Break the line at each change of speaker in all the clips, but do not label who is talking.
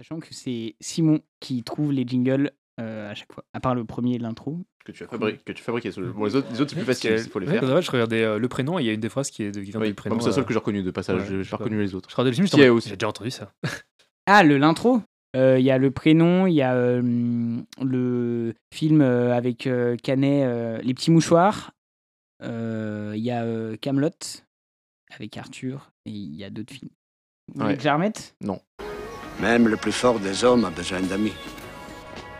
Sachant que c'est Simon qui trouve les jingles euh, à chaque fois, à part le premier, l'intro.
Que tu as fabriqué. Que tu as fabriqué. Bon, les autres, les autres c'est plus facile, il faut les
Ouais,
faire.
parce que je regardais euh, le prénom et il y a une des phrases qui, est de, qui vient
Oui,
du prénom.
bon, c'est la seule
euh,
que j'ai reconnue de passage.
ouais,
j'ai
je
pas
sais
reconnu les autres.
Je regardais le film,
Qui est
j'étais en mode,
aussi.
j'ai déjà entendu ça.
Ah, le l'intro Euh, Il y a le prénom, il y a euh, hum, le film euh, avec euh, Canet, euh, Les Petits Mouchoirs. Euh, Il y a Camelot avec Arthur. Et il y a d'autres films. Vous voulez
Ouais.
que je la remette
Même le plus fort des hommes a besoin d'amis.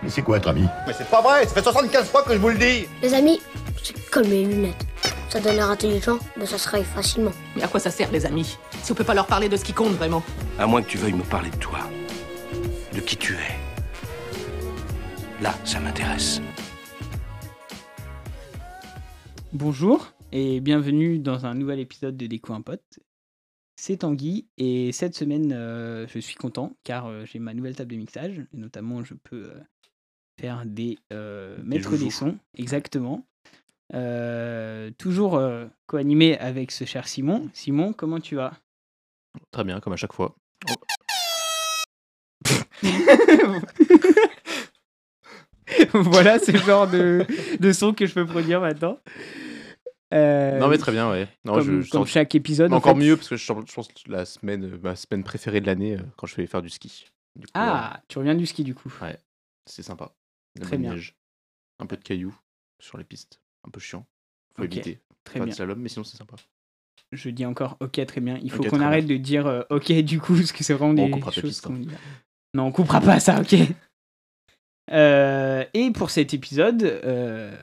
Mais c'est quoi être ami
Mais c'est pas vrai, ça fait 75 fois que je vous le dis
Les amis, c'est comme les lunettes. Ça donne l'air intelligent, mais ça se raye facilement.
Mais à quoi ça sert, les amis Si on peut pas leur parler de ce qui compte vraiment.
À moins que tu veuilles me parler de toi. De qui tu es. Là, ça m'intéresse.
Bonjour et bienvenue dans un nouvel épisode de Déco un pote. C'est Tanguy et cette semaine euh, je suis content car euh, j'ai ma nouvelle table de mixage et notamment je peux euh, faire des euh, maîtres des
joujoux.
sons exactement. Euh, toujours euh, co-animé avec ce cher Simon. Simon, comment tu vas
Très bien, comme à chaque fois.
Voilà ce genre de, de son que je peux produire maintenant. Euh,
non, mais très bien, ouais. Non,
comme,
je, je
comme
sens-
chaque épisode.
mais
en
encore
fait-
mieux parce que je, sens- je pense que la semaine, euh, ma semaine préférée de l'année euh, quand je vais faire du ski. Du coup, euh,
Ah, tu reviens du ski du coup.
c'est sympa. La
Très
bonne
bien.
neige, un peu de cailloux sur les pistes, un peu chiant. Faut
Ok,
éviter.
Très
pas
bien.
de slalom, mais sinon c'est sympa.
Je dis encore ok très bien. Il faut
Ok, très
qu'on
bien.
arrête de dire euh, ok du coup, parce que c'est vraiment
Bon, on
des
coupera pas
choses
piste, hein.
qu'on dit. Non, on coupera pas ça, ok. Euh, et pour cet épisode, euh,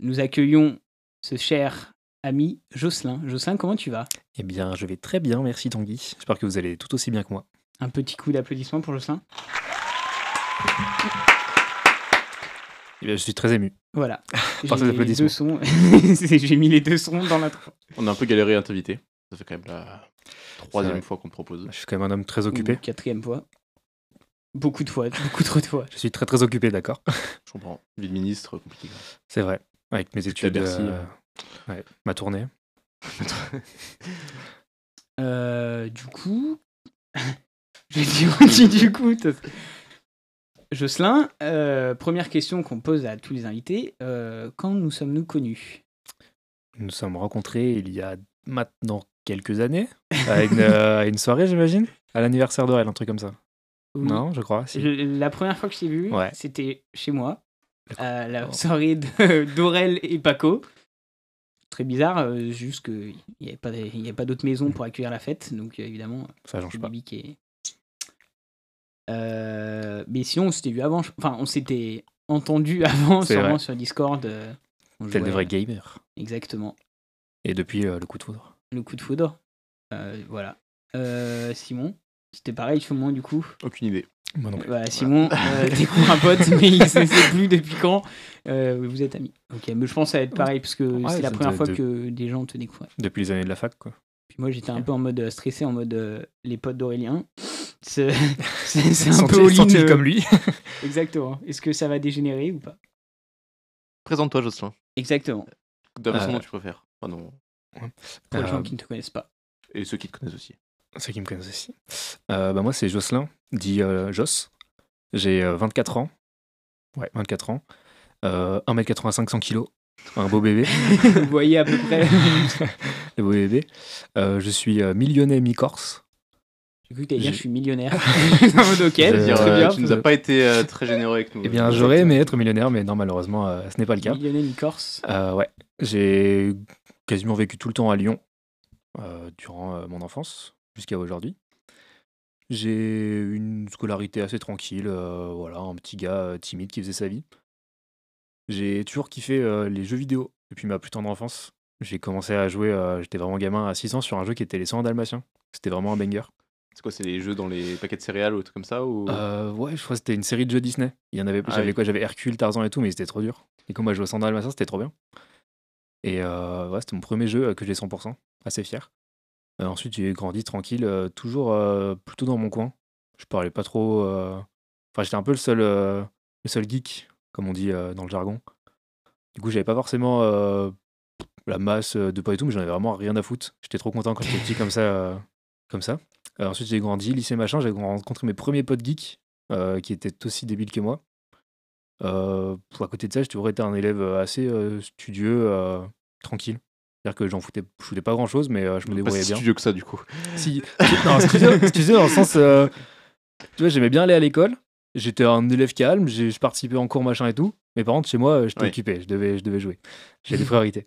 nous accueillons ce cher ami Jocelyn. Jocelyn, comment tu vas
Eh bien, je vais très bien, merci Tanguy. J'espère que vous allez tout aussi bien que moi.
Un petit coup d'applaudissement pour Jocelyn.
Eh bien, je suis très ému.
Voilà.
Par ces
J'ai
applaudissements.
deux sons. J'ai mis les deux sons dans la.
On a un peu galéré à t'inviter. Ça fait quand même la
C'est
troisième
vrai.
fois qu'on te propose.
Je suis quand même un homme très occupé.
Mmh.
Ou Quatrième fois. Beaucoup de fois, beaucoup trop de fois.
Je suis très très occupé, d'accord.
Je comprends. Vie de ministre, compliqué.
C'est vrai. Avec mes études,
Bercy, hein.
euh, ouais, ma tournée.
Euh, du coup. Je vais dire aussi du coup. t'as- Jocelyn, euh, première question qu'on pose à tous les invités euh, quand nous sommes-nous connus
Nous nous sommes rencontrés il y a maintenant quelques années, à une, euh, à une soirée, j'imagine, à l'anniversaire d'Aurel, un truc comme ça.
Mmh.
Oui.
Non, je crois. si.
Je- La première fois que je t'ai vu,
Ouais.
c'était chez moi, à la
Oh.
soirée de- d'Aurel et Paco. Très bizarre, euh, juste qu'il n'y avait pas, des- il y avait pas d'autre maison pour accueillir la fête, donc euh, évidemment,
Ça change pas.
Bibi qui est- Euh, mais sinon, on s'était vu avant. je- Enfin, on s'était entendu avant,
C'est
sûrement
vrai.
sur Discord. euh, on
Tel de
jouait,
vrais gamers.
Exactement.
Et depuis euh, le coup de foudre.
Le coup de foudre. Euh, voilà. Euh, Simon, c'était pareil chez moi, du coup.
Aucune idée.
Moi non plus.
Voilà, Simon euh, découvre un pote, mais il ne sait plus depuis quand euh, vous êtes amis. Ok, mais je pense que ça va être pareil, parce que
Ouais,
c'est la
c'est
première
de-
fois
de-
que des gens te découvrent.
Depuis les années de la fac, quoi.
Puis moi, j'étais un
Ok.
peu en mode euh, stressé, en mode euh, les potes d'Aurélien. C'est c'est- c'est un
Sont-ils-
peu all-in,
sont-ils
euh,
comme lui
Exactement. Est-ce que ça va dégénérer ou pas
Présente-toi, Jocelyn.
Exactement.
De la façon
Euh,
dont tu préfères. Enfin, non.
Pour les
Euh,
gens qui ne te connaissent pas.
Et ceux qui te connaissent aussi.
Ceux qui me connaissent aussi. Euh, bah moi, c'est Jocelyn, dit euh, Jos. J'ai euh, 24 ans. Ouais, 24 ans. Euh, 1m85, 100 kg. Un beau bébé.
Vous voyez à peu près.
Le beau bébé. Euh, je suis euh, mi-lyonnais, mi-corse.
J'ai cru que t'allais dire
J'ai-
je suis millionnaire. En mode, ok,
Je veux
c'est
dire,
très
euh,
bien.
tu nous as pas été euh, très généreux avec nous. euh,
Eh bien, j'aurais aimé être millionnaire, mais non, malheureusement, euh, ce n'est pas le cas.
Millionnaire mi-corse.
Euh, ouais, j'ai quasiment vécu tout le temps à Lyon euh, durant euh, mon enfance jusqu'à aujourd'hui. J'ai eu une scolarité assez tranquille, euh, voilà, un petit gars euh, timide qui faisait sa vie. J'ai toujours kiffé euh, les jeux vidéo depuis ma plus tendre enfance. J'ai commencé à jouer, euh, j'étais vraiment gamin à 6 ans sur un jeu qui était les 100 dalmatiens. C'était vraiment un banger.
C'est quoi, c'est les jeux dans les paquets de céréales ou des trucs comme ça ou...
Euh, ouais, je crois que c'était une série de jeux Disney. Il y en avait,
Ah
j'avais
oui.
quoi J'avais Hercule, Tarzan et tout, mais c'était trop dur. Et quand moi, je jouais au Sandal Massacre, c'était trop bien. Et euh, ouais, c'était mon premier jeu euh, que j'ai 100%, assez fier. Euh, ensuite, j'ai grandi tranquille, euh, toujours euh, plutôt dans mon coin. Je parlais pas trop. euh, Enfin, j'étais un peu le seul, euh, le seul geek, comme on dit euh, dans le jargon. Du coup, j'avais pas forcément euh, la masse euh, de pas et tout, mais j'en avais vraiment rien à foutre. J'étais trop content quand j'étais petit comme ça. euh, comme ça. Euh, ensuite, j'ai grandi, lycée machin, j'ai rencontré mes premiers potes geeks euh, qui étaient aussi débiles que moi. Euh, à côté de ça, j'ai toujours été un élève assez euh, studieux, euh, tranquille. C'est-à-dire que j'en foutais, je foutais pas grand-chose, mais euh, je
Pas
me
si
débrouillais bien.
studieux que ça, du coup.
Si, non, excusez, excusez, dans le sens. euh, tu vois, j'aimais bien aller à l'école. J'étais un élève calme, j'ai- je participais en cours, machin et tout. Mais par contre, chez moi, euh, j'étais
Oui.
occupé, je devais, je devais jouer. J'ai des priorités.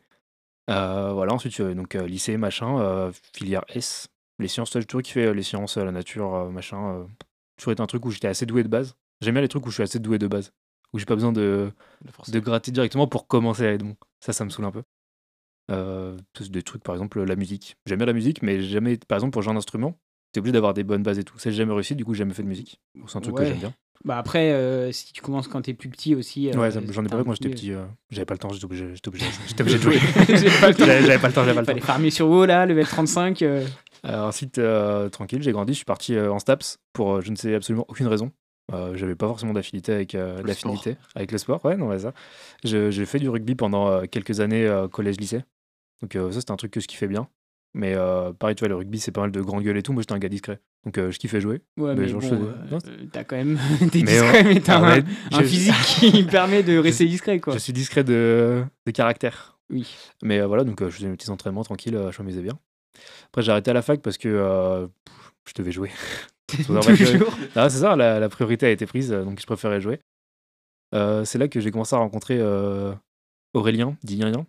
Euh, voilà, ensuite, euh, donc euh, lycée, machin, euh, filière S. Les sciences, toi, j'ai toujours kiffé euh, les sciences, euh, la nature, euh, machin. euh, toujours été un truc où j'étais assez doué de base. J'aime bien les trucs où je suis assez doué de base. Où j'ai pas besoin de,
La force.
de gratter directement pour commencer à être bon. Ça, ça me saoule un peu. Euh, tous des trucs, par exemple, la musique. J'aime bien la musique, mais j'ai jamais, par exemple, pour jouer un instrument, t'es obligé d'avoir des bonnes bases et tout. Ça, j'ai jamais réussi, du coup, j'ai jamais fait de musique. Bon, C'est un truc
Ouais.
que j'aime bien.
Bah après, euh, si tu commences quand t'es plus petit aussi. euh,
ouais, ça- j'en ai
t'as
parlé
un
quand j'étais
peu-
petit. euh, j'avais pas le temps, j'étais obligé, j'étais obligé, j'étais obligé de jouer.
J'ai pas le temps.
J'avais j'avais pas le temps, j'avais pas
Fallait
le temps.
farmer sur WoW là, level 35. euh,
Euh, ensuite, euh, tranquille, j'ai grandi, je suis parti euh, en STAPS pour euh, je ne sais absolument aucune raison. Euh, j'avais pas forcément d'affinité avec euh,
Le
d'affinité avec le sport, ouais, non, mais ça. Je- J'ai fait du rugby pendant euh, quelques années euh, collège-lycée. Donc euh, ça, c'était un truc que je kiffais bien. Mais euh, pareil, tu vois, le rugby, c'est pas mal de grand gueule et tout. Moi, j'étais un gars discret. Donc euh, je kiffais jouer.
Ouais,
Mais
mais
genre, je
bon,
faisais-
euh, t'as quand même. T'es
Mais
discret, mais t'as
Ah
un,
ouais,
un
je-
physique qui permet de rester discret, quoi.
Je suis discret de, de caractère.
Oui.
Mais euh, voilà, donc euh, je faisais mes petits entraînements tranquilles, euh, je m'amusais bien. Après, j'ai arrêté à la fac parce que euh, pff, je devais jouer. Faudra pas que-
Toujours.
Ah, c'est ça, la, la priorité a été prise, euh, donc je préférais jouer. Euh, c'est là que j'ai commencé à rencontrer euh, Aurélien, Dignien,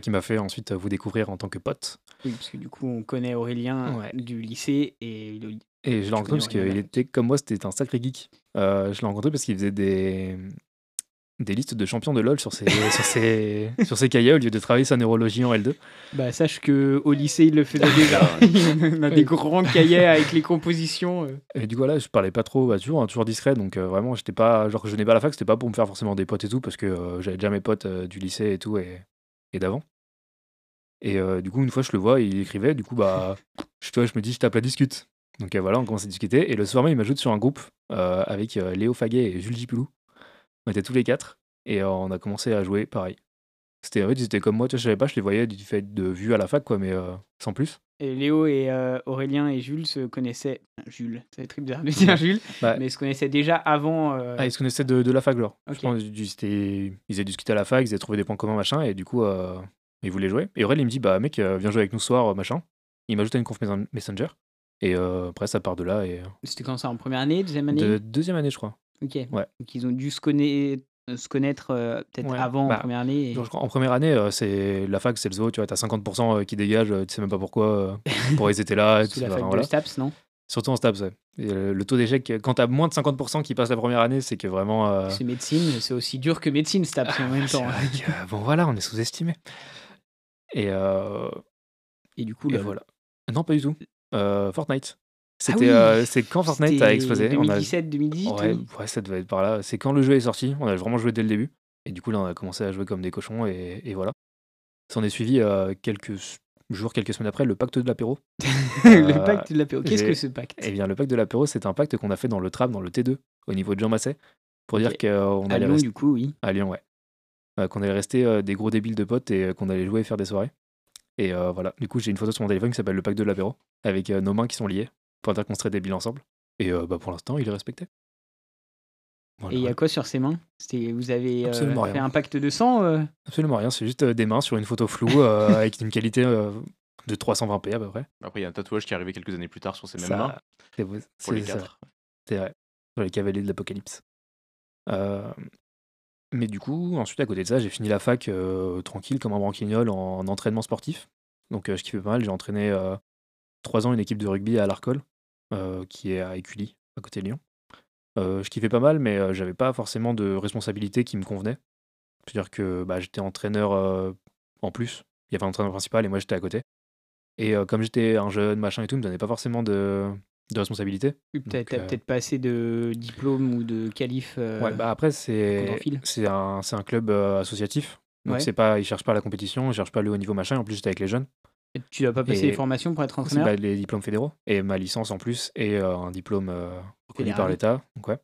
qui m'a fait ensuite euh, vous découvrir en tant que pote.
Oui, parce que du coup, on connaît Aurélien
Ouais.
du lycée et le-
Et
connais
je l'ai rencontré parce
Aurélien
qu'il
Bernet.
était, comme moi, c'était un sacré geek. Euh, je l'ai rencontré parce qu'il faisait des, des listes de champions de LoL sur ses, sur ses, sur ses cahiers au lieu de travailler sa neurologie en L2.
Bah, sache que au lycée, il le faisait déjà.
Ah,
il a des
Oui.
grands cahiers avec les compositions. euh.
Et du coup, là, je parlais pas trop, bah, toujours, hein, toujours discret, donc euh, vraiment, j'étais pas, genre, je venais pas à la fac, c'était pas pour me faire forcément des potes et tout, parce que euh, j'avais déjà mes potes euh, du lycée et tout, et, et d'avant. Et euh, du coup, une fois, je le vois, il écrivait, du coup, bah, je, tu vois, je me dis, je tape la discute. Donc euh, voilà, on commence à discuter, et le soir même, il m'ajoute sur un groupe euh, avec euh, Léo Faguet et Jules Gipulou. On était tous les quatre, et euh, on a commencé à jouer pareil. C'était, en fait, ils étaient comme moi, tu vois, je savais pas, je les voyais du fait de vue à la fac, quoi, mais euh, sans plus.
Et Léo et euh, Aurélien et Jules se connaissaient. Jules, ça va être très bizarre de dire Jules,
Bah,
mais se connaissaient déjà avant. euh,
Ah, ils se connaissaient de, de la fac, genre.
Ok.
Je pense qu'ils étaient- ils avaient discuté à la fac, ils avaient trouvé des points communs, machin, et du coup, euh, ils voulaient jouer. Et Aurel, il me dit, bah mec, euh, viens jouer avec nous ce soir, euh, machin. Il m'ajoute à une conf mes- Messenger. Et euh, après, ça part de là. Et...
C'était quand ça En première année, deuxième année
De deuxième année, je crois.
Ok. Donc ils ont dû se connaître, se connaître euh, peut-être
Ouais.
avant
Bah,
en première année. et-
Genre, je crois, en première année, euh, c'est la fac, c'est le zoo, tu vois, t'as 50% qui dégagent, euh, tu sais même pas pourquoi, euh, pourquoi ils étaient là, et tout
sous la
ça,
fac
voilà.
de Staps, non
Surtout en STAPS, ouais. Et euh, le, le taux d'échec, quand t'as moins de 50% qui passent la première année, c'est que vraiment. euh,
C'est médecine, c'est aussi dur que médecine Staps en même
c'est
temps. hein.
vrai que, bon, voilà, on est sous-estimé. Et euh,
Et du coup, bah,
Et
le-
voilà. Non, pas du tout. Euh, Fortnite. C'était,
Ah oui.
euh, c'est quand Fortnite a
c'était
explosé. On a-
2017, 2018.
ouais,
oui.
ouais, ça devait être par là. C'est quand le jeu est sorti. On a vraiment joué dès le début. Et du coup, là, on a commencé à jouer comme des cochons. Et, et voilà. S'en est suivi euh, quelques s- jours, quelques semaines après, le pacte de l'apéro.
le
Euh,
pacte de l'apéro. Qu'est-ce que
j'ai-
ce pacte
Eh bien, le pacte de l'apéro, c'est un pacte qu'on a fait dans le tram, dans le T2, au niveau de Jean Masset, pour
Ok.
dire qu'on
À
allait
Lyon,
rester
du coup, oui.
à Lyon, ouais. Euh, qu'on allait rester euh, des gros débiles de potes et euh, qu'on allait jouer et faire des soirées. Et euh, voilà, du coup, j'ai une photo sur mon téléphone qui s'appelle le pack de l'apéro, avec euh, nos mains qui sont liées, pour dire qu'on serait débiles ensemble. Et euh, bah, pour l'instant, il est respecté. Voilà,
Et il y a
voilà.
quoi sur ses mains C'était- Vous avez euh,
Absolument
fait
rien.
un pacte de sang euh
Absolument rien, c'est juste euh, des mains sur une photo floue euh, avec une qualité euh, de 320p à peu près.
Après, il y a un tatouage qui est arrivé quelques années plus tard sur ces mêmes
Ça-
mains.
c'est beau,
Pour les
c'est- ça-
quatre.
C'est vrai. Sur les cavaliers de l'apocalypse. Euh, Mais du coup, ensuite, à côté de ça, j'ai fini la fac euh, tranquille, comme un branquignol, en, en entraînement sportif. Donc, euh, je kiffais pas mal. J'ai entraîné euh, trois ans une équipe de rugby à l'Arcole, euh, qui est à Écully, à côté de Lyon. Euh, je kiffais pas mal, mais euh, j'avais pas forcément de responsabilité qui me convenait. C'est-à-dire que bah, j'étais entraîneur euh, en plus. Il y avait un entraîneur principal et moi, j'étais à côté. Et euh, comme j'étais un jeune, machin et tout, il me donnait pas forcément de, de responsabilité.
Oui, T'as
Donc,
t'as
euh,
peut-être pas assez de diplôme ou de qualif. euh,
Ouais, bah après,
qu'on en
c'est
file.
c'est un, c'est un club euh, associatif. Donc,
Ouais.
c'est pas, ils cherchent pas la compétition, ils cherchent pas le haut niveau machin. En plus, j'étais avec les jeunes.
Tu dois pas passer
et-
les formations pour être
C'est
entraîneur
pas les diplômes fédéraux. Et ma licence en plus est euh, un diplôme euh, reconnu par
Fédéral.
l'État. Donc, ouais.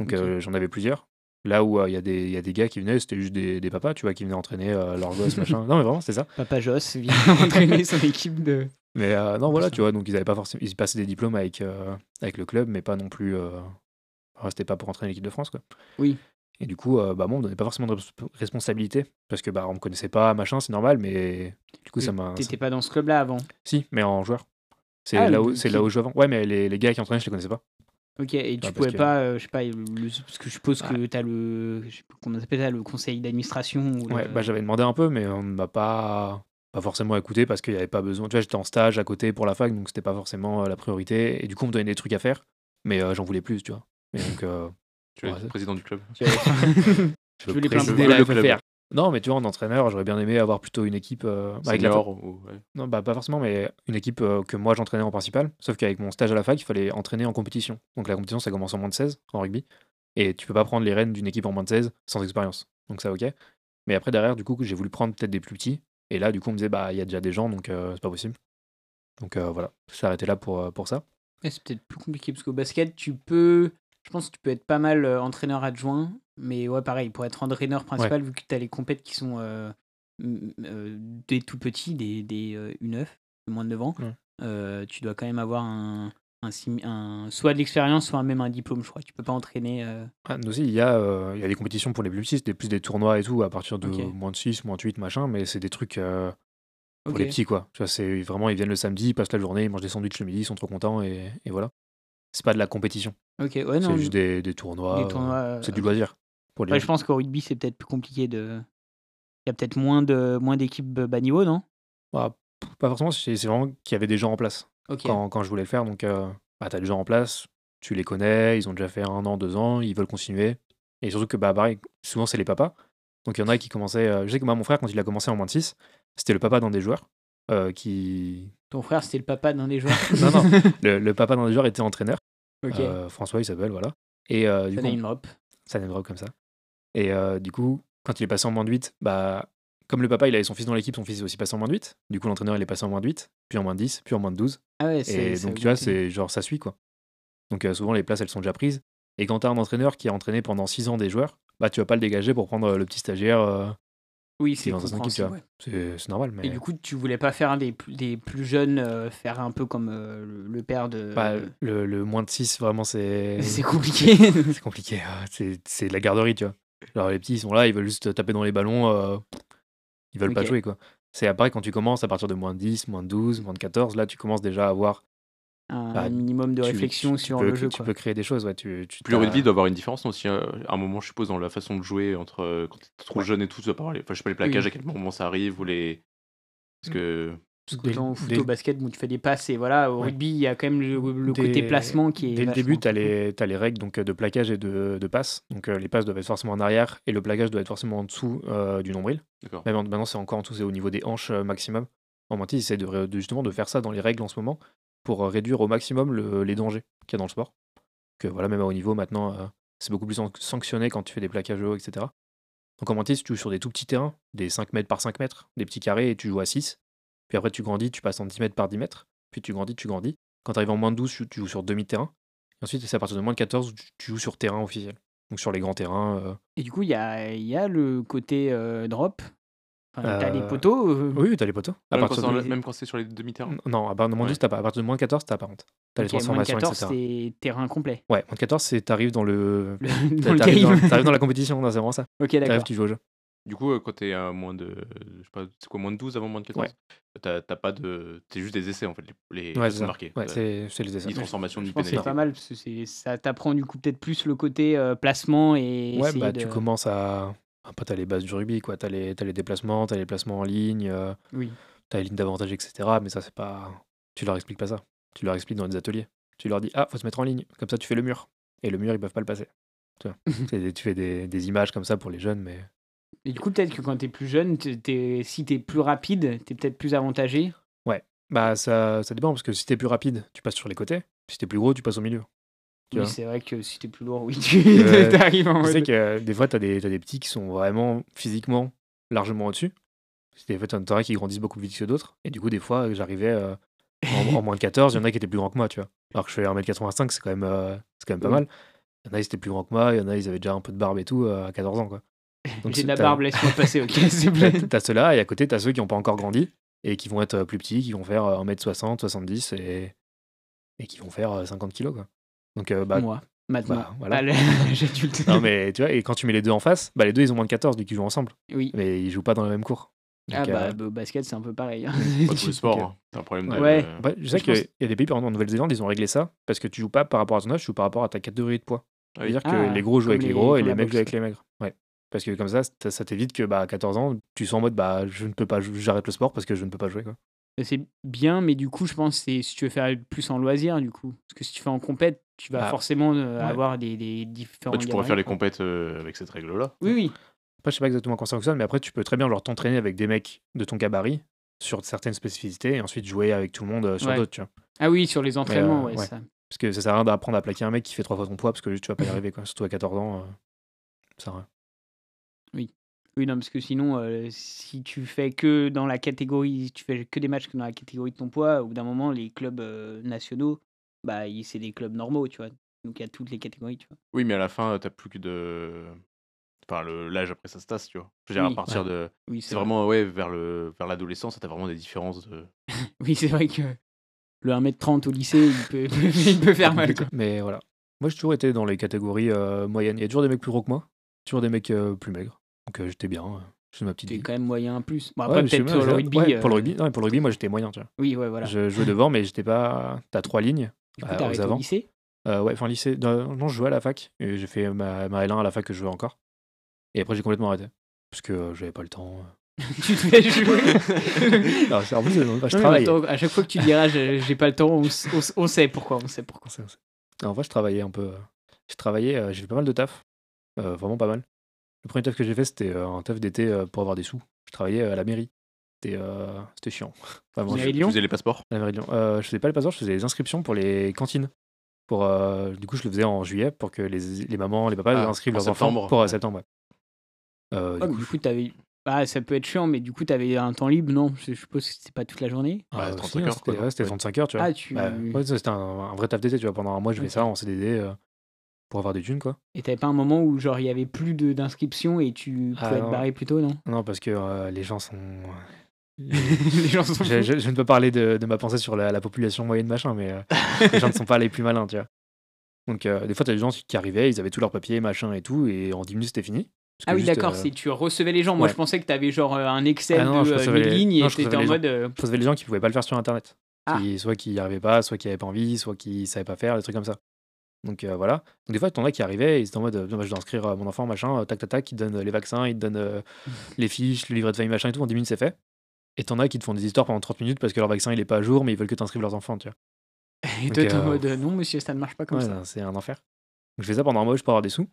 Donc,
Ok.
euh, j'en avais plusieurs. Là où euh, il y, a des- il y a des gars qui venaient, c'était juste des, des papas, tu vois, qui venaient entraîner euh, leurs gosses, machin. Non, mais vraiment, c'est ça.
Papa Joss vient entraîner son équipe de.
Mais euh, non, voilà, tu vois, donc ils avaient pas forcément, ils passaient des diplômes avec, euh, avec le club, mais pas non plus. Euh... enfin, c'était pas pour entraîner l'équipe de France, quoi.
Oui.
Et du coup, euh, bah, moi, on me donnait pas forcément de resp- responsabilité parce que bah, on me connaissait pas, machin, c'est normal, mais du coup, ça m'a. ça-
T'étais pas dans ce club-là avant.
Si, mais en joueur. C'est
Ah,
là
le-
où, c'est
qui-
là où je joue avant. Ouais, mais les, les gars qui entraînaient, je les connaissais pas.
Ok, et tu
parce
pouvais
que-
pas, euh, je sais pas, le- le- parce que je suppose que t'as le, je sais plus comment on appelle ça, le conseil d'administration. ou
Ouais,
le-
bah, j'avais demandé un peu, mais on ne m'a pas, pas forcément écouté parce qu'il n'y avait pas besoin. Tu vois, j'étais en stage à côté pour la fac, donc c'était pas forcément euh, la priorité. Et du coup, on me donnait des trucs à faire, mais euh, j'en voulais plus, tu vois. Et donc, euh,
Tu es
Ouais, Bah,
le
c'est-
président du club.
Tu voulais
présider
plein de-
la
le club.
FFR. Non, mais tu vois, en entraîneur, j'aurais bien aimé avoir plutôt une équipe euh, avec la
Senior ou- ouais.
Non, bah, pas forcément, mais une équipe euh, que moi j'entraînais en principal. Sauf qu'avec mon stage à la fac, il fallait entraîner en compétition. Donc la compétition, ça commence en moins de 16 en rugby. Et tu peux pas prendre les rênes d'une équipe en moins de 16 sans expérience. Donc ça, ok. Mais après, derrière, du coup, j'ai voulu prendre peut-être des plus petits. Et là, du coup, on me disait, bah, il y a déjà des gens, donc euh, c'est pas possible. Donc euh, voilà, je suis arrêté là pour, euh, pour ça.
Ouais, c'est peut-être plus compliqué parce qu'au basket, tu peux, je pense que tu peux être pas mal euh, entraîneur adjoint, mais ouais, pareil, pour être entraîneur principal, vu que tu as les compètes qui sont euh, m- euh, des tout petits, des, des euh, U9, de moins de 9 ans,
Ouais.
euh, tu dois quand même avoir un, un, sim- un- soit de l'expérience, soit même un diplôme, je crois. Tu peux pas entraîner. euh,
Ah, nous aussi, il y, a, euh, il y a des compétitions pour les plus petits, c'était plus des tournois et tout, à partir de
Ok.
moins de 6, moins de 8, machin, mais c'est des trucs euh, pour les
Ok.
petits, quoi. Tu vois, c'est vraiment, ils viennent le samedi, ils passent la journée, ils mangent des sandwichs le midi, ils sont trop contents, et, et voilà. C'est pas de la compétition,
Ok, ouais, Ah non.
c'est juste des, des tournois.
des tournois,
euh, c'est du
euh,
loisir. Pour les
ouais,
gens.
je pense qu'au rugby, c'est peut-être plus compliqué de. Il y a peut-être moins de moins d'équipes bas niveau, non
Bah, pff, pas forcément, c'est c'est vraiment qu'il y avait des gens en place
Ok.
quand, quand je voulais le faire, donc euh, bah, t'as des gens en place, tu les connais, ils ont déjà fait un an, deux ans, ils veulent continuer. Et surtout que, bah, pareil, souvent, c'est les papas. Donc il y en a qui commençaient. euh, je sais que moi, mon frère, quand il a commencé en moins de 6, c'était le papa d'un des joueurs euh, qui.
Ton frère, c'était le papa d'un des joueurs.
Non, non, le, le papa d'un des joueurs était entraîneur.
ok.
euh, François, il s'appelle, voilà. Et euh, du
Ça
coup,
donne une robe.
ça n'est drôle comme ça. Et euh, du coup, quand il est passé en moins de 8, bah, comme le papa, il avait son fils dans l'équipe, son fils est aussi passé en moins de 8. Du coup, l'entraîneur, il est passé en moins de 8, puis en moins de 10, puis en moins de 12.
Ah ouais, c'est.
Et
ça a
donc, tu vois,
augmenté.
c'est genre ça suit quoi. Donc, euh, souvent, les places elles sont déjà prises. Et quand t'as un entraîneur qui a entraîné pendant 6 ans des joueurs, bah tu vas pas le dégager pour prendre euh, le petit stagiaire. euh,
Oui, c'est
dans un équipe, tu
compréhensible.
vois. c'est c'est normal, mais
Et du coup, tu voulais pas faire des, plus- des plus jeunes, euh, faire un peu comme euh, le- le père de.
bah, le, le moins de 6, vraiment, c'est.
euh, C'est compliqué.
c'est compliqué. euh, C'est c'est de la garderie, tu vois. Alors, les petits, ils sont là, ils veulent juste taper dans les ballons. euh, ils veulent pas
Ok.
jouer, quoi. C'est après, quand tu commences, à partir de moins de 10, moins de 12, moins de 14, là, tu commences déjà à avoir.
un
Bah,
minimum de
tu-
réflexion
tu- tu
sur
peux-
le jeu.
Tu
quoi.
peux créer des choses, ouais. Tu, tu
Puis le
t'as-
rugby doit avoir une différence aussi. hein. À un moment, je suppose, dans la façon de jouer, entre euh, quand t'es trop jeune et tout, tu dois pas avoir les- Enfin, je sais pas les plaquages,
Oui.
à quel moment ça arrive, ou les. Parce
Mm.
que.
Parce
dès-
qu'autant au foot,
dès-
au basket, où tu fais des passes et voilà, au
Ouais.
rugby, il y a quand même le, le
Dès-
côté placement qui est.
Dès le
vachement
début, tu as,
important.
les règles donc, de plaquage et de, de passe. Donc euh, les passes doivent être forcément en arrière et le plaquage doit être forcément en dessous euh, du nombril.
D'accord.
Même en- maintenant, c'est encore en dessous, c'est au niveau des hanches euh, maximum. En mentis, ils essaient de, ré- de- justement de faire ça dans les règles en ce moment pour euh, réduire au maximum le- les dangers qu'il y a dans le sport. Que voilà, même à haut niveau, maintenant, euh, c'est beaucoup plus san- sanctionné quand tu fais des plaquages hauts, etc. Donc en mentis, tu joues sur des tout petits terrains, des 5 mètres par 5 mètres, des petits carrés et tu joues à 6. Puis après, tu grandis, tu passes en 10 mètres par 10 mètres. Puis tu grandis, tu grandis. Quand tu arrives en moins de 12, tu- tu joues sur demi-terrain. Et ensuite, c'est à partir de moins de 14 où tu, tu joues sur terrain officiel. Donc sur les grands terrains. euh.
Et du coup, il y a, il y a le côté euh, drop. Enfin, T'as les
Euh,
poteaux. euh,
Oui, oui, t'as les poteaux. À
Même quand,
partir
c'est
de...
en- même quand c'est sur les demi-terrains.
Non, à partir de moins de
Ouais.
12, t'as pas. À partir de moins de 14, t'as pas honte. T'as les
ok, moins de
transformations,
14,
etc.
c'est terrain complet.
Ouais, moins de 14, c'est t'arrives dans le.
Le- dans
T'arrives
le
dans,
game.
t'arrives dans la compétition, non, c'est vraiment ça.
Ok,
T'arrives,
d'accord.
tu joues au jeu.
Du coup, euh, quand t'es à moins de. Je sais pas, c'est quoi, moins de 12 avant moins de 14 T'as t'as pas de. T'es juste des essais, en fait, les, les
Ouais,
façons
c'est
de
ça.
marquer.
Ouais,
T'as
c'est c'est les essais.
Ni transformation, ni
Je pense que
pénalité.
c'est pas mal parce que c'est- ça t'apprend du coup peut-être plus le côté euh, placement et
Ouais,
essayer
bah
de-
tu commences à. Après, t'as les bases du rugby, quoi. T'as les, t'as les déplacements, t'as les placements en ligne, euh,
Oui.
t'as les lignes d'avantage, etc. Mais ça, c'est pas. Tu leur expliques pas ça. Tu leur expliques dans les ateliers. Tu leur dis, ah, faut se mettre en ligne. Comme ça, tu fais le mur. Et le mur, ils peuvent pas le passer. Tu, vois. C'est des- tu fais des, des images comme ça pour les jeunes, mais.
Et du coup, peut-être que quand t'es plus jeune, t'es- t'es- si t'es plus rapide, t'es peut-être plus avantagé.
Bah, ça, ça dépend, parce que si t'es plus rapide, tu passes sur les côtés. Si t'es plus gros, tu passes au milieu. Tu
Oui,
vois.
c'est vrai que si t'es plus lourd, oui, tu
Ouais.
t'arrives en
Tu sais
mode.
que euh, des fois, t'as des, t'as des petits qui sont vraiment physiquement largement au-dessus. C'est Des fois, t'en t'en as qui grandissent beaucoup plus vite que d'autres. Et du coup, des fois, j'arrivais euh, en, en moins de 14, il y en a qui étaient plus grands que moi, tu vois. Alors que je fais 1m85, c'est quand même, euh, c'est quand même pas
Oui.
mal. Il y en a, ils étaient plus grands que moi, il y en a, ils avaient déjà un peu de barbe et tout euh, à 14 ans, quoi.
J'ai
c'est-
de la
t'as-
barbe, laisse-moi passer, ok, s'il te plaît.
T'as t'as ceux-là, et à côté, t'as ceux qui n'ont pas encore grandi et qui vont être euh, plus petits, qui vont faire euh, 1m60, 70 et, et qui vont faire euh, 50 kilos. Quoi. Donc, euh, bah,
moi, maintenant.
bah, voilà.
Ah, le- J'ai dû le dire.
non, mais tu vois, et quand tu mets les deux en face, bah, les deux ils ont moins de 14 donc ils jouent ensemble,
Oui.
mais ils jouent pas dans la même cours. Donc,
Ah bah,
euh,
bah, au basket, c'est un peu pareil. hein.
Pas de sport. hein. C'est un problème de.
Ouais.
euh,
bah, je sais
je pense-
qu'il y a des pays, par exemple en Nouvelle-Zélande, ils ont réglé ça parce que tu joues pas par rapport à ton âge, tu joues par rapport à ta catégorie de poids.
Ah oui.
C'est-à-dire
Ah,
que les gros jouent
comme
avec les
les-
gros et
comme
les
la
mecs
boxe.
jouent avec les maigres. Ouais. Parce que comme ça, ça, ça t'évite que bah, à 14 ans, tu sois en mode bah, je ne peux pas, jou- j'arrête le sport parce que je ne peux pas jouer. Quoi.
C'est bien, mais du coup, je pense que c'est si tu veux faire plus en loisir, du coup. Parce que si tu fais en compète, tu vas
Ah.
forcément euh,
Ouais.
avoir des, des différents.
Bah, tu pourrais
gabarits,
faire les
quoi.
compètes euh, avec cette règle-là.
Oui, oui.
Après, je sais pas exactement comment ça fonctionne, mais après, tu peux très bien genre t'entraîner avec des mecs de ton gabarit sur certaines spécificités et ensuite jouer avec tout le monde euh, sur
Ouais.
d'autres. Tu vois.
Ah oui, sur les entraînements,
euh,
ouais,
ouais.
ça.
Parce que ça sert à rien d'apprendre à plaquer un mec qui fait trois fois ton poids parce que juste tu vas pas y arriver. Quoi. Surtout à 14 ans, euh, ça sert à rien.
Oui, non, parce que sinon, euh, si tu fais que dans la catégorie, tu fais que des matchs que dans la catégorie de ton poids, au bout d'un moment, les clubs euh, nationaux, bah, ils- c'est des clubs normaux, tu vois. Donc il y a toutes les catégories, tu vois.
Oui, mais à la fin, t'as plus que de. Enfin, le- l'âge après ça se tasse, tu vois. Je veux dire,
Oui.
à partir de.
Oui,
C'est vraiment, ouais, vers le vers l'adolescence, t'as vraiment des différences de.
Oui, c'est vrai que le 1m30 au lycée, il peut, il peut faire mal. quoi.
Mais voilà. Moi, j'ai toujours été dans les catégories euh, moyennes. Il y a toujours des mecs plus gros que moi, toujours des mecs euh, plus maigres. Donc euh, j'étais bien. euh, je fais ma petite
T'es
vie.
quand même moyen plus. Bon,
Ouais,
après,
mais je sais
peut-être
pas,
sur le
je-
rugby.
ouais, pour le
euh,
rugby. Non, mais pour le rugby, moi j'étais moyen, tu vois.
Oui, ouais, voilà.
Je jouais devant, mais j'étais pas. T'as trois lignes.
Du coup,
euh,
t'arrêtes
aux
au
avants.
lycée
Euh, ouais, enfin lycée. Non, non, je jouais à la fac. Et j'ai fait ma, ma L1 à la fac que je jouais encore. Et après j'ai complètement arrêté. Parce que euh, j'avais pas le temps.
Tu te fais jouer.
non, c'est- en plus, euh, bah, je
Non, mais
travaillais.
attends, à chaque fois que tu diras j'ai j'ai pas le temps, on, s- on s- on sait pourquoi, on sait pourquoi.
C'est- c'est- En vrai, je travaillais un peu. euh, Je travaillais, euh, j'ai fait pas mal de taf. Euh, vraiment pas mal. Le premier taf que j'ai fait, c'était euh, un taf d'été euh, pour avoir des sous. Je travaillais euh, à la mairie. C'était euh, c'était chiant. Vraiment,
Vous
je-
avez
Tu
Lyon
faisais les passeports.
à la mairie de Lyon. Euh, je faisais pas les passeports, je faisais les inscriptions pour les cantines. Pour, euh, du coup, je le faisais en juillet pour que les, les mamans, les papas
Ah,
inscrivent
en
leurs enfants
septembre.
pour euh, septembre. ouais. Euh, du
Ouais, mais
coup,
du
je-
coup, t'avais. Ah, ça peut être chiant, mais du coup, t'avais un temps libre, non Je suppose que c'était pas toute la journée.
Bah,
euh,
35
si, hein,
heures,
c'était
quoi.
ouais, c'était
Ouais.
35 heures, tu vois.
Ah, tu.
Bah, ouais, ça, c'était un, un vrai taf d'été, tu vois. Pendant un mois, je fais
Ok.
ça en CDD euh, pour avoir des thunes, quoi.
Et t'avais pas un moment où, genre, il y avait plus de- d'inscription et tu
Ah,
pouvais être
non.
barré plus tôt, non
Non, parce que euh, les gens sont.
Les gens sont.
je, je- je ne peux parler de, de ma pensée sur la, la population moyenne, machin, mais euh, les gens ne sont pas les plus malins, tu vois. Donc, euh, des fois, t'as des gens qui arrivaient, ils avaient tous leurs papiers, machin et tout, et en 10 minutes, c'était fini. Parce que
Ah oui,
juste,
d'accord,
euh,
c'est tu recevais les gens. Moi,
ouais.
je pensais que t'avais genre euh, un Excel
Ah non,
de
je
euh,
recevais
mille
les-
lignes
non,
et
je
t'étais
recevais
en
les gens.
mode. euh,
Je recevais les gens qui pouvaient pas le faire sur internet.
Ah.
Qui- soit qui n'y arrivaient pas, soit qui n'avaient pas envie, soit qui savaient pas faire, des trucs comme ça. Donc euh, voilà. Donc des fois, t'en as qui arrivaient, ils étaient en mode euh, Non, bah, je dois inscrire euh, mon enfant, machin, euh, tac tac tac, ils te donnent euh, les vaccins, ils te donnent euh, les fiches, le livret de famille, machin et tout, en 10 minutes c'est fait. Et t'en as qui te font des histoires pendant 30 minutes parce que leur vaccin il est pas à jour, mais ils veulent que t'inscrives leurs enfants, tu vois.
Et toi,
Donc,
t'es en
euh,
mode euh, non, monsieur, ça ne marche pas comme
Ouais,
ça.
non, c'est un enfer. Donc, je fais ça pendant un mois je peux avoir des sous.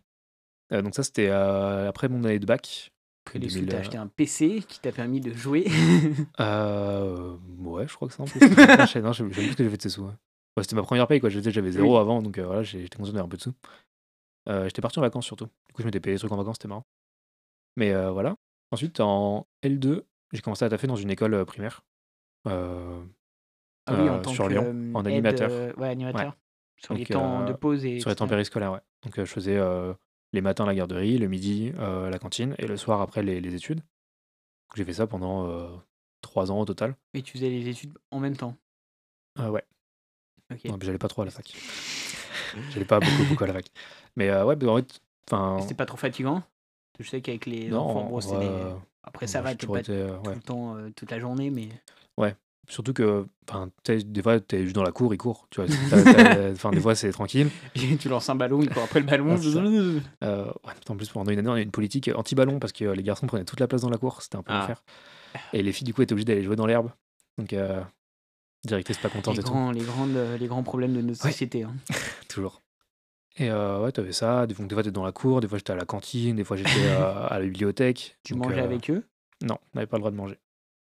Euh, donc ça c'était euh, après mon année de bac.
Que les sous,
2000,
t'as
euh,
acheté un PC qui t'a permis de jouer.
Euh, ouais, je crois que c'est un peu. ça. non, je sais- non, je je sais plus ce que j'ai fait de ces sous. ouais. Ouais, c'était ma première paye, quoi. J'étais- J'avais zéro avant, donc euh, voilà, j'ai- j'étais content d'avoir un peu de sous. Euh, j'étais parti en vacances surtout. Du coup, je m'étais payé des trucs en vacances, c'était marrant. Mais euh, voilà. Ensuite, en L2, j'ai commencé à taffer dans une école euh, primaire. Euh,
Ah oui, en
euh,
tant
sur
que,
Lyon,
euh,
en
aide,
animateur.
euh, ouais, animateur. Sur les
Donc,
temps
euh,
de pause et.
sur les temps
etc.
périscolaires, ouais. Donc euh, je faisais euh, les matins la garderie, le midi euh, la cantine et le soir après les, les études. Donc, J'ai fait ça pendant euh, trois ans au total.
Et tu faisais les études en même temps.
Euh, ouais.
Ok.
Non, mais j'allais pas trop à la fac. j'allais pas beaucoup, beaucoup à la fac. Mais euh, ouais, mais en fait, enfin.
Et C'était pas trop fatigant Je sais qu'avec les
Hein. non,
enfants, bon,
en
c'est
vrai,
des-
euh,
Après, ça
moi,
va,
j'ai
t'es
toujours
pas
été, euh,
tout
ouais.
le temps, euh, toute la journée, mais.
Surtout que, enfin, tu sais, des fois, t'es juste dans la cour, il court. Tu vois, T'as- t'as- enfin, des fois, c'est tranquille.
tu lances un ballon, il court après le ballon.
Ah, c'est ça. Euh, ouais, en plus, pendant une année, on a eu une politique anti-ballon parce que euh, les garçons prenaient toute la place dans la cour. C'était un peu
Ah.
l'enfer. Et les filles, du coup, étaient obligées d'aller jouer dans l'herbe. Donc, euh, directrice pas contente
les,
et tout.
grands, les, grandes, euh, les grands problèmes de notre
Ouais.
société. hein.
Toujours. Et euh, ouais, t'avais ça. Des, donc, des fois, t'étais dans la cour, des fois, j'étais à la cantine, des fois, j'étais euh, à la bibliothèque.
Tu
Donc,
mangeais
euh,
avec eux
Non, on n'avait pas le droit de manger.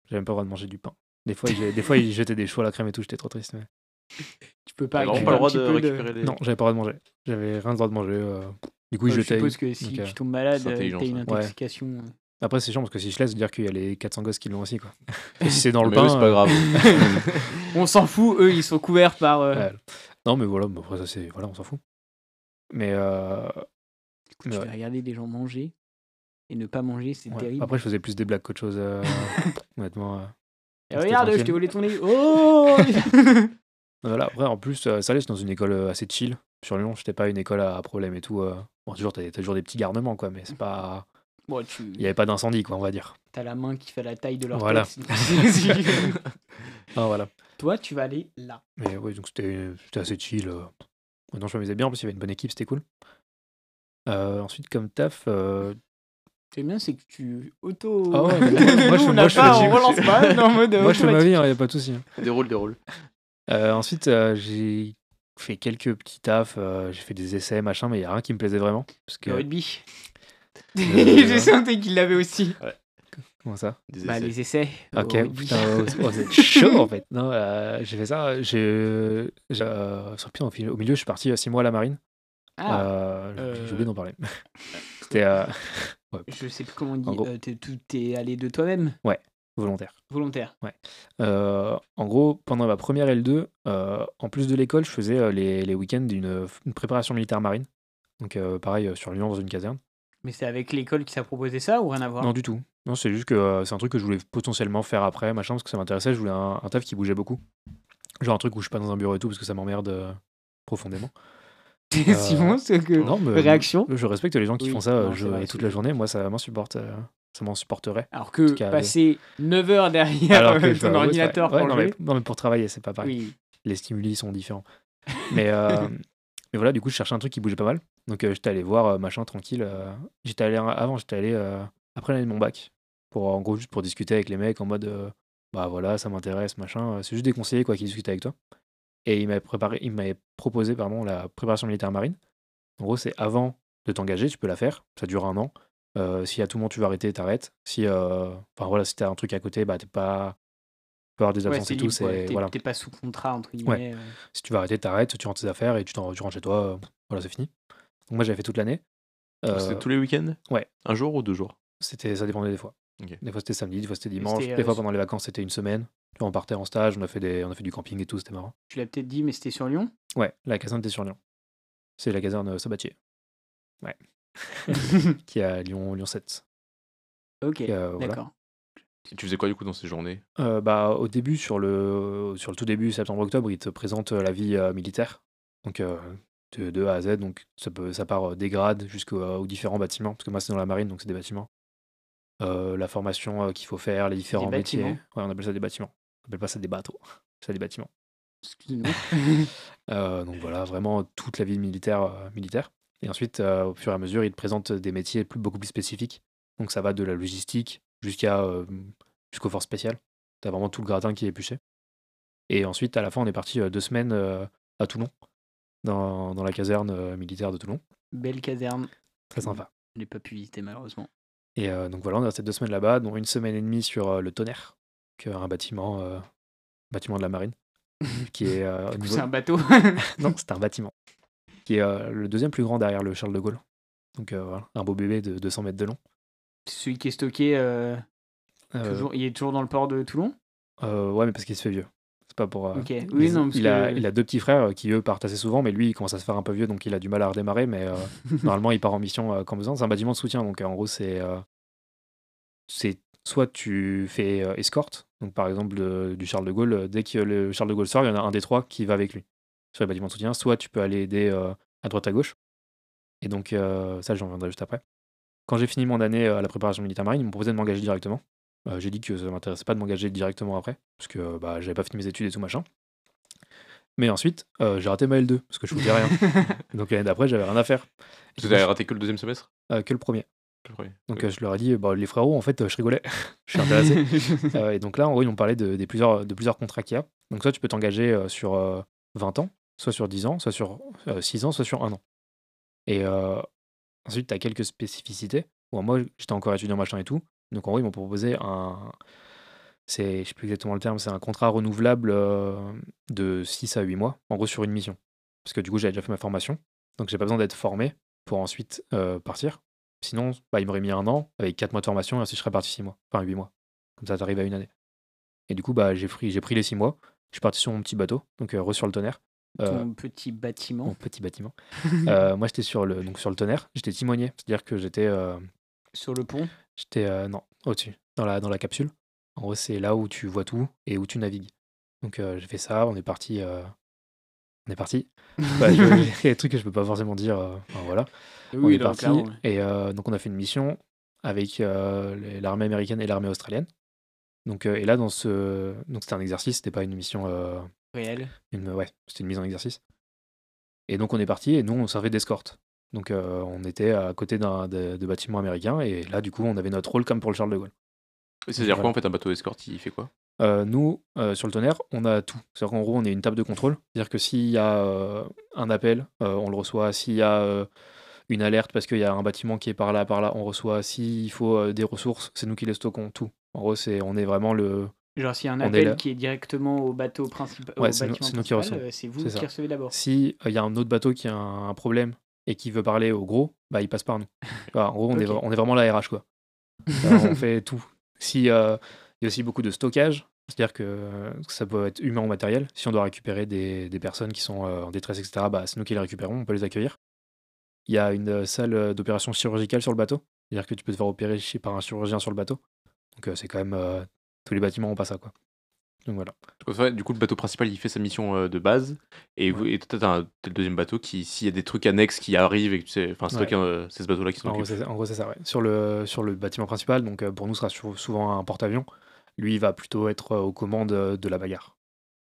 J'avais même pas le droit de manger du pain. Des fois, j'ai- des fois ils jetaient des choux à la crème et tout, j'étais trop triste. mais-
bah, Tu peux pas
T'as vraiment
récupérer
pas le
un
droit
petit
de
peu de-
récupérer les.
Non, j'avais pas le droit de manger. J'avais rien le droit de manger. euh, Du coup,
Euh,
ils
je
jetaient.
suppose que si
Donc,
tu
euh,
tombes malade,
c'est
euh,
intelligent,
t'as une
ça.
Ouais.
intoxication. euh.
Après, c'est chiant parce que si je laisse, dire qu'il y a les 400 gosses qui l'ont aussi. Quoi. Et si c'est dans le
Mais
pain.
eux, c'est pas
euh,
grave.
On s'en fout, eux, ils sont couverts par. euh,
ouais. Non, mais voilà, bah, après, ça, c'est... voilà on s'en fout. Mais. euh,
du coup, tu
ouais.
vas regarder des gens manger et ne pas manger, c'est
Ouais.
terrible.
Après, je faisais plus des blagues qu'autre chose. euh, Honnêtement, euh,
Et
C'était
Ah, regarde, je
tranquille.
t'ai volé ton livre. Oh
Voilà, après, en plus, euh, ça laisse dans une école euh, assez chill. Sur Lyon, j'étais pas une école à à problème et tout. euh. Bon, toujours, t'as t'as toujours des petits garnements, quoi, mais c'est pas.
Bon, tu
Il n'y avait pas d'incendie, quoi, on va dire.
as la main qui fait la taille de leur
Voilà.
tête.
Ah, voilà.
Toi, tu vas aller là.
Mais ouais, donc c'était c'était assez chill. euh. Ouais, non, je m'amusais bien, en plus, il y avait une bonne équipe, c'était cool. Euh, ensuite, comme taf, euh,
Ce qui est bien, c'est que tu auto.
Ah ouais, mais moi,
Nous,
moi, je-
on
moi,
n'a
je
pas,
fais-
on relance pas. non, en mode, euh,
moi je fais ma
automatique.
vie, il n'y a pas de souci. hein.
Déroule, déroule.
Euh, ensuite, euh, j'ai fait quelques petits tafs, euh, j'ai fait des essais, machin, mais il n'y a rien qui me plaisait vraiment. Parce que.
Le rugby.
Euh,
J'ai senti qu'il l'avait aussi.
Comment ça
Des
Bah,
essais.
les essais.
Ok,
au rugby.
putain, oh, c'est- oh, c'est chaud en fait. Non, euh, j'ai fait ça. J'ai, j'ai, euh, sur le pied, au, fil- au milieu, je suis parti euh, six mois à la marine.
Ah,
Euh, j'ai- J'ai
euh.
oublié d'en parler. C'était euh,
je sais plus comment on
En
dit.
gros.
Euh, t'es- tout est allé de toi-même,
volontaire.
volontaire.
Euh, en gros, pendant ma première L2, euh, en plus de l'école, je faisais euh, les, les week-ends une, une préparation militaire marine. Donc euh, pareil, euh, sur Lyon, dans une caserne.
Mais c'est avec l'école qui t'a proposé ça ou rien à voir
Non, du tout. Non, c'est juste que euh, c'est un truc que je voulais potentiellement faire après, machin, parce que ça m'intéressait. Je voulais un, un taf qui bougeait beaucoup. Genre un truc où je suis pas dans un bureau et tout, parce que ça m'emmerde euh, profondément.
Simon, ce que.
euh, Non, euh, mais-
Réaction.
Je respecte les gens qui
Oui,
font ça euh,
non,
je-
c'est vrai,
toute
c'est-
la journée. Moi, ça m'insupporte. euh, ça m'insupporterait.
Alors
Tout
que
cas,
passer 9 heures derrière euh,
bah,
ton
ouais, c'est
ordinateur
vrai. Ouais,
pour
non,
jouer.
mais, non, mais pour travailler, c'est pas pareil.
Oui.
Les stimuli sont différents. Mais, euh, mais voilà, du coup, je cherchais un truc qui bougeait pas mal. Donc, euh, j'étais allé voir euh, machin tranquille. euh, j'étais allé avant, j'étais allé euh, après l'année de mon bac. Pour, euh, en gros, juste pour discuter avec les mecs en mode euh, bah voilà, ça m'intéresse, machin. Euh, C'est juste des conseillers quoi, qui discutent avec toi. Et il m'avait préparé, il m'avait proposé pardon, la préparation militaire marine. En gros, c'est avant de t'engager, tu peux la faire. Ça dure un an. Euh, si à tout moment tu veux arrêter, t'arrêtes. Si, euh, enfin voilà, si t'as un truc à côté, bah t'es pas, tu peux avoir des
Ouais,
absences
c'est
et tout.
libre, quoi.
c'est-
T'es
voilà.
t'es pas sous contrat, entre guillemets. euh.
Si tu veux arrêter, t'arrêtes, tu rentres tes affaires et tu, t'en- tu rentres chez toi. euh, voilà, c'est fini. Donc moi, j'avais fait toute l'année. Euh,
C'était tous les week-ends
ouais.
Un jour ou deux jours
c'était, ça dépendait des fois.
Ok.
Des fois, c'était samedi, des fois, c'était dimanche.
c'était,
Des
euh,
fois, pendant les vacances, c'était une semaine. Tu vois, on partait en stage, on a fait, des, on a fait du camping et tout, c'était marrant.
Tu l'as peut-être dit, mais c'était sur Lyon.
Ouais, la caserne était sur Lyon. C'est la caserne euh, Sabatier. Ouais. qui est à Lyon, Lyon 7.
Ok,
Et, euh, voilà.
d'accord.
Et Tu faisais quoi du coup dans ces journées
Euh, bah, au début, sur le, sur le tout début, septembre-octobre, il te présente euh, la vie euh, militaire. Donc, euh, de, de A à Z. Donc, ça, peut, ça part euh, des grades jusqu'aux euh, aux différents bâtiments. Parce que moi, c'est dans la marine, donc c'est des bâtiments. Euh, la formation euh, qu'il faut faire, les différents métiers.
bâtiments.
Ouais, on appelle ça des bâtiments. On appelle pas ça des bateaux. C'est des bâtiments.
Excuse-nous.
Euh, donc voilà, vraiment toute la vie militaire. euh, militaire. Et ensuite, euh, au fur et à mesure, ils te présentent des métiers plus, beaucoup plus spécifiques. Donc ça va de la logistique jusqu'à euh, jusqu'aux forces spéciales. T'as vraiment tout le gratin qui est épluché. Et ensuite, à la fin, on est parti euh, deux semaines euh, à Toulon, dans, dans la caserne euh, militaire de Toulon.
Belle caserne.
Très sympa.
Je l'ai pas pu visiter, malheureusement.
Et euh, donc voilà, on est resté deux semaines là-bas, dont une semaine et demie sur euh, le tonnerre, qui est un bâtiment, euh, bâtiment de la marine, qui est euh, au
Du coup,
niveau-
c'est un bateau.
Non, c'est un bâtiment. Qui est euh, le deuxième plus grand derrière le Charles de Gaulle. Donc euh, voilà, un beau bébé de 200 mètres de long.
Celui qui est stocké, euh,
Euh,
toujours, il est toujours dans le port de Toulon.
euh, ouais, mais parce qu'il se fait vieux. C'est pas pour. euh,
ok. Oui,
il,
non, parce
il
que
a, il a deux petits frères euh, qui, eux, partent assez souvent, mais lui, il commence à se faire un peu vieux, donc il a du mal à redémarrer. Mais euh, normalement, il part en mission euh, quand besoin. C'est un bâtiment de soutien, donc euh, en gros, c'est. euh, c'est soit tu fais euh, escorte, donc par exemple de- du Charles de Gaulle, euh, dès que le Charles de Gaulle sort, il y en a un des trois qui va avec lui sur les bâtiments de soutien, soit tu peux aller aider euh, à droite à gauche. Et donc, euh, ça, j'en reviendrai juste après. Quand j'ai fini mon année euh, à la préparation militaire marine, ils m'ont proposé de m'engager directement. Euh, j'ai dit que ça m'intéressait pas de m'engager directement après, parce que euh, bah, j'avais pas fini mes études et tout machin. Mais ensuite, euh, j'ai raté ma L2, parce que je foutais rien. Donc l'année d'après, j'avais rien à faire.
Tu avais raté que le deuxième semestre
Euh, que le premier.
le premier
Donc
Ok.
euh, je leur ai dit, bah, les frérots, en fait, euh, je rigolais. je suis intéressé. Euh, et donc là, en gros, ils ont parlé de, des plusieurs, de plusieurs contrats qu'il y a. Donc soit tu peux t'engager euh, sur euh, 20 ans, soit sur 10 ans, soit sur euh, 6 ans, soit sur 1 an. Et euh, ensuite, tu as quelques spécificités. Bon, moi, j'étais encore étudiant, machin et tout. Donc en gros, ils m'ont proposé un... C'est, je sais plus exactement le terme, c'est un contrat renouvelable euh, de 6 à 8 mois, en gros sur une mission. Parce que du coup, j'avais déjà fait ma formation, donc j'ai pas besoin d'être formé pour ensuite euh, partir. Sinon, bah, ils m'auraient mis un an avec 4 mois de formation, et ensuite je serais parti 6 mois, enfin 8 mois. Comme ça, t'arrives à une année. Et du coup, bah, j'ai pris, j'ai pris les six mois. Je suis parti sur mon petit bateau, donc euh, re sur le tonnerre. Euh,
Ton petit
mon
bâtiment.
petit bâtiment. Euh, moi, j'étais sur le, donc sur le tonnerre. J'étais timonier, c'est-à-dire que j'étais, euh,
Sur le pont.
j'étais euh, non, au-dessus, dans la, dans la capsule. En gros, c'est là où tu vois tout et où tu navigues. Donc euh, j'ai fait ça, on est parti. euh, On est parti. Bah, je- Il y a des trucs que je peux pas forcément dire. euh, enfin, voilà. on
non,
est parti.
clairement, ouais.
Et euh, donc, on a fait une mission avec euh, les- l'armée américaine et l'armée australienne. Donc, euh, et là, dans ce, donc c'était un exercice, c'était pas une mission, euh,
Réel.
une, ouais, c'était une mise en exercice. Et donc, on est parti et nous, on servait d'escorte. Donc, euh, on était à côté d'un de, de bâtiments américains et là, du coup, on avait notre rôle comme pour le Charles de Gaulle.
C'est-à-dire
Voilà.
quoi en fait un bateau escorte Il fait quoi
Euh, nous, euh, sur le tonnerre, on a tout. C'est-à-dire qu'en gros, on est une table de contrôle. C'est-à-dire que s'il y a euh, un appel, euh, on le reçoit. S'il y a euh, une alerte parce qu'il y a un bâtiment qui est par là, par là, on reçoit. S'il faut euh, des ressources, c'est nous qui les stockons, tout. En gros, c'est, on est vraiment le.
Genre, s'il y a un
On est là.
appel qui est directement au bateau principal,
Ouais,
au
c'est nous-
bâtiment
c'est nous qui
principal,
recevons.
euh, c'est vous
C'est ça.
qui recevez d'abord.
S'il euh, y a un autre bateau qui a un, un problème et qui veut parler au gros, bah, il passe par nous. Enfin, en gros, on, est,
Ok.
on est vraiment la RH, quoi. Euh, on fait tout. Si euh, il y a aussi beaucoup de stockage, c'est-à-dire que euh, ça peut être humain ou matériel. Si on doit récupérer des, des personnes qui sont euh, en détresse, etc., bah, c'est nous qui les récupérons, on peut les accueillir. Il y a une euh, salle euh, d'opération chirurgicale sur le bateau, c'est-à-dire que tu peux te faire opérer chez- par un chirurgien sur le bateau. Donc euh, c'est quand même euh, tous les bâtiments ont pas ça, quoi. Donc voilà.
En fait, Du coup, le bateau principal il fait sa mission euh, de base et vous- et toi, t'as un- t'as le deuxième bateau qui, s'il y a des trucs annexes qui arrivent et que tu sais, enfin, c'est toi
Ouais.
qui, euh, c'est ce bateau là qui s'en
En gros,
occupe.
c'est ça, en gros, c'est ça, ouais. Sur le, sur le bâtiment principal, donc euh, pour nous, ce sera sou- souvent un porte-avions. Lui, il va plutôt être euh, aux commandes euh, de la bagarre.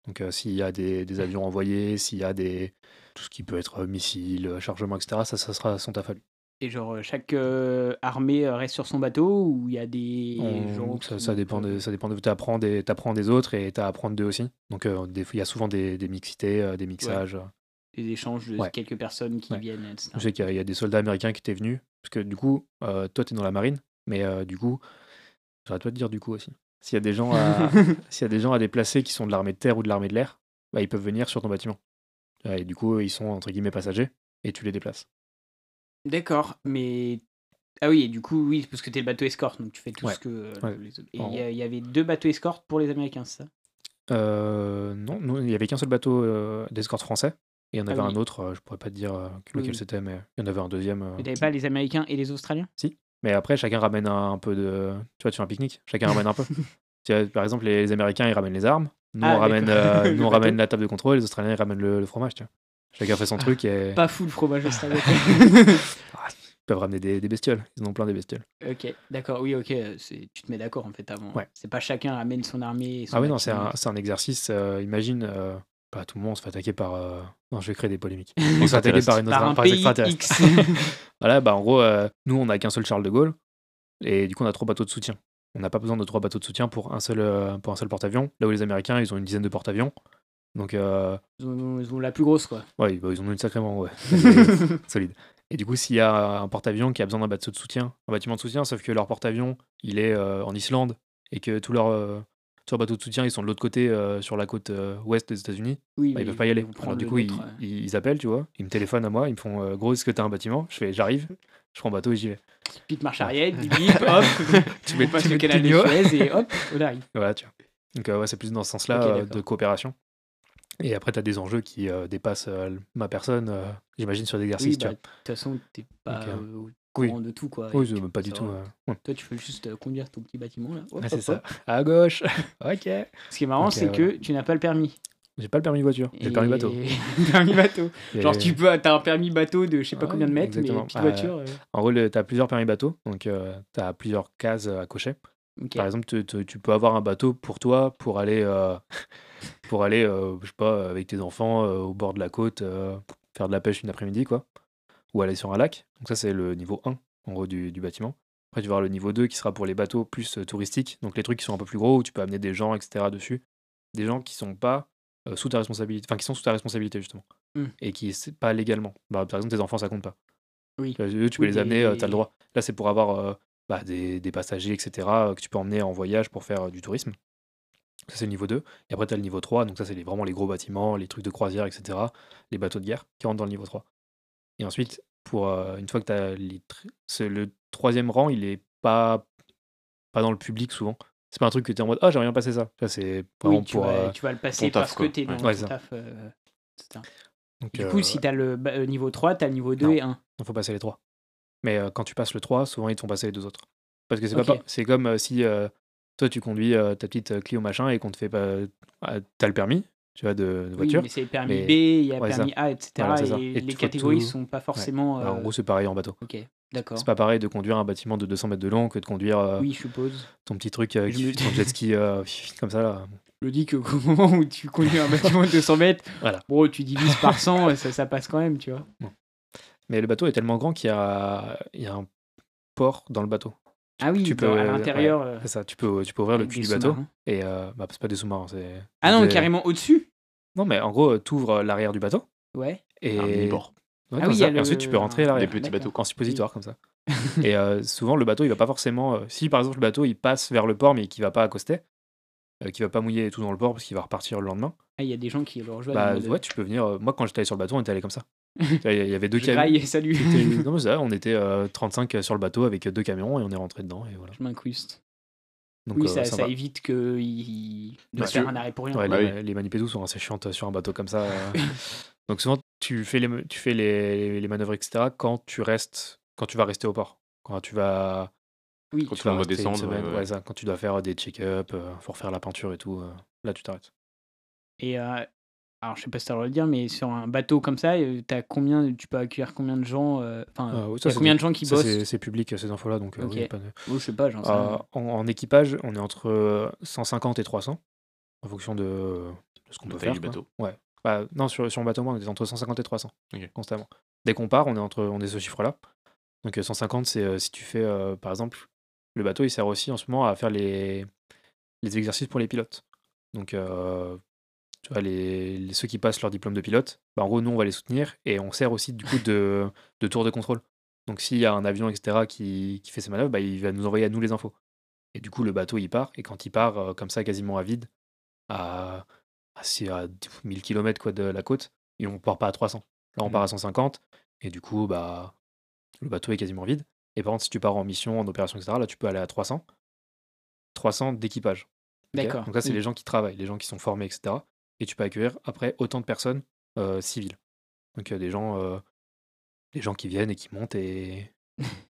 Donc, euh, s'il y a des, des avions envoyés, s'il y a des. Tout ce qui peut être euh, missiles, euh, chargement, etc., ça, ça sera son taf à lui.
Et genre, euh, chaque euh, armée euh, reste sur son bateau ou il y a des
On-
gens
ça,
qui- euh,
ça dépend de, ça dépend de. T'apprends des, t'apprends des autres et t'apprends d'eux aussi. Donc, euh, des- il y a souvent des, des mixités, euh, des mixages.
Des échanges de
Ouais.
quelques personnes qui
Ouais.
viennent, etc.
Je sais qu'il y, a- il y a des soldats américains qui étaient venus. Parce que du coup, euh, toi, t'es dans la marine, mais euh, du coup, j'arrête pas de dire du coup aussi. S'il y a des gens à, s'il y a des gens à déplacer qui sont de l'armée de terre ou de l'armée de l'air, bah, ils peuvent venir sur ton bâtiment. Euh, Et du coup, ils sont entre guillemets passagers et tu les déplaces.
D'accord, mais. Ah oui, et du coup, oui, parce que t'es le bateau escorte, donc tu fais tout
Ouais.
ce que euh,
Ouais.
les autres. Et
En
il y, a- il y avait deux bateaux escortes pour les Américains, c'est ça
Euh, non, nous, il n'y avait qu'un seul bateau euh, d'escorte français. Et il y en
Ah
avait
oui.
un autre, euh, je pourrais pas te dire euh, lequel
oui.
c'était, mais il y en avait un deuxième. euh.
Mais t'avais pas les Américains et les Australiens
Mais après, chacun ramène un, un peu de. Tu vois, tu fais un pique-nique, chacun ramène un peu. Tu vois, par exemple, les, les Américains, ils ramènent les armes. Nous,
Ah,
on, ramène,
d'accord.
euh,
Le
nous on
bateau. Ah.
ramène la table de contrôle, les Australiens, ils ramènent le, le fromage. Tu vois. Chacun fait son truc et
Pas fou le fromage australien.
ils peuvent ramener des, des bestioles. Ils en ont plein des bestioles.
ok, d'accord, oui, ok, euh, c'est- tu te mets d'accord en fait avant.
Ouais.
C'est pas chacun amène son armée. Et son
Ah oui, non, c'est
bâtiment.
un, c'est un exercice. euh, imagine, euh, bah, tout le monde se fait attaquer par. euh, Non, je vais créer des polémiques. On se fait attaquer par une autre
Par un
par
pays X.
extraterrestre. Voilà, bah en gros, euh, nous, on n'a qu'un seul Charles de Gaulle, et du coup, on a trois bateaux de soutien. On n'a pas besoin de trois bateaux de soutien pour un seul, euh, pour un seul porte-avions, là où les Américains, ils ont une dizaine de porte-avions. Donc, euh,
Ils ont, ils ont la plus grosse, quoi.
ouais, bah, ils en ont une sacrément, ouais, solide. Et du coup, s'il y a un porte-avions qui a besoin d'un bateau de soutien, un bâtiment de soutien, sauf que leur porte-avions, il est euh, en Islande, et que tous leurs euh, tous leurs bateaux de soutien, ils sont de l'autre côté, euh, sur la côte euh, ouest des États-Unis,
Oui,
bah, ils
mais
peuvent pas y aller.
vous prendre
Alors, du
le
coup, ils,
nôtre, euh.
ils- ils appellent, tu vois, ils me téléphonent à moi, ils me font euh, Gros, est-ce que t'as un bâtiment Je fais J'arrive, je prends bateau et j'y vais.
Petite marche arrière, bip, bip, hop,
tu mets,
on passe
tu
le
mets
canal de
Tigno.
Suez et hop, on arrive.
Voilà, tu vois. Donc, euh, ouais, c'est plus dans ce sens-là
Ok,
euh, de
d'accord.
coopération. Et après, tu as des enjeux qui euh, dépassent euh, ma personne, euh, j'imagine, sur des
Oui,
exercices. tu
bah, de toute façon, t'es pas
Ok.
euh, au
Oui.
courant de tout, quoi.
vois. Oui,
Tu-
c'est pas du
ça
tout.
va.
euh, ouais.
Toi, tu peux juste euh, conduire ton petit bâtiment, là. Hop,
Ouais, c'est
hop,
ça.
hop.
À gauche. ok. J'ai
Ce qui est marrant,
Ok,
c'est que tu n'as pas le permis.
pas le permis voiture, j'ai le permis bateau.
Et- permis bateau. Genre,
Et-
tu peux, t'as un permis bateau de je sais pas
Ouais,
combien de mètres,
exactement.
mais petite
Ah,
voiture. euh,
En gros, tu as plusieurs permis bateau, donc tu as plusieurs cases à cocher.
ok.
Par exemple, tu- tu- tu peux avoir un bateau pour toi, pour aller, euh, pour aller euh, je sais pas, avec tes enfants euh, au bord de la côte, euh, faire de la pêche une après-midi, quoi. Ou aller sur un lac. Donc ça, c'est le niveau 1, en gros, du, du bâtiment. Après, tu vas avoir le niveau 2 qui sera pour les bateaux plus euh, touristiques. Donc les trucs qui sont un peu plus gros, où tu peux amener des gens, etc. dessus. Des gens qui sont pas euh, sous ta responsabilité, enfin qui sont sous ta responsabilité, justement.
Hmm.
Et qui, c'est pas légalement. Bah, par exemple, tes enfants, ça compte pas.
Oui.
Tu vois, Eux, tu peux
Oui,
les amener, euh,
des-
t'as le droit. Là, c'est pour avoir euh, bah, des, des passagers, etc., euh, que tu peux emmener en voyage pour faire euh, du tourisme. Ça, c'est le niveau 2. Et après, tu as le niveau 3. Donc, ça, c'est les- vraiment les gros bâtiments, les trucs de croisière, etc., les bateaux de guerre qui rentrent dans le niveau 3. Et ensuite, pour, euh, une fois que tu as le troisième rang, il est pas, pas dans le public souvent. C'est pas un truc que tu es en mode, ah, j'aimerais bien passer ça. Ça, c'est
Oui,
vraiment
tu,
pour.
vas,
euh,
tu vas le passer
taf,
parce
quoi.
que t'es dans
Ouais.
ton
Ouais, ça.
taf. euh, etc.
donc,
Du
euh,
coup, si t'as le ba- euh, niveau 3, t'as le niveau 2
Non.
et 1.
Il faut passer les trois. Mais euh, quand tu passes le 3, souvent ils te font passer les deux autres. Parce que c'est
Ok.
pas pas- c'est comme euh, si euh, Toi, tu conduis euh, ta petite euh, Clio machin et qu'on te fait pas. ah, T'as le permis, tu vois, de, de
Oui,
voiture.
mais c'est permis
mais-
B, il y a
ouais,
permis A, etc.
Voilà, c'est ça.
et,
Et tu
les
vois
catégories
tout-
sont pas forcément.
Bah, en
euh,
gros, c'est pareil en bateau.
ok, d'accord.
C'est pas pareil de conduire un bâtiment de 200 mètres de long que de conduire euh,
Oui, je suppose.
ton petit truc, euh,
Je me-
qui- ton jet ski euh, comme ça. Là.
Je dis que au moment où tu conduis un bâtiment de 200 mètres,
Voilà.
bon, tu divises par 100, ça, ça passe quand même, tu vois.
Mais le bateau est tellement grand qu'il y a, il y a un port dans le bateau.
Ah oui,
tu
dans-
peux-
à l'intérieur. euh,
C'est ça, tu peux, tu peux ouvrir le
avec
cul
des
du bateau.
sous-marins.
Et euh, bah, c'est pas des sous-marins, c'est.
Ah non,
des-
carrément au-dessus
Non, mais en gros, tu ouvres euh, l'arrière du bateau.
Ouais.
Et...
Un mini-port.
Ouais,
Ah
comme
oui, il y
ça.
a
Et ensuite,
le-
tu peux rentrer à
Des
l'arrière.
petits
D'accord.
bateaux, quoi.
En suppositoire, comme ça. et euh, souvent, le bateau, il va pas forcément. euh, si par exemple, le bateau, il passe vers le port, mais qu'il va pas accoster, euh, qu'il va pas mouiller et tout dans le port parce qu'il va repartir le lendemain,
Ah, il y a des gens qui le rejoignent.
bah
en mode,
ouais, tu peux venir. euh, moi, quand j'étais allé sur le bateau, on était allé comme ça. Tu vois, Il y avait deux
je
camions.
raille et salut.
C'était- non, mais ça, on était euh, 35 sur le bateau avec deux camions et on est rentré dedans. Et voilà.
je m'incruste.
Donc,
Oui,
euh,
ça,
sympa.
ça évite que il... de
Bah,
faire
tu-
un arrêt pour rien.
Ouais,
Bah
les, les manip et tout sont assez chiantes sur un bateau comme ça. euh. Donc souvent, tu fais, les, tu fais les, les manœuvres, etc. quand tu restes, quand tu vas rester au port. Quand tu vas,
Oui,
Quand
tu
tu
vas
vas
rester une
redescendre,
semaine,
ouais.
ouais, ça, quand tu dois faire des check-up, euh, faut refaire la peinture et tout, euh, là tu t'arrêtes.
Et euh, alors, je sais pas si t'as le droit de le dire, mais sur un bateau comme ça, euh, t'as combien, tu peux accueillir combien de gens euh, Enfin,
Ah, oui,
il y
ça,
a
c'est
combien
des-
de gens qui
Ça,
bossent
c'est c'est public ces infos-là, donc euh, oui,
Ok.
y a pas de-
Oh, Je sais pas, j'en sais
Euh,
rien.
en, en équipage, on est entre euh, 150 et 300, en fonction de, de ce qu'on
La
peut
taille du
faire. quoi.
bateau.
Ouais. Bah, non, sur, sur mon bateau, moi, on est entre 150 et 300,
Ok.
constamment. Dès qu'on part, on est, entre, on est ce chiffre-là. Donc euh, 150, c'est euh, si tu fais, euh, par exemple, le bateau, il sert aussi en ce moment à faire les, les exercices pour les pilotes. Donc, euh, tu vois, les, les- ceux qui passent leur diplôme de pilote, bah, en gros, nous, on va les soutenir et on sert aussi, du coup, de, de tour de contrôle. Donc, s'il y a un avion, etc., qui, qui fait ses manœuvres, bah, il va nous envoyer à nous les infos. Et du coup, le bateau, il part. Et quand il part, euh, comme ça, quasiment à vide, à, à, c'est à 1000 km quoi, de la côte, et on part pas à 300. Là, on part à 150. Et du coup, bah, le bateau est quasiment vide. Et par contre, si tu pars en mission, en opération, etc., là, tu peux aller à 300. 300 d'équipage. ok
D'accord. mmh.
Donc là, c'est
Oui.
les gens qui travaillent, les gens qui sont formés, etc. Et tu peux accueillir après autant de personnes euh, civiles. Donc il y a des gens, euh, des gens qui viennent et qui montent et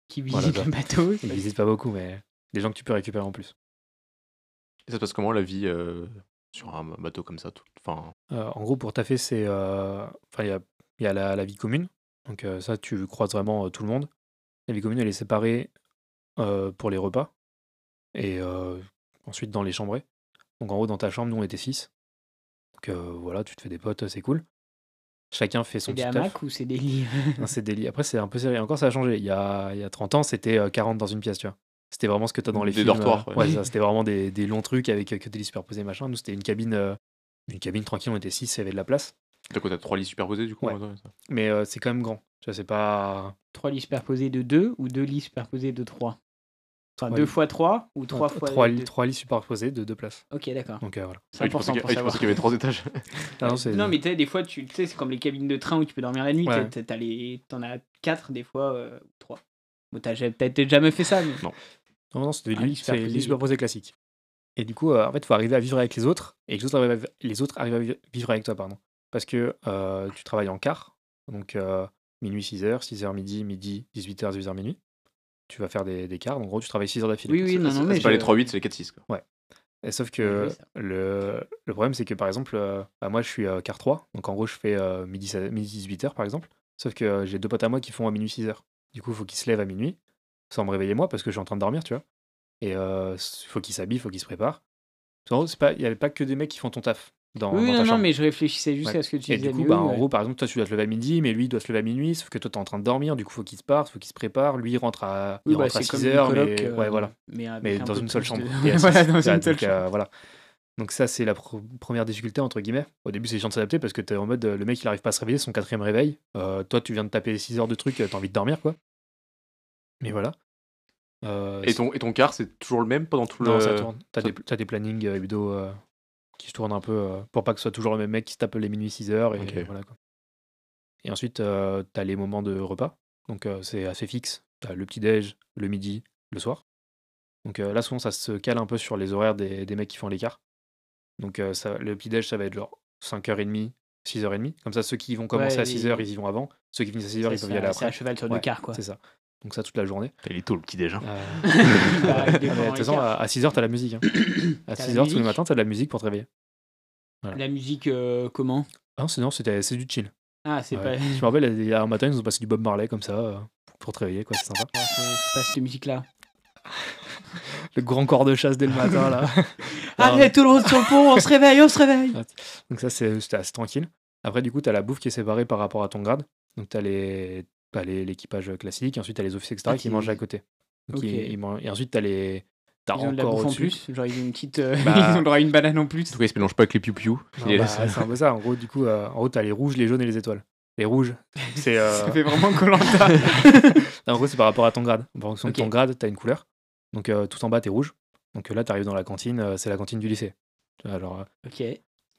Qui
Voilà,
visitent
ça.
le bateau
ils visitent pas beaucoup, mais des gens que tu peux récupérer en plus.
Et ça se passe comment la vie euh, sur un bateau comme ça tout... Enfin,
Euh, en gros, pour taffer, c'est. euh, Enfin, il y a, il y a la, la vie commune. Donc, euh, ça, tu croises vraiment euh, tout le monde. La vie commune, elle est séparée euh, pour les repas. Et euh, ensuite, dans les chambrées. Donc, en gros, dans ta chambre, nous, on était 6. Donc, euh, voilà, tu te fais des potes, c'est cool. Chacun fait son
C'est des
petit taf.
hamacs ou c'est des lits
Non, c'est des lits. Après, c'est un peu serré. Encore, ça a changé. Il y a, il y a 30 ans, c'était euh, 40 dans une pièce, tu vois. C'était vraiment ce que t'as dans les
Des
films,
dortoirs,
euh,
ouais.
ouais, ça, c'était vraiment des, des longs trucs avec euh, que des lits superposés, machin. Nous, c'était une cabine, euh, une cabine tranquille. On était 6, il y avait de la place.
t'as quoi T'as trois lits superposés du coup
Ouais.
ouais, ça.
Mais euh, c'est quand même grand. Tu vois, c'est pas.
Trois lits superposés de deux ou deux lits superposés de trois Enfin,
Trois
deux
lits.
fois trois ou trois
Non,
fois
trois,
deux.
lits- trois lits superposés de deux places.
Ok, d'accord.
Donc euh, voilà.
C'est
Ah oui, je pensais
important
qu'il y-
pour
ah oui, je
savoir.
pensais qu'il y avait trois étages.
Ah non, c'est-
Non, mais tu sais, des fois, tu tu sais, c'est comme les cabines de train où tu peux dormir la nuit. t'as-
Ouais.
t'as- t'as les- T'en as quatre, des fois, euh, ou trois. Bon, t'as ja- t'as peut-être jamais fait ça, mais.
Non, non, c'était des
Ah,
lits
lits superposés.
c'est des lits superposés classiques. Et du coup, euh, en fait, il faut arriver à vivre avec les autres et que les autres arrivent à, les autres arrivent à vi- vivre avec toi. pardon. Parce que euh, tu travailles en quart, donc euh, minuit 6h, 6h midi, midi 18h, 18h minuit. Tu vas faire des, des quarts, en gros, tu travailles 6 heures d'affilée.
Oui, oui, non, non, mais.
C'est pas
je-
les 3-8, c'est les 4-6. quoi.
Et sauf
Ouais,
que
Bah oui, ça.
le, le problème, c'est que par exemple, euh, bah, moi je suis euh, quart 3, donc en gros je fais euh, midi, 18h par exemple. Sauf que euh, j'ai deux potes à moi qui font à minuit 6h. Du coup, il faut qu'ils se lèvent à minuit, sans me réveiller moi, parce que je suis en train de dormir, tu vois. Et il faut qu'ils s'habillent, il faut qu'ils se préparent. En gros, c'est pas- il n'y a pas que des mecs qui font ton taf dans,
Oui,
dans ta
non, non,
chambre.
mais je réfléchissais juste
Ouais.
à ce que tu
Et
disais.
du coup,
mais
bah,
oui,
en
ouais.
gros, par exemple, toi, tu dois te lever à midi, mais lui, il doit se lever à minuit, sauf que toi, t'es en train de dormir, du coup, faut qu'il se parte, faut qu'il se prépare. Lui, il rentre à,
Oui,
il
bah,
rentre à
c'est comme
6
une
heures,
coloc,
mais-
euh,
ouais, voilà
avec
mais
un
dans
peu
une seule
plus
chambre.
de-
Et à
voilà,
six.
dans
Ah,
une seule
donc, euh,
chambre.
voilà. Donc ça, c'est la pro- première difficulté, entre guillemets. Au début, c'est chiant de s'adapter parce que t'es en mode, euh, le mec, il arrive pas à se réveiller, son quatrième réveil. Euh, toi, tu viens de taper 6 heures de truc, euh, t'as envie de dormir, quoi. Mais voilà. Euh,
Et ton, et ton quart, c'est toujours le même pendant tout le.
non, ça tourne. T'as
ça-
des, t'as des plannings euh, hebdo euh, qui se tournent un peu euh, pour pas que ce soit toujours le même mec qui se tape les minuit 6 heures. Et,
Ok.
voilà, quoi. et ensuite, euh, t'as les moments de repas. Donc euh, c'est assez fixe. T'as le petit-déj, le midi, le soir. Donc euh, là, souvent, ça se cale un peu sur les horaires des, des mecs qui font l'écart. Donc euh, ça, le petit-déj, ça va être genre 5h30, 6h30. Comme ça, ceux qui vont commencer
Ouais,
à 6h,
et-
ils y vont avant. Ceux qui finissent à 6h,
Ça,
ils peuvent y aller
C'est à
après.
cheval sur
Ouais,
deux quarts, quoi.
C'est ça. Donc ça toute la journée.
Il est tôt le petit déjà.
Euh,
Bah, il
Ah, mais
dépend
de toute
un
façon,
quart.
à 6h, t'as la musique. hein. à
T'as la
6h, tous les
musique.
matins, t'as de la musique pour te réveiller. voilà.
La musique, euh, comment
Ah non, c'est non, c'était- c'est du chill.
Ah, c'est
Ouais.
pas...
Je me rappelle, il y a un matin, ils nous ont passé du Bob Marley comme ça euh, pour te réveiller, quoi, c'est sympa.
Ah, c'est- c'est pas cette musique-là.
Le grand corps de chasse dès le matin, là.
Allez, tout le monde sur le pont, on se réveille, on se réveille
Donc ça, c'est- c'était assez tranquille. Après, du coup, t'as la bouffe qui est séparée par rapport à ton grade. Donc t'as les- t'as les- l'équipage classique, et ensuite t'as les officiers, etc.,
Ah,
qui
qui-
mangent à côté. Donc,
Ok.
ils- ils mangent- Et ensuite, t'as les. T'as
Ils ont de la
encore
bouffe en
au-dessus.
plus, genre ils ont une petite... euh,
Bah.
ils ont droit à une banane en plus.
En tout cas, il se mélange pas avec les piou
Non, bah, c'est un peu ça. En gros, du coup, euh, en gros, t'as les rouges, les jaunes et les étoiles. Les rouges, c'est. euh,
Ça fait vraiment Colanta.
Non, En gros, c'est par rapport à ton grade. En fonction
Ok.
de ton grade, t'as une couleur. Donc euh, tout en bas, t'es rouge. Donc euh, là, t'arrives dans la cantine, euh, c'est la cantine du lycée. Tu vois, Alors, euh,
ok.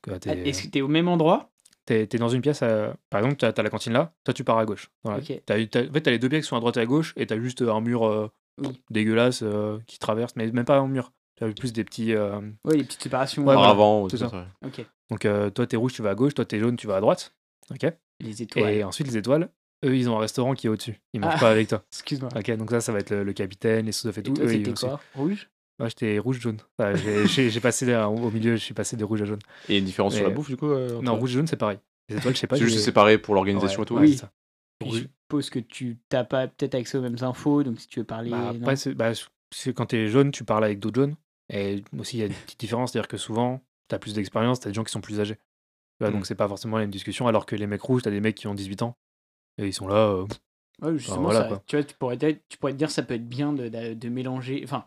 que
Ah,
t'es, euh,
Est-ce que t'es au même endroit
t'es- t'es dans une pièce, euh, par exemple, t'as, t'as la cantine là, toi tu pars à gauche. Voilà.
Ok.
T'as- t'as- en fait, t'as les deux biais qui sont à droite et à gauche, et t'as juste un mur euh,
Oui.
dégueulasse euh, qui traverse, mais même pas un mur. T'as plus des petits. euh,
Ouais, les petites séparations.
Ouais,
euh,
voilà.
avant,
c'est
tout ça.
ça.
Ok.
Donc euh, toi, t'es rouge, tu vas à gauche, toi, t'es jaune, tu vas à droite. Ok.
Les
Et euh,
étoiles.
ensuite, les étoiles, eux, ils ont un restaurant qui est au-dessus. Ils mangent
Ah.
pas avec toi.
Excuse-moi.
Ok, donc ça, ça va être le, le capitaine, les sous-chefs et
Et
tout.
toi,
eux, ils
c'était
vont-
quoi Rouge
Moi, j'étais rouge-jaune. Enfin, j'ai- j'ai j'ai passé euh, au milieu, je suis passé de rouge à jaune.
Et il y a une différence sur
Mais-
la bouffe, du coup euh, entre-
Non, rouge-jaune, c'est pareil. Les étoiles, je sais pas.
C'est juste
j'ai-
séparé pour l'organisation
Ouais,
et tout.
ouais,
Oui.
c'est ça.
Puis
Rouge-
Je suppose que tu t'as pas peut-être accès aux mêmes infos, donc si tu veux parler...
bah,
non
après, c'est- bah, c'est- quand t'es jaune, tu parles avec d'autres jaunes. Et aussi, il y a une petite différence, c'est-à-dire que souvent, t'as plus d'expérience, t'as des gens qui sont plus âgés. Tu vois,
Mm.
Donc, c'est pas forcément la même discussion. Alors que les mecs rouges, t'as des mecs qui ont 18 ans. Et ils sont là. euh,
Ouais, justement,
voilà,
ça-
quoi.
tu vois, tu pourrais, te- tu pourrais te dire ça peut être bien de, de- de mélanger, enfin,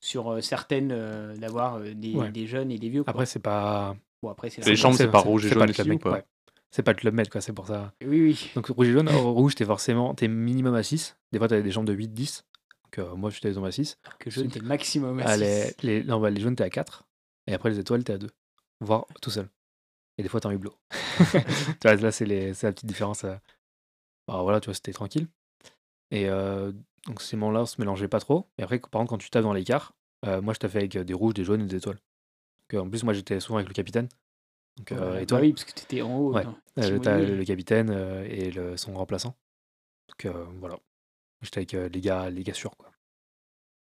sur euh, certaines, euh, d'avoir euh, des,
Ouais.
des jeunes et des vieux. quoi.
Après, c'est pas.
bon, après c'est la
les
règle.
chambres, c'est pas
c'est-
rouge et
c'est pas
jaune
le club
aussi, ou
med,
pas
ouais. C'est pas le club med, quoi, c'est pour ça.
Oui, oui.
Donc rouge et jaune, en rouge t'es forcément, t'es minimum à 6. Des fois t'as des jambes de 8, 10. Donc euh, moi j'étais dans ma 6.
Que jaune, t'es maximum à
Ah,
six.
les, les, non, bah, les jaunes t'es à 4. Et après les étoiles t'es à 2. Voire tout seul. Et des fois t'es en hublot. tu vois, là c'est, les, c'est la petite différence. euh. Bah, voilà, tu vois, c'était tranquille. Et euh, donc ces moments-là on se mélangeait pas trop. Et après, par contre, quand tu tapes dans l'écart, euh, moi je tapais avec euh, des rouges, des jaunes et des étoiles. Donc, euh, en plus, moi j'étais souvent avec le capitaine. Donc, euh,
Voilà.
et toi
Bah oui, parce que t'étais en haut. hein.
Ouais.
non.
euh,
Timon
t'as
Hill.
le capitaine euh, et le- son remplaçant. Donc euh, voilà. J'étais avec euh, les gars, les gars sûrs quoi.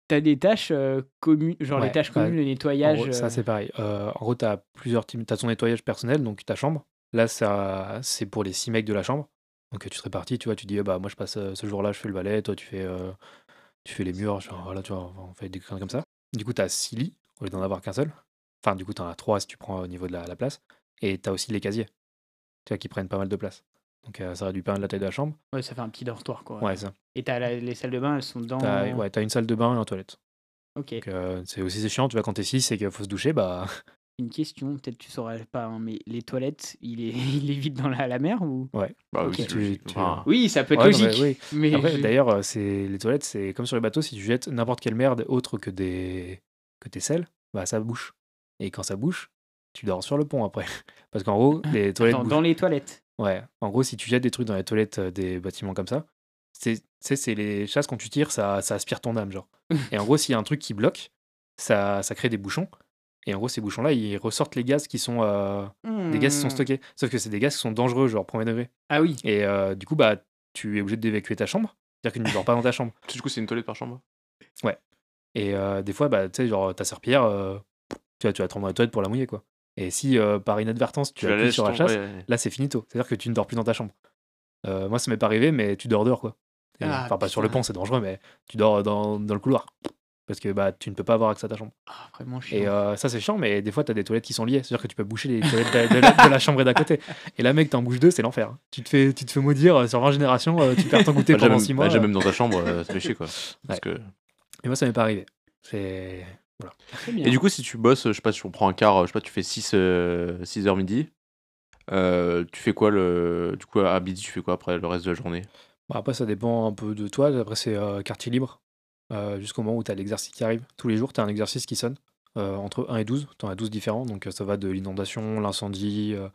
T'as des tâches euh, communes, genre les
Ouais,
tâches
bah,
communes, le
En
nettoyage.
gros, ça
euh,
c'est pareil. Euh, en gros, t'as plusieurs teams. T'as ton nettoyage personnel, donc ta chambre. Là, ça, c'est pour les six mecs de la chambre. Donc euh, tu te répartis, tu vois, tu dis eh bah moi je passe euh, ce jour-là, je fais le balai, toi tu fais, euh, tu fais les murs, genre, voilà, tu vois, enfin, on fait des trucs comme ça. Du coup, t'as six lits au lieu d'en avoir qu'un seul. Enfin, du coup, t'en as trois si tu prends euh, au niveau de la, la place. Et t'as aussi les casiers, tu vois, qui prennent pas mal de place. Donc euh, ça réduit pas mal la taille de la chambre.
ouais, ça fait un petit dortoir quoi.
Ouais, ça.
Et t'as la- les salles de bain, elles sont dans.
T'as ouais, t'as une salle de bain et une toilette.
Ok.
Donc, euh, c'est aussi c'est chiant, tu vois, quand t'es 6 et qu'il faut se doucher, bah.
Une question, peut-être tu sauras pas, hein, mais les toilettes, il est, il est vide dans la, la mer ou
Bah
Ok.
oui, c'est
Tu-
logique.
tu-
Enfin,
Oui, ça peut être
Ouais, non, mais
logique.
oui.
mais
Après,
je-
d'ailleurs, euh, c'est les toilettes, c'est comme sur les bateaux, si tu jettes n'importe quelle merde autre que des que tes selles, bah ça bouche. Et quand ça bouche, tu dors sur le pont après. Parce qu'en gros, les toilettes.
Ah, dans,
bouchent.
dans les toilettes.
Ouais. En gros, si tu jettes des trucs dans les toilettes euh, des bâtiments comme ça, c'est tu sais, c'est les chasses quand tu tires, ça, ça aspire ton âme, genre. Et en gros, s'il y a un truc qui bloque, ça, ça crée des bouchons. Et en gros, ces bouchons-là, ils ressortent les gaz qui sont euh, des gaz qui sont
Hmm.
stockés. Sauf que c'est des gaz qui sont dangereux, genre premier degré.
Ah oui.
Et euh, du coup, bah, tu es obligé d'évacuer ta chambre. C'est-à-dire que tu ne dors pas dans ta chambre.
Du coup, c'est une toilette par chambre
Et euh, des fois, bah, tu sais, genre, ta serpillière, euh, tu vas, tu vas te rendre dans la toilette pour la mouiller, quoi. Et si euh, par inadvertance, tu, appuies
laisses
sur la
tomber,
chasse,
ouais, ouais.
là, c'est finito. C'est-à-dire que tu ne dors plus dans ta chambre. Euh, moi, ça m'est pas arrivé, mais tu dors dehors, quoi. Et,
Ah,
Enfin, pas sur le
putain.
pont, c'est dangereux, mais tu dors euh, dans, dans le couloir. Parce que bah, tu ne peux pas avoir accès à ta chambre.
Ah, vraiment chiant.
Et euh, ça, c'est chiant, mais des fois, tu as des toilettes qui sont liées. C'est-à-dire que tu peux boucher les toilettes de, de la, de la chambre et d'à côté. Et là, mec, t'en bouches deux, c'est l'enfer. Tu te fais, tu te fais maudire euh, sur 20 générations, euh, tu perds ton goûter
Bah, déjà,
pendant
même-
6
bah,
mois.
déjà,
euh.
même dans ta chambre, euh, ça fait chier quoi. Parce que-
Et moi, ça m'est pas arrivé. C'est.
Très bien.
Et du coup, si tu bosses, je sais pas, si on prend un quart, je sais pas, tu fais 6 h midi, euh, tu fais quoi le. Du coup, à midi, tu fais quoi après le reste de la journée
Bon, après, ça dépend un peu de toi. Après, c'est euh, quartier libre. Euh, Jusqu'au moment où tu as l'exercice qui arrive. Tous les jours, tu as un exercice qui sonne. euh, entre 1 et 12. Tu en as 12 différents. Donc, euh, ça va de l'inondation, l'incendie, euh,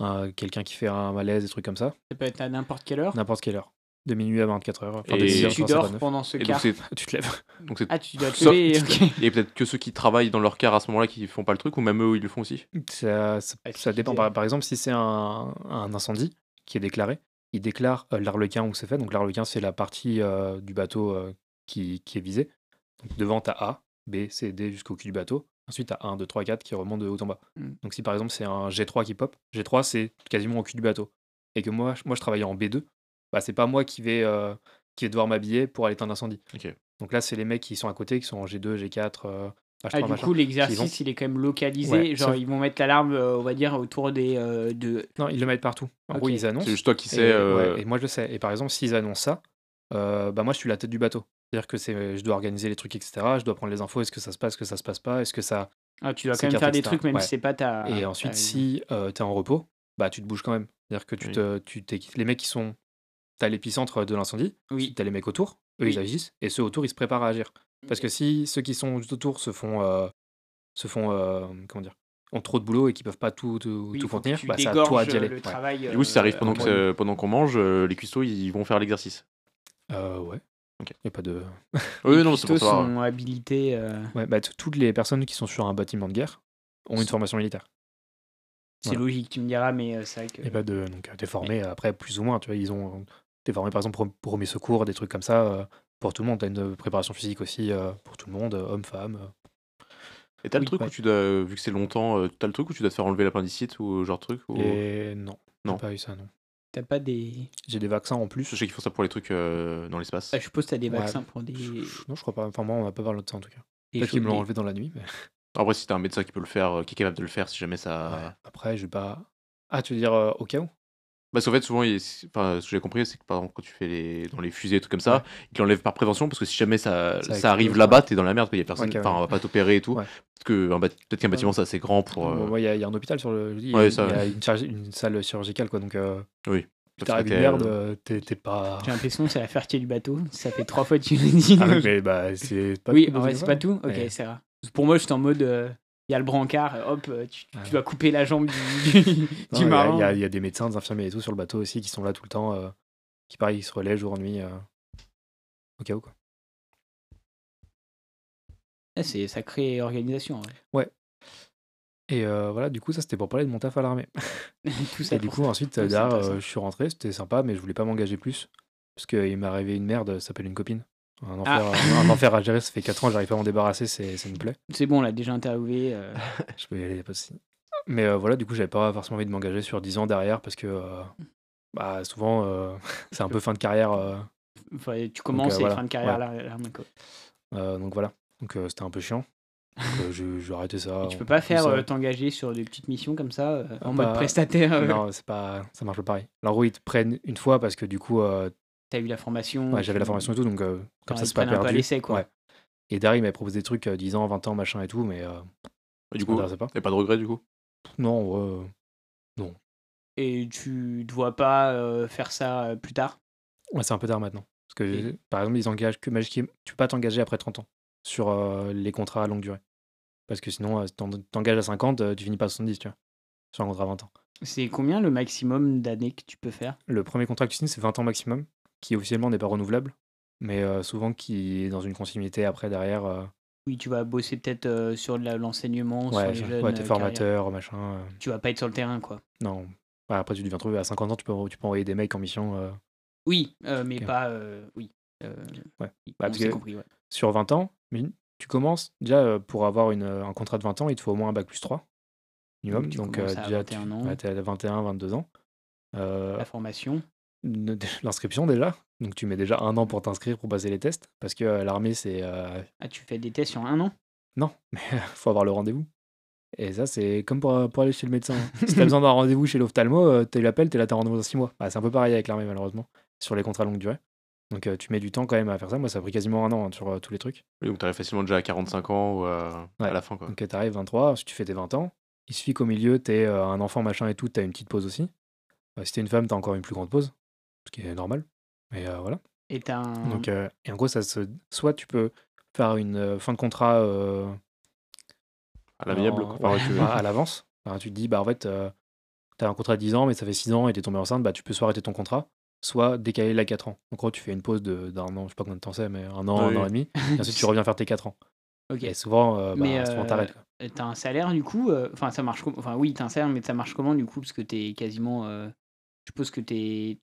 un- quelqu'un qui fait un malaise, des trucs comme ça.
ça peut être à n'importe quelle heure.
N'importe quelle heure. De minuit à 24 heures. Enfin, de
Et-
Et
10
si
heures,
tu
je crois, c'est
dors
pas neuf.
pendant ce
Et donc,
quart.
c'est.
Tu te lèves.
donc c'est-
Ah, tu dois te
Sauf-
lever, ok.
Il y a peut-être que ceux qui travaillent dans leur quart à ce moment-là qui font pas le truc, ou même eux, ils le font aussi.
Ça, ça-
Ah,
ça
si,
dépend.
c'est-
Par, par exemple, si c'est un, un incendie qui est déclaré, il déclare euh, l'arlequin où c'est fait. Donc l'arlequin, c'est la partie euh, du bateau euh, qui, qui est visée. Donc devant, t'as A, B, C, D jusqu'au cul du bateau. Ensuite, t'as 1, 2, 3, 4 qui remonte de haut en bas.
Mm.
Donc si par exemple, c'est un G3 qui pop, G3, c'est quasiment au cul du bateau. Et que moi, je- moi je travaillais en B2, bah, c'est pas moi qui vais, euh, qui vais devoir m'habiller pour aller éteindre l'incendie.
Ok.
Donc là, c'est les mecs qui sont à côté, qui sont en G2, G4, euh, H3,
Ah, du
machin.
coup, l'exercice,
Ils
il est quand même localisé.
Ouais,
genre,
sauf-
ils vont mettre l'alarme, euh, on va dire, autour des. euh, de...
Non, ils le mettent partout. En gros,
Ok.
ils annoncent.
C'est juste toi qui
Et,
sais. euh,
ouais, et moi je le sais. Et par exemple, s'ils annoncent ça, euh, bah moi je suis la tête du bateau. C'est-à-dire que c'est, je dois organiser les trucs, etc. Je dois prendre les infos. Est-ce que ça se passe, est-ce que ça se passe pas, est-ce que ça.
Ah, tu dois
C'est
quand même faire
cartes,
des
etc.
trucs, même
Ouais.
si c'est pas ta.
et
ta-
ensuite, si euh, t'es en repos, bah tu te bouges quand même. C'est-à-dire que tu
Oui.
te, tu t'es- les mecs qui sont, t'as l'épicentre de l'incendie,
Oui.
t'as les mecs autour, eux
Oui. Mmh.
ils agissent et ceux autour ils se préparent à agir. Parce que si ceux qui sont juste autour se font, euh, se font, euh, comment dire, ont trop de boulot et qui peuvent pas tout, tout,
Oui,
tout
faut que
contenir,
tu
bah c'est à toi
dégorges euh,
d'y aller.
Le
Ouais.
travail,
Du coup, si ça arrive
euh,
pendant que-
en-
pendant qu'on mange, euh, les cuistots, ils vont faire l'exercice.
Euh, ouais.
Ok.
Y a pas de.
Oui,
les
non, c'est pour hein.
custos
savoir.
sont habilités. euh,
Ouais, bah, t- toutes les personnes qui sont sur un bâtiment de guerre ont une formation militaire.
C'est
Voilà.
logique, tu me diras, mais euh, c'est vrai que.
Et pas de, donc, euh, t'es formé euh, après plus ou moins, tu vois, ils ont, t'es formé par exemple pour, pour mes secours, des trucs comme ça, euh, pour tout le monde, t'as une euh, préparation physique aussi euh, pour tout le monde, euh, hommes, femmes. euh.
Et t'as le
Oui,
truc
ouais.
où tu dois, vu que c'est longtemps, euh, t'as le truc où tu dois te faire enlever l'appendicite ou genre truc ou...
Et Oh. non,
Non.
j'ai pas eu ça, non.
T'as pas des.
J'ai des vaccins en plus.
Je sais qu'ils font ça pour les trucs euh, dans l'espace.
Ah, je suppose que t'as des
Ouais.
vaccins pour des.
Je- je- Non, je crois pas. Enfin, moi, on n'a pas parlé de ça en tout cas.
des
Peut-être qu'ils me
choses-
l'ont enlevé dans la nuit, mais
Après, si t'as un médecin qui peut le faire, euh, qui est capable de le faire, si jamais ça.
ouais. après, je vais pas. Ah, tu veux dire euh, au cas où
Parce qu'en fait, souvent, il- enfin, ce que j'ai compris, c'est que par exemple, quand tu fais les... dans les fusées et trucs comme ça, ils l'enlèvent par prévention parce que si jamais ça,
Ça
ça,
explose,
arrive
ouais.
là-bas, t'es dans la merde, il y a personne,
Ouais, carrément.
enfin, on va pas t'opérer et tout.
Ouais.
Peut-être que un bât- peut-être qu'un bâtiment, c'est assez grand pour.
Bon,
euh,
moi, Il y, a- il y a un hôpital sur le. je dis, Il y a,
Ouais, ça,
il y a
ouais.
une, charge- une salle chirurgicale, quoi, donc. euh,
Oui.
tu
Ça
t'arrives
serait
une merde,
tel-
euh, t'es t'es pas.
J'ai l'impression que c'est la ferté du bateau. Ça fait trois fois que tu le dis.
Ah oui, mais bah, c'est pas
oui,
tout,
en vrai,
c'est
c'est
ça.
pas tout. Ok,
Ouais.
c'est vrai. Pour moi, j'étais en mode. euh, Il y a le brancard, euh, hop, euh, tu, tu
Ah.
dois couper la jambe du, du
Non, il y a-
marin.
Il y, a- il y a des médecins, des infirmiers et tout sur le bateau aussi qui sont là tout le temps, euh, qui pareil, ils se relaient jour, nuit, euh, au cas où quoi.
Ah, c'est sacrée organisation. en vrai.
Et euh, voilà, du coup, ça c'était pour parler de mon taf à l'armée.
Tout Ah, ça.
Et du
pour
coup, ensuite,
Ouais,
euh,
c'est
derrière,
intéressant.
euh, je suis rentré, c'était sympa, mais je voulais pas m'engager plus parce qu'il m'est arrivé une merde, ça s'appelle une copine. Un enfer, euh,
Ah.
un enfer à gérer, ça fait 4 ans, j'arrive pas à m'en débarrasser, c'est, ça me plaît.
C'est bon, on l'a déjà interviewé. euh,
Je peux y aller, y a pas de souci. Mais euh, voilà, du coup, j'avais pas forcément envie de m'engager sur 10 ans derrière parce que euh,
Mm.
bah, souvent, euh, c'est un peu fin de carrière. euh,
enfin, tu commences
euh,
et
voilà.
fin de carrière là-
Ouais.
là, quoi.
Euh, donc voilà, donc euh, c'était un peu chiant. Donc, euh, j'ai j'ai arrêté ça.
Et tu
en-
peux pas faire
ça-
euh, t'engager sur des petites missions comme ça, euh, en
Bah,
mode prestataire. euh,
Non, c'est pas, ça marche pas pareil. Alors oui, ils te prennent une fois parce que du coup, euh,
T'as eu la formation.
ouais, j'avais la
tu-
formation et tout, donc euh, comme
Enfin,
ça,
ils
c'est
te
pas
prennent un peu à
perdu.
l'essai, quoi.
Ouais. Et derrière, ils m'avaient proposé des trucs euh, 10 ans, 20 ans, machin et tout, mais euh,
Et du
ça
coup,
m'intéressait pas.
y a pas de regret du coup.
Non, euh, ouais,
Et tu ne vois pas euh, faire ça euh, plus tard.
ouais, c'est un peu tard maintenant. Parce que
Et-
par exemple, ils engagent que Magic. Tu peux pas t'engager après 30 ans sur euh, les contrats à longue durée. Parce que sinon, euh, si t'en- t'engages à 50, euh, tu finis pas à 70, tu vois. Sur un contrat à 20 ans.
C'est combien le maximum d'années que tu peux faire
Le premier contrat que tu signes, c'est 20 ans maximum, qui officiellement n'est pas renouvelable, mais euh, souvent qui est dans une continuité après, derrière. euh,
Oui, tu vas bosser peut-être euh, sur de la- l'enseignement, sur
ouais,
les
je-
jeunes.
ouais,
euh,
t'es
carrières.
formateur, machin. euh,
Tu vas pas être sur le terrain, quoi.
non. Ouais, après, tu deviens trouver à 50 ans, tu peux, tu peux envoyer des mecs en mission. euh,
Oui, euh, mais
Ok.
pas. euh, oui. Euh,
Ouais.
oui, on
Bah, parce
s'est
que-
compris, ouais.
sur 20 ans, mais tu commences, déjà, euh, pour avoir une, euh, un contrat de 20 ans, il te faut au moins un bac plus 3 minimum.
Donc, tu
Donc,
commences
euh,
à
déjà,
21
tu-
ans. Ah.
ouais, t'es à 21, 22 ans. Euh,
La formation.
ne- L'inscription, déjà. Donc, tu mets déjà un an pour t'inscrire, pour passer les tests, parce que euh, l'armée, c'est. euh,
Ah, tu fais des tests sur un an
Non, mais faut avoir le rendez-vous. Et ça, c'est comme pour, pour aller chez le médecin. hein. Si t'as besoin d'un rendez-vous chez l'ophtalmo, euh, tu l'appelles, t'es là, t'as rendez-vous dans 6 mois. Bah, c'est un peu pareil avec l'armée, malheureusement, sur les contrats longue durée. Donc euh, tu mets du temps quand même à faire ça. Moi, ça a pris quasiment un an hein, sur euh, tous les trucs.
Oui, donc t'arrives facilement déjà à 45 ans ou à, à
Ouais.
la fin quoi.
Donc euh, t'arrives 23, si tu fais tes 20 ans, il suffit qu'au milieu, t'es euh, un enfant, machin et tout, t'as une petite pause aussi. Euh, si t'es une femme, t'as encore une plus grande pause, ce qui est normal. Mais euh, voilà.
et t'as un.
Donc, euh, et en gros, ça se... soit tu peux faire une euh, fin de contrat euh,
À l'amiable quoi.
en- Oh, ouais, Bah,
Ouais, tu-
à à l'avance. Enfin, tu te dis, bah en fait, euh, t'as un contrat de 10 ans, mais ça fait 6 ans et t'es tombé enceinte, bah tu peux soit arrêter ton contrat, soit décaler la 4 ans. En gros, tu fais une pause de- d'un an, je sais pas combien de temps c'est, mais un an,
Oui.
un an et demi, et ensuite tu reviens faire tes 4 ans.
Ok.
Et souvent, euh, bah,
Mais,
souvent
euh,
t'arrêtes. quoi.
Euh, T'as un salaire du coup euh, Enfin, ça marche comment Enfin, oui, t'as un salaire, mais ça marche comment du coup Parce que t'es quasiment. euh, Je suppose que t'es.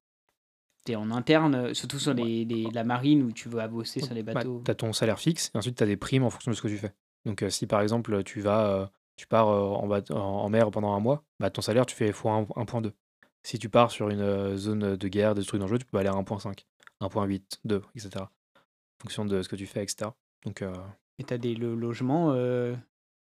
T'es en interne, euh, surtout sur
Ouais.
les- les- la marine où tu vas bosser sur les
Bah,
bateaux.
t'as ton salaire fixe et ensuite t'as des primes en fonction de ce que tu fais. Donc euh, si par exemple tu vas, euh, tu pars euh, en, bate- en- en mer pendant un mois, bah ton salaire tu fais x 1.2. Si tu pars sur une euh, zone de guerre, des trucs dangereux, tu peux aller à 1.5, 1.8, 2, etc. En fonction de ce que tu fais, etc. Donc euh,
Et t'as des le- logements. euh,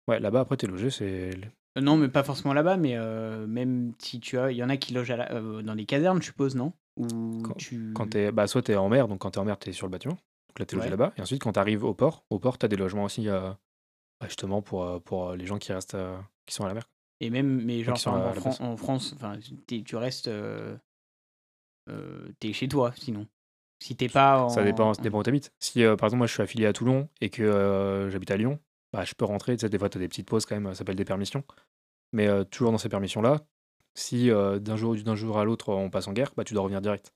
ouais, là-bas après t'es logé, c'est
euh, Non, mais pas forcément là-bas, mais euh, même si tu as. Il y en a qui logent à la- euh, dans les casernes, je suppose, non Ou tu.
quand t'es, bah soit t'es en mer, donc quand t'es en mer t'es sur le bâtiment, donc là t'es logé
Mmh. Ouais.
là-bas. Et ensuite quand t'arrives au port, au port t'as des logements aussi euh, bah, justement pour euh, pour euh, les gens qui restent, euh, qui sont à la mer.
Et même, mais genre,
qui sont
par
à
exemple,
la
en,
base.
Fran- en France, enfin, t'es- tu restes. euh, euh, t'es chez toi, sinon. Si t'es pas. En,
Ça dépend, ça
en-
dépend où t'habites. Si euh, par exemple moi je suis affilié à Toulon et que euh, j'habite à Lyon, bah, je peux rentrer. Tu sais, des fois t'as des petites pauses quand même, ça s'appelle des permissions. Mais euh, toujours dans ces permissions là, si euh, d'un jour d'un jour à l'autre on passe en guerre, bah tu dois revenir direct.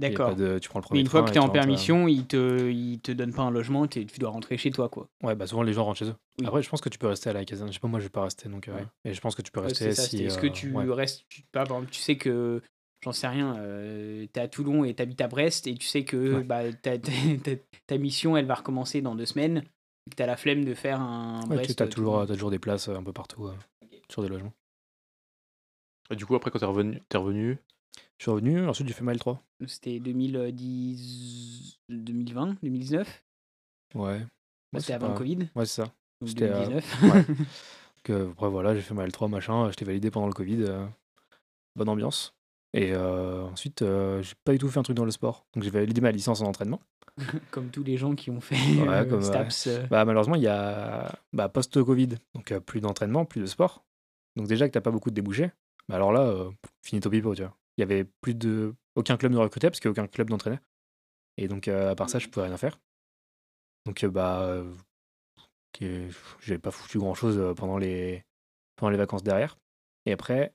Y a pas
D'accord.
de- Tu prends le
Mais
premier.
une fois
train
que
et
t'es en
rentres, euh,
permission, ils te, ils te donnent pas un logement, t'es- tu dois rentrer chez toi, quoi.
Ouais, bah souvent les gens rentrent chez eux.
Oui.
Après, je pense que tu peux rester à la caserne. Je sais pas, moi je vais pas rester donc. euh,
Ouais.
Et je pense que tu peux
Ouais,
rester
c'est ça,
si.
c'était- Est-ce que
euh,
tu
ouais.
restes tu, par exemple, tu sais que j'en sais rien, euh, t'es à Toulon et t'habites à Brest et tu sais que
Ouais.
bah, ta- ta- ta- ta mission elle va recommencer dans deux semaines et que t'as la flemme de faire un
Ouais,
Brest.
tu as
euh,
toujours,
Toulon.
t'as toujours des places euh, un peu partout euh, sur des logements.
Et du coup, après, quand t'es revenu, t'es revenu
Je suis revenu, ensuite j'ai fait mal 3.
C'était 2010, 2020, 2019.
Ouais. Ouais,
Bah, c'était
c'est
avant le
pas-
Covid. donc
Ouais, c'est ça. C'était, euh,
2019.
ouais. Que, après, voilà, j'ai fait ma L3, machin, j'étais validé pendant le Covid. euh, bonne ambiance. Et euh, ensuite, euh, j'ai pas du tout fait un truc dans le sport. Donc j'ai validé ma licence en entraînement.
comme tous les gens qui ont fait
Ouais,
euh,
comme, ouais.
Staps. euh,
Bah, malheureusement, il y a bah, post-Covid, donc euh, plus d'entraînement, plus de sport. Donc déjà que t'as pas beaucoup de débouchés, bah alors là, euh, finito pipo, tu vois. Il y avait plus de aucun club ne recrutait parce qu'aucun club n'entraînait. Et donc euh, à part ça, je pouvais rien faire. Donc euh, bah, euh, que- j'ai pas foutu grand chose pendant les pendant les vacances derrière. Et après,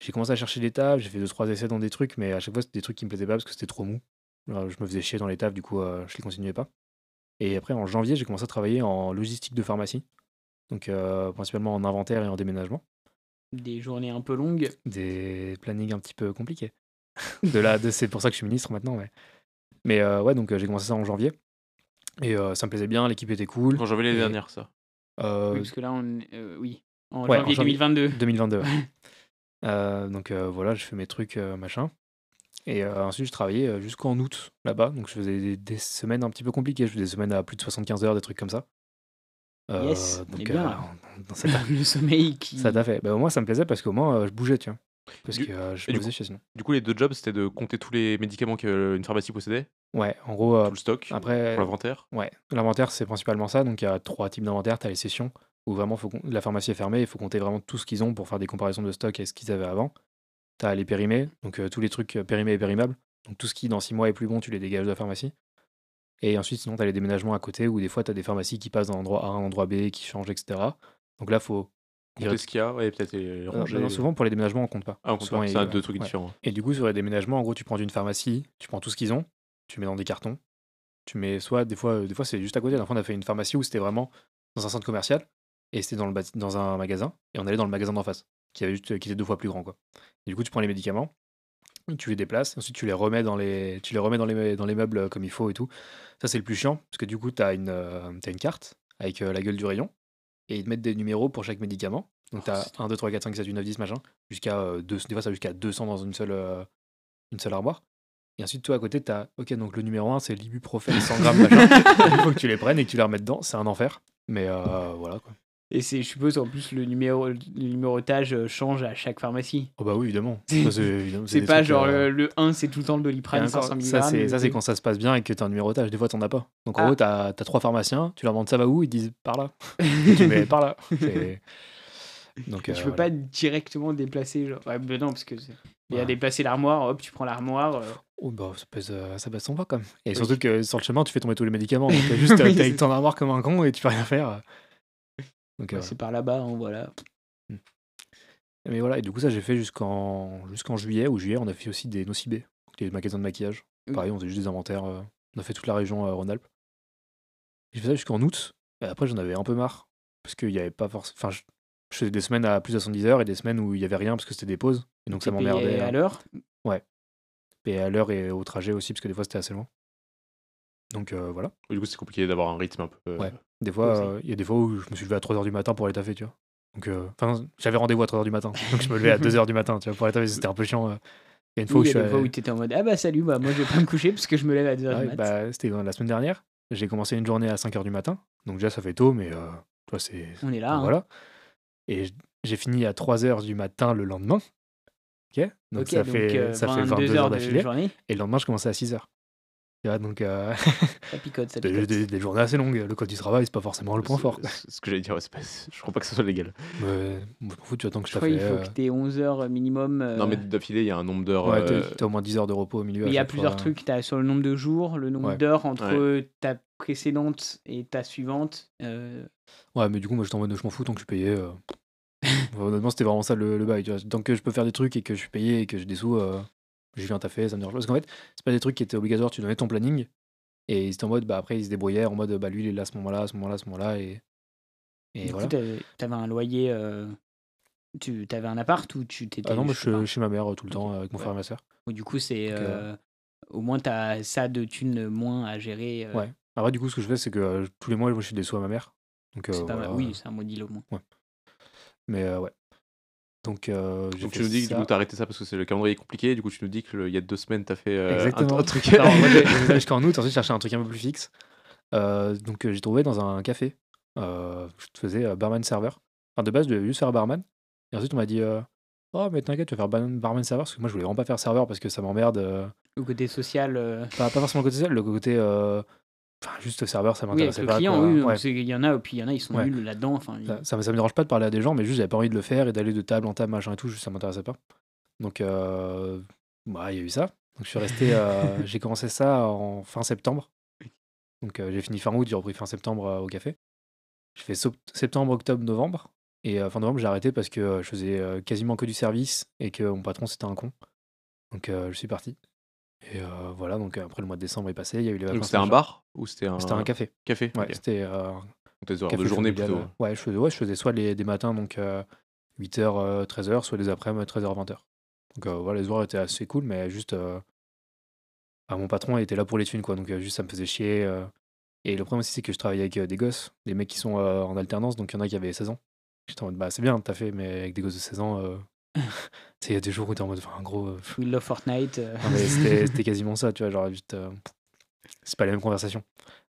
j'ai commencé à chercher des tables, j'ai fait deux trois essais dans des trucs, mais à chaque fois c'était des trucs qui me plaisaient pas parce que c'était trop mou. Alors, je me faisais chier dans les tables, du coup euh, je les continuais pas. Et après, en janvier, j'ai commencé à travailler en logistique de pharmacie. Donc, euh, principalement en inventaire et en déménagement.
des journées un peu longues.
Des plannings un petit peu compliqués. de là, de- c'est pour ça que je suis ministre maintenant. Mais, mais euh, ouais, donc euh, j'ai commencé ça en janvier. Et euh, ça me plaisait bien, l'équipe était cool.
Quand j'avais l'année
Mmh. Et-
dernière, ça.
Euh,
Oui, parce que là, on, est- euh, oui, en
Ouais, en
janvier
janvier.
2022.
2022. ouais. Euh, donc euh, voilà, je fais mes trucs, euh, machin. Et euh, ensuite, je travaillais euh, jusqu'en août là-bas. Donc je faisais des, des semaines un petit peu compliquées. Je faisais des semaines à plus de 75 heures, des trucs comme ça. Euh,
Yes, on est bien, là.
dans cette
le sommeil qui.
Ça t'a fait. Bah, au moins, ça me plaisait parce qu'au moins, euh, je bougeais, tiens. Parce
Mmh. Du-
que euh, je
et
me
du
faisais
coup-
chier sinon.
Du coup, les deux jobs, c'était de compter tous les médicaments qu'une pharmacie possédait,
Ouais, en gros, euh,
tout le stock,
après,
pour l'inventaire.
ouais, l'inventaire, c'est principalement ça. Donc, il y a trois types d'inventaire. Tu as les sessions où vraiment faut qu'on- la pharmacie est fermée il faut compter vraiment tout ce qu'ils ont pour faire des comparaisons de stock et ce qu'ils avaient avant. Tu as les périmés, donc euh, tous les trucs euh, périmés et périmables. Donc, tout ce qui, dans six mois, est plus bon, tu les dégages de la pharmacie. Et ensuite, sinon, tu as les déménagements à côté où des fois, tu as des pharmacies qui passent d'un endroit A à un endroit B, qui changent, etc. Donc là, faut.
Compter ce qu'il y a, ouais, peut-être les
Non,
ranger.
Euh, bah, non, souvent, pour les déménagements, on compte pas.
Ah, on compte
Souvent,
pas,
il-
c'est deux trucs
ouais.
différents.
Et du coup, sur les déménagements, en gros, tu prends d'une pharmacie, tu prends tout ce qu'ils ont, tu mets dans des cartons, tu mets soit des fois, euh, des fois c'est juste à côté. La dernière fois, on a fait une pharmacie où c'était vraiment dans un centre commercial et c'était dans, le bâti- dans un magasin et on allait dans le magasin d'en face qui, avait juste, euh, qui était deux fois plus grand. Quoi. Et du coup, tu prends les médicaments, tu les déplaces, ensuite tu les remets dans les, tu les, remets dans les, dans les meubles euh, comme il faut et tout. Ça, c'est le plus chiant parce que du coup, tu as, une euh, t'as une carte avec euh, la gueule du rayon et ils te mettent des numéros pour chaque médicament. Donc, tu as 1, 2, 3, 4, 5, 7, 8, 9, 10, machin jusqu'à euh, deux- des fois ça va jusqu'à 200 dans une seule euh, une seule armoire et ensuite toi à côté t'as ok donc le numéro 1 c'est l'ibuprofène 100 grammes machin il faut que tu les prennes et que tu les remettes dedans c'est un enfer mais euh, voilà quoi
Et c'est, je suppose, en plus, le, numéro, le numérotage euh, change à chaque pharmacie.
oh bah oui évidemment
C'est-
Ça, c'est évidemment-
C'est
des
pas
trucs,
genre
euh,
euh, le 1, c'est tout le temps le
et
doliprane,
encore,
500
ça c'est ça c'est quand
quand
ça se passe bien et que t'as un numérotage des fois t'en as pas donc en
Ah.
gros t'as t'as trois pharmaciens tu leur demandes ça va où ils disent par là Et tu mets par là C'est- donc
Tu
euh,
peux
voilà.
pas directement déplacer. Genre... Ouais, ben non, parce que c'est... il y a
Ouais.
déplacer l'armoire, hop, tu prends l'armoire. euh,
Oh bah, ça pèse, euh, ça pèse son poids quand même. Et
Oui.
surtout que sur le chemin, tu fais tomber tous les médicaments. Donc t'as juste
Oui,
t'es
c'est
avec ton armoire comme un con et tu peux rien faire. Donc, euh,
ouais, C'est par là-bas, hein, voilà.
Mais voilà, et du coup, ça j'ai fait jusqu'en jusqu'en juillet. Ou juillet, on a fait aussi des nocibés, donc des magasins de maquillage.
Oui.
Pareil, on faisait juste des inventaires. euh, on a fait toute la région euh, Rhône-Alpes. J'ai fait ça jusqu'en août. Et après, j'en avais un peu marre. Parce qu'il n'y avait pas forcément. Enfin, je, je faisais des semaines à plus à 70 heures et des semaines où il n'y avait rien parce que c'était des pauses. Et donc ça hein.
T'es payé
m'emmerdait.
À
hein.
l'heure.
et à l'heure et au trajet aussi, parce que des fois c'était assez loin. Donc euh, voilà.
Du coup, c'est compliqué d'avoir un rythme un peu. euh,
Ouais. Des fois, euh, il y a des fois où je me suis levé à 3h du matin pour aller taffer, tu vois. Donc, euh, enfin, j'avais rendez-vous à 3h du matin. Donc, je me levais à 2h du matin, tu vois, pour aller taffer. C'était un peu chiant. euh. Il y a une fois
Oui, il
où
y
je
a des
suis
fois
allé-
où t'étais en mode Ah bah salut, bah, moi je vais pas me coucher parce que je me lève à 2h
Ah
du
oui,
mat.
bah, C'était dans la semaine dernière. J'ai commencé une journée à 5h du matin. Donc, déjà, ça fait tôt, mais euh, tu vois, c'est.
On est là.
enfin,
hein.
bah, Voilà. Et j- j'ai fini à 3h du matin le lendemain. Ok Donc,
Ok,
ça, fait,
euh,
ça fait 22
heures
heures
de
d'affilée.
journée.
Et le lendemain, je commençais à 6h. Tu vois, donc, euh,
Ça picote, ça
des,
picote.
des- des journées assez longues. Le code du travail, c'est pas forcément le
Bah,
point
c'est-
fort. quoi.
c'est Ce que j'allais dire, ouais, c'est pas- je crois pas que ce soit légal.
Mais, je m'en fous, tu attends que je
Je
euh,
crois qu'il faut
taffe,
que t'aies 11h minimum. euh,
Non, mais d'affilée, il y a un nombre d'heures.
Ouais,
euh,
t'as- t'as au moins 10 heures de repos au milieu.
mais
à
il y a
chaque
plusieurs
fois.
trucs. T'as sur le nombre de jours, le nombre
Ouais.
d'heures entre ta précédente et ta suivante. euh,
Ouais, mais du coup, moi, je t'en mode, je m'en fous tant que je suis payé. euh. Ouais, Honnêtement, c'était vraiment ça le, le bail. tu vois. Tant que je peux faire des trucs et que je suis payé et que j'ai des sous, euh, je viens taffer, ça me dérange pas. Parce qu'en fait, c'est pas des trucs qui étaient obligatoires, tu donnais ton planning. Et ils étaient en mode, bah après, ils se débrouillaient en mode, bah lui, il est là à ce moment-là, à ce moment-là, à ce moment-là. Et, et
du
voilà.
coup, t'avais t'avais un loyer. euh, Tu avais un appart ou tu t'étais.
Ah non, moi, je
chez toi
suis chez ma mère euh, tout le temps avec mon
ouais.
frère et ma soeur.
Ou du coup, c'est.
Donc, euh,
euh, Au moins, t'as ça de thunes moins à gérer. euh,
Ouais. Après, du coup, ce que je fais, c'est que euh, tous les mois, moi, je fais des sous à ma mère. Donc, euh,
c'est pas mal.
voilà.
Oui, c'est un bon deal au moins.
Mais euh, ouais. Donc, euh, j'ai
Donc
fait
tu nous dis que
ça.
du coup t'as arrêté ça parce que c'est le calendrier est compliqué. Du coup tu nous dis que le- il y a deux semaines t'as fait euh, un-
Exactement.
un, truc.
Alors, moi, j'ai- j'ai allé jusqu'en août, ensuite, je cherchais un truc un peu plus fixe. Euh, donc, euh, j'ai trouvé dans un café. Euh, je faisais euh, barman-serveur. Enfin, de base, je devais juste faire barman. Et ensuite, on m'a dit euh, Oh, mais t'inquiète, tu vas faire barman- barman-serveur. Parce que moi, je voulais vraiment pas faire serveur parce que ça m'emmerde. euh,
Le côté social. euh,
pas, pas forcément le côté social, le côté. euh, Enfin, juste serveur, ça
Oui, avec
m'intéressait
le
pas.
client,
quoi.
oui. donc
Ouais.
c'est- Il y en a, et puis il y en a, ils sont
Ouais.
nuls là-dedans.
Mm.
Enfin, ils-
Ça, ça, me- ça me dérange pas de parler à des gens, mais juste j'avais pas envie de le faire et d'aller de table en table, machin et tout, juste ça m'intéressait pas. Donc, euh, bah, il y a eu ça. Donc, je suis resté, euh, j'ai commencé ça en fin septembre. Donc, euh, j'ai fini fin août, j'ai repris fin septembre euh, au café. J'ai fait sop- septembre, octobre, novembre. Et euh, fin novembre, j'ai arrêté parce que euh, je faisais euh, quasiment que du service et que mon patron c'était un con. Donc, euh, je suis parti. Et euh, voilà, donc euh, après le mois de décembre est passé, il y a eu les
Donc
vacances.
c'était un
machin.
bar ou c'était un,
C'était un café.
café.
Ouais,
Ok.
c'était euh, un
Donc, Tes horaires
Café
de journée plutôt.
familial, euh, Ouais, je faisais, ouais, je faisais soit les, des matins, donc euh, 8h, 13h, euh, soit des après-midi, 13h, 20h. Donc euh, voilà, les horaires étaient assez cool, mais juste. euh, ah, mon patron était là pour les thunes, quoi. Donc euh, juste, ça me faisait chier. euh. Et le problème aussi, c'est que je travaillais avec euh, des gosses, des mecs qui sont euh, en alternance, donc il y en a qui avaient 16 ans. J'étais en mode, bah c'est bien, t'as fait, mais avec des gosses de 16 ans, euh, tu sais, il y a des jours où t'es en mode, enfin, gros. euh,
We love Fortnite. euh,
non, mais c'était c'était quasiment ça, tu vois, genre, juste. euh, c'est pas la même conversation.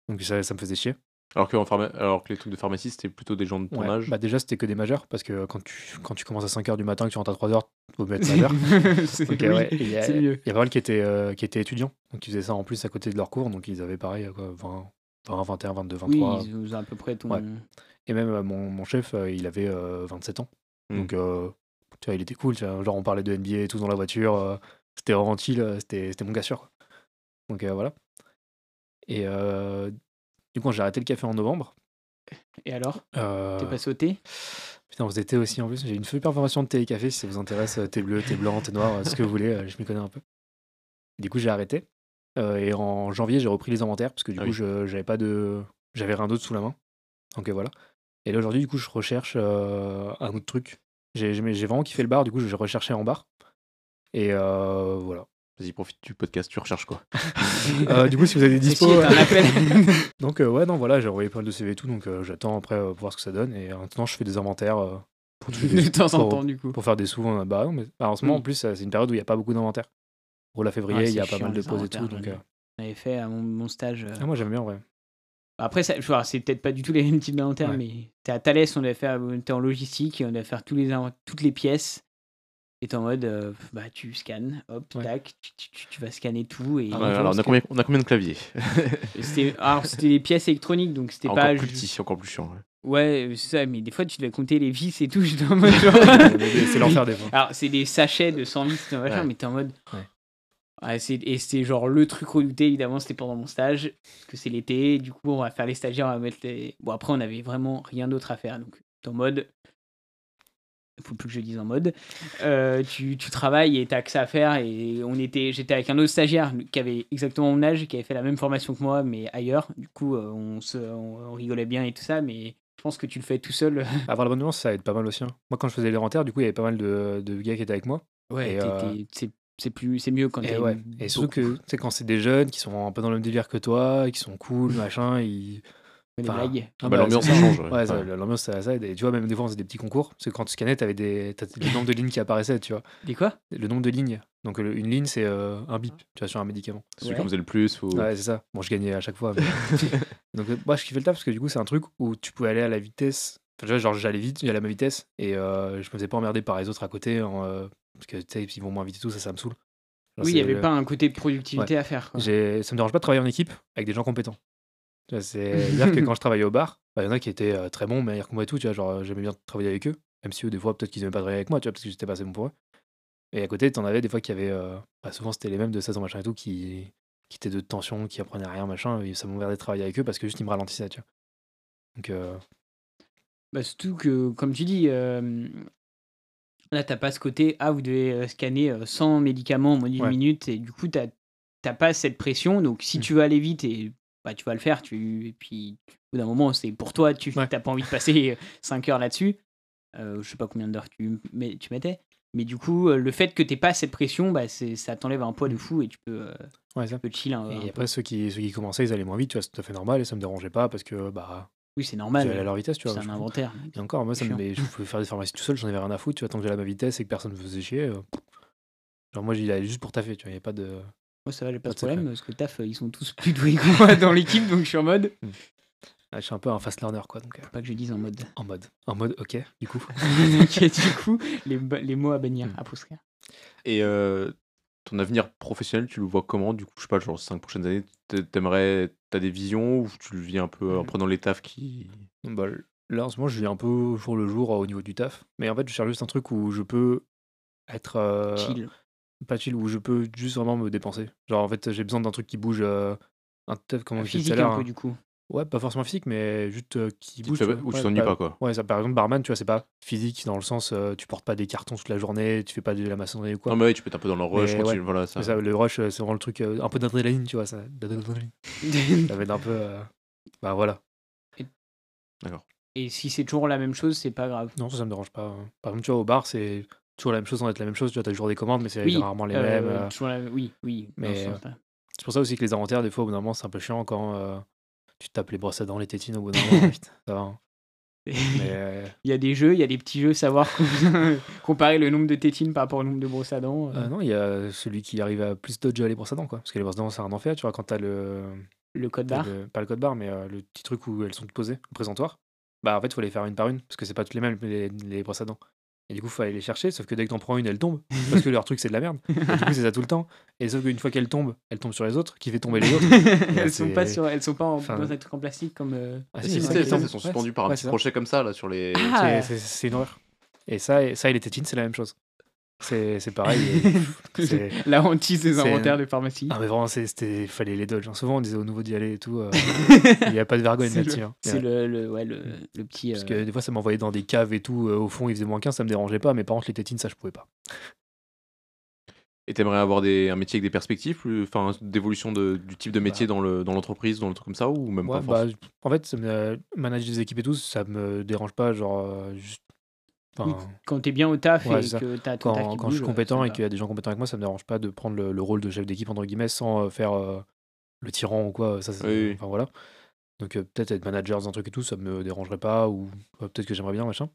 Donc ça, ça me faisait chier.
Alors que en pharma- alors que les trucs de pharmacie c'était plutôt des gens de ton
Ouais,
âge.
bah déjà, c'était que des majeurs, parce que quand tu, quand tu commences à 5h du matin, que tu rentres à 3h, faut mettre majeur.
c'est
Donc,
oui,
euh, ouais, il y a-
c'est mieux.
Il y a pas mal qui étaient, euh, qui étaient étudiants, donc ils faisaient ça en plus à côté de leur cours, donc ils avaient pareil, euh, quoi, 20, 20, 21, 22,
Oui,
23.
ils ont à peu près ton.
Ouais. Et même euh, mon, mon chef, euh, il avait euh, 27 ans.
Mmh.
Hmm.
Donc, euh, tu vois, il était cool, tu vois, genre on parlait de NBA et tout dans la voiture, euh, c'était vraiment chill, euh, c'était c'était mon gars sûr. quoi. Donc euh, voilà. Et euh, du coup, j'ai arrêté le café en novembre.
Et alors
Euh,
T'es pas sauté
Putain, vous êtes thé aussi en plus. J'ai une super formation de thé et café si ça vous intéresse. euh, Thé bleu, thé blanc, thé noir, euh, ce que vous voulez, euh, je m'y connais un peu. Du coup, j'ai arrêté. Euh, et en janvier, j'ai repris les inventaires parce que du
Ah
coup,
oui.
je- j'avais pas de. J'avais rien d'autre sous la main. Donc euh, voilà. Et là, aujourd'hui, du coup, je recherche euh, un autre truc. J'ai j'ai- j'ai vraiment kiffé le bar, du coup, je recherchais en bar. Et euh, voilà.
Vas-y profite du podcast, tu recherches
Ah,
quoi.
Euh, du coup, si vous avez des
Ceci
dispo.
est un
euh,
appel.
Donc euh, ouais, non, voilà, j'ai envoyé plein de CV et tout. Donc euh, j'attends après euh, pour voir ce que ça donne. Et euh, maintenant, je fais des inventaires euh, pour trouver des-
de temps en
pour-
temps, du coup.
pour faire des sous. hein. Bah non, mais bah, en ce moment,
Oui.
en plus, euh, c'est une période où il n'y a pas beaucoup d'inventaire. Pour la février,
Mm. Ah,
il y a
c'est
pas
chiant,
mal de
les
pauses et tout.
inventaires,
Donc,
ouais.
euh,
On avait fait à mon, mon stage. euh,
ah, moi, j'aime bien, ouais.
Après, ça, je vois, c'est peut-être pas du tout les mêmes types d'inventaires,
Ouais.
mais t'es à Thalès, on devait faire, on était en logistique, et on devait faire tous les, invent- toutes les pièces. Et t'es en mode, euh, bah tu scannes, hop,
Ouais.
tac, tu, tu- tu- tu vas scanner tout. Et,
Ah Ouais, alors on a combien on a combien de claviers Ah,
et c'était, alors c'était des pièces électroniques, donc c'était
Encore
pas.
plus
ju-
petit, encore plus chiant. ouais.
Ouais, c'est ça, mais des fois tu devais compter les vis et tout. j'étais en mode, genre-
c'est l'enfer des fois.
Alors, c'est des sachets de 100 vis, machin,
Ouais.
mais t'es en mode.
Ouais.
Ouais, c'est- et c'était genre le truc redouté, évidemment, c'était pendant mon stage, parce que c'est l'été, du coup, on va faire les stagiaires, on va mettre les. Bon, après, on avait vraiment rien d'autre à faire, donc t'es en mode. Faut plus que je dise en mode. Euh, tu, tu travailles et t'as que ça à faire. Et on était, j'étais avec un autre stagiaire qui avait exactement mon âge, qui avait fait la même formation que moi, mais ailleurs. Du coup, euh, on, se, on, on rigolait bien et tout ça. Mais je pense que tu le fais tout seul.
Avoir la bonne nuance, ça aide pas mal aussi. hein. Moi, quand je faisais les inventaires, du coup, il y avait pas mal de, de gars qui étaient avec moi.
Ouais,
Et,
t'es-
euh,
t'es- c'est C'est plus, c'est mieux quand
Et,
t'es
ouais. et surtout que tu sais, quand c'est des jeunes qui sont un peu dans le même délire que toi, qui sont cool, machin, ils.
des
enfin,
blagues.
ah
Ah, bah, l'ambiance,
c'est
ça change,
Ouais,
ouais.
ça,
Ouais.
l'ambiance, ça, ça aide. Et tu vois, même des fois, on faisait des petits concours. Parce que quand tu scannais, t'avais des... t'as le nombre de lignes qui apparaissaient, tu vois.
Des quoi
Le nombre de lignes. Donc, le- une ligne, c'est euh, un bip, tu vois, sur un médicament.
Celui
Ouais.
qui en faisait le plus ou.
Ouais, c'est ça. Bon, je gagnais à chaque fois. mais- Donc, euh, moi, je kiffais le taf parce que du coup, c'est un truc où tu pouvais aller à la vitesse. Enfin, tu vois, genre, j'allais vite, j'allais à ma vitesse et euh, je me faisais pas emmerder par les autres à côté. en, euh, parce que, tu sais, ils vont moins vite et tout, ça, ça me saoule. Genre,
Oui, il n'y
c'est
avait
le-
pas un côté productivité à faire. quoi.
j'ai- Ça me dérange pas de travailler en équipe avec des gens compétents. Tu vois, C'est-à-dire que quand je travaillais au bar, bah, il y en a qui étaient euh, très bons, meilleurs que moi et tout. Tu vois, genre, euh, j'aimais bien travailler avec eux. Même si eux, des fois, peut-être qu'ils aimaient pas travailler avec moi, tu vois, parce que j'étais pas assez bon pour eux. Et à côté, t'en avais des fois qui avaient. euh, bah, souvent, c'était les mêmes de 16 ans, machin et tout, qui, qui étaient de tension, qui apprenaient rien, machin. Et ça m'emmerdait de travailler avec eux parce que juste, ils me ralentissaient, tu vois. Donc, euh,
Bah, surtout que, comme tu dis, euh, là, t'as pas ce côté, ah, vous devez euh, scanner euh, 100 médicaments en moins d'une
Ouais.
minute, et du coup, t'as t'as pas cette pression. Donc, si
Mm.
tu veux aller vite, et, bah, tu vas le faire. Tu, et puis, au bout d'un moment, c'est pour toi, tu
Ouais.
t'as pas envie de passer 5 heures là-dessus. Euh, je sais pas combien d'heures tu, mais, tu mettais. Mais du coup, euh, le fait que t'aies pas cette pression, bah, c'est- ça t'enlève un poids de fou et tu peux, euh,
ouais, ça.
tu peux chill. un- un
Mmh. Et
peu.
après, ceux qui, ceux qui commençaient, ils allaient moins vite, tu vois, c'est tout à fait normal et ça me dérangeait pas parce que, bah,
Oui, c'est
ils allaient à
normal.
leur vitesse, tu
C'est
vois.
un
je-
inventaire.
Et encore, moi, ça me,
Chiant.
mais je pouvais faire des pharmacies tout seul, j'en avais rien à foutre, tu vois, tant que j'allais à ma vitesse et que personne me faisait chier. euh, Genre, moi, j'y allais juste pour taffer, tu vois, il a pas de.
Moi, ça va, j'ai pas
Pas
de
de secret.
problème, parce que taf, ils sont tous plus doués que moi dans l'équipe, donc je suis en mode.
Ah, je suis un peu un fast learner, quoi, donc. euh,
Faut Pas que je dise en mode.
En mode. En mode, ok, du coup.
donc, du coup, les, ba- les mots à
Hmm.
bannir, à proscrire.
Et euh, ton avenir professionnel, tu le vois comment Du coup, je sais pas, genre 5 prochaines années, t- t'aimerais. T'as des visions ou tu le vis un peu en
Mhm.
prenant les tafs qui.
Bah, là, en ce moment, je vis un peu au jour le jour euh, au niveau du taf. Mais en fait, je cherche juste un truc où je peux être. euh,
Chill.
Pas chill, où je peux juste vraiment me dépenser. Genre, en fait, j'ai besoin d'un truc qui bouge. euh, un taf, comment je disais tout à
Ah, Physique
l'heure,
un peu,
hein.
du coup.
Ouais, pas forcément physique, mais juste euh, qui
qui te
bouge.
fait-
vois.
Ou tu
Ouais, bah,
t'ennuies pas, quoi.
Ouais, ça, par exemple, barman, tu vois, c'est pas physique dans le sens, euh, tu portes pas des cartons toute la journée, tu fais pas de la maçonnerie ou quoi.
Non, mais ouais, tu peux être un peu dans le rush.
Mais
quand tu-
ouais.
Voilà, ça.
Mais ça, le rush, euh, c'est vraiment le truc, euh, un peu d'adrénaline, tu vois, ça. d'adrénaline. Ça va être un peu. euh, Bah voilà.
Et si c'est toujours la même chose, c'est pas grave.
Non, ça, ça me dérange pas. hein. Par exemple, tu vois, au bar, c'est toujours la même chose sans être la même chose, tu vois, t'as toujours des commandes, mais c'est
Oui,
rarement les
euh,
mêmes. euh.
toujours la- Oui, oui. dans
mais, euh,
ce sens-là.
C'est pour ça aussi que les inventaires, des fois, au bout d'un moment, c'est un peu chiant quand euh, tu te tapes les brosses à dents, les tétines, au bout d'un moment, putain, ça va. hein. Mais. euh,
Il y a des jeux, il y a des petits jeux, savoir combien- comparer le nombre de tétines par rapport au nombre de brosses à dents. euh,
euh, non, il y a celui qui arrive à plus dodge les brosses à dents, quoi. Parce que les brosses à dents, c'est un enfer, tu vois, quand t'as le.
le code
T'as
barre.
Ah, le- pas le code barre, mais euh, le petit truc où elles sont posées, le présentoir, bah en fait, faut les faire une par une, parce que c'est pas toutes les mêmes, les, les brosses à dents. Et du coup, faut aller les chercher, sauf que dès que t'en prends une, elle tombe, parce que leur truc, c'est de la merde. Et du coup, c'est ça tout le temps. Et sauf qu'une fois qu'elle tombe, elle tombe sur les autres, qui fait tomber les autres.
elles, sont
c'est-
pas sur, elles sont pas en-
enfin-
dans un truc en plastique comme. euh,
Ah,
Si,
si,
si,
c'est
si,
vrai
si,
que-
elles sont suspendues par un
ouais,
petit
c'est ça.
crochet comme ça, là, sur les.
Ah
C'est- C'est c'est une horreur. Et ça, et ça et les tétines, c'est la même chose. C'est c'est pareil. et- c'est-
La hantise des
c'est-
inventaires de pharmacie.
Ah mais vraiment, c'est- c'était fallait les dodge. hein. Souvent, on disait aux nouveaux d'y aller et tout. euh, Il n'y a pas de vergogne
C'est le-
là-dessus. hein.
C'est le, le, ouais, le, le petit.
Parce
euh,
que des fois, ça m'envoyait dans des caves et tout. euh, au fond, il faisait moins 15, ça me dérangeait pas. Mais par contre, les tétines, ça, je pouvais pas.
Et t'aimerais avoir des, un métier avec des perspectives, plus- enfin d'évolution de- du type de métier dans le dans l'entreprise, dans le truc comme ça, ou même
Bah. Ouais,
pas
bah,
forcément.
en fait, ça me- euh, manager des équipes et tout, ça me dérange pas. Genre, euh, juste.
Oui,
enfin,
quand t'es bien au taf
Ouais,
et
c'est ça.
que t'as ton taf
quand,
qui
quand je suis
bouge,
compétent
c'est
et qu'il y a des gens compétents avec moi, ça me dérange pas de prendre le, le rôle de chef d'équipe, entre guillemets, sans euh, faire euh, le tyran ou quoi. euh, Ça, ça-
Oui, oui.
Enfin, voilà. Donc, euh, peut-être être manager dans un truc et tout, ça me dérangerait pas. Ou euh, peut-être que j'aimerais bien, machin.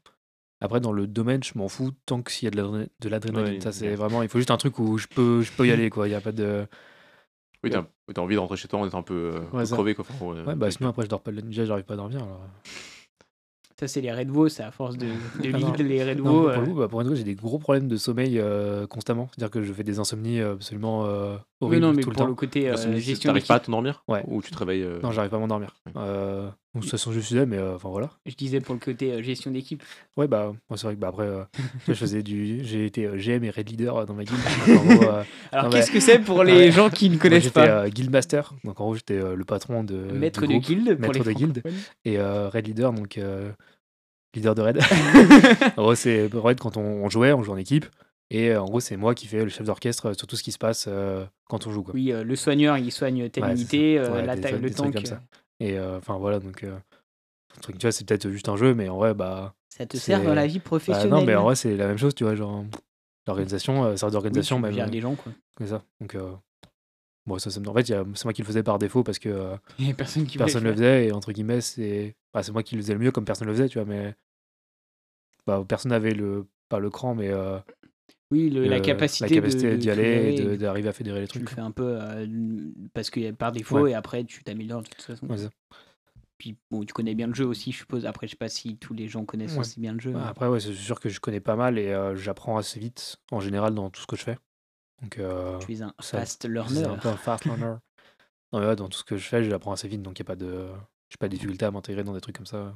Après, dans le domaine, je m'en fous tant que s'il y a de l'adré- de l'adrénaline.
Ouais,
ça, c'est
ouais.
vraiment. Il faut juste un truc où je peux, je peux y aller, quoi. Il n'y a pas de.
Oui, t'as t'as envie de rentrer chez toi en étant un peu, euh, un peu
Ouais, ça.
crevé, quoi. Enfin, ouais,
Ouais, bah sinon après je dors pas de la nuit, déjà j'arrive pas à dormir. Alors...
pas- Ça, c'est les Red Wolves, c'est à force de, de
Ah non.
lead, les Red
Non,
Wolves,
pour le coup,
euh,
bah, pour le coup, j'ai des gros problèmes de sommeil euh, constamment. C'est-à-dire que je fais des insomnies euh, absolument euh,
oui,
horribles
non, mais
tout le
pour
temps.
le côté euh,
Personne dit si
gestion
T'arrives pas à
d'équipe,
te dormir
Ouais.
Ou tu te réveilles euh,
Non, j'arrive pas à m'endormir.
Ouais.
Euh, bon, de toute façon, je suis là, mais euh, enfin voilà.
je disais pour le côté euh, gestion d'équipe.
Ouais, bah moi, c'est vrai que bah, après, euh, tu vois, je faisais du. J'ai été euh, GM et Red Leader euh, dans ma guilde. Donc, en gros, euh, moi,
Alors,
Non,
qu'est-ce
mais-
que c'est pour les
Ouais.
gens qui ne connaissent
j'étais
pas
euh, Guildmaster. Donc en gros, j'étais euh, le patron de. du
Maître de
groupe.
guilde, pour
maître
les
de guilde.
francophones.
et euh, Red Leader, donc euh, leader de Red. en gros, c'est euh, Red quand on, on jouait, on joue en équipe. Et euh, en gros, c'est moi qui fais le chef d'orchestre sur tout ce qui se passe euh, quand on joue. Quoi.
Oui, euh, le soigneur, il soigne telle
Ouais, c'est
unité,
ça.
euh,
Ouais,
la
des
taille-
trucs-
le
des trucs
tank,
comme
euh,
ça. Et euh, enfin voilà, donc. euh, un truc, tu vois, c'est peut-être juste un jeu, mais en vrai, bah.
ça te sert dans
C'est-
la vie
bah,
professionnelle.
non, mais en vrai, c'est la même chose, tu vois. Genre, L'organisation, euh, ça reste d'organisation,
Mmh. Oui, tu gères
même.
des gens, quoi.
C'est ça. Donc, euh, bon, ça, ça me- en fait, il y a- c'est moi qui le faisais par défaut parce que euh,
Il y a personne qui
personne ne
voulait
le faisait et entre guillemets, c'est bah, c'est moi qui le faisais le mieux comme personne le faisait, tu vois, mais bah, personne n'avait le pas le cran, mais euh,
Oui, le- la
le- euh,
capacité,
la capacité
de- de
d'y aller et
fédérer,
de- d'arriver à fédérer les
Tu
trucs.
le
quoi.
fais un peu euh, parce que par défaut
Ouais.
et après tu t'améliores de toute façon.
Ouais, c'est ça.
Puis bon, tu connais bien le jeu aussi, je suppose. Après, je sais pas si tous les gens connaissent
Ouais. Bah,
aussi bien le jeu. hein.
Ouais,
mais-
Après, ouais, c'est sûr que je connais pas mal et euh, j'apprends assez vite en général dans tout ce que je fais. Donc, euh,
Tu es un
ça-
fast
c'est
learner.
un peu un fast learner. Non, mais ouais, dans tout ce que je fais, je l'apprends assez vite, donc il n'y a pas de, j'ai pas de difficulté à m'intégrer dans des trucs comme ça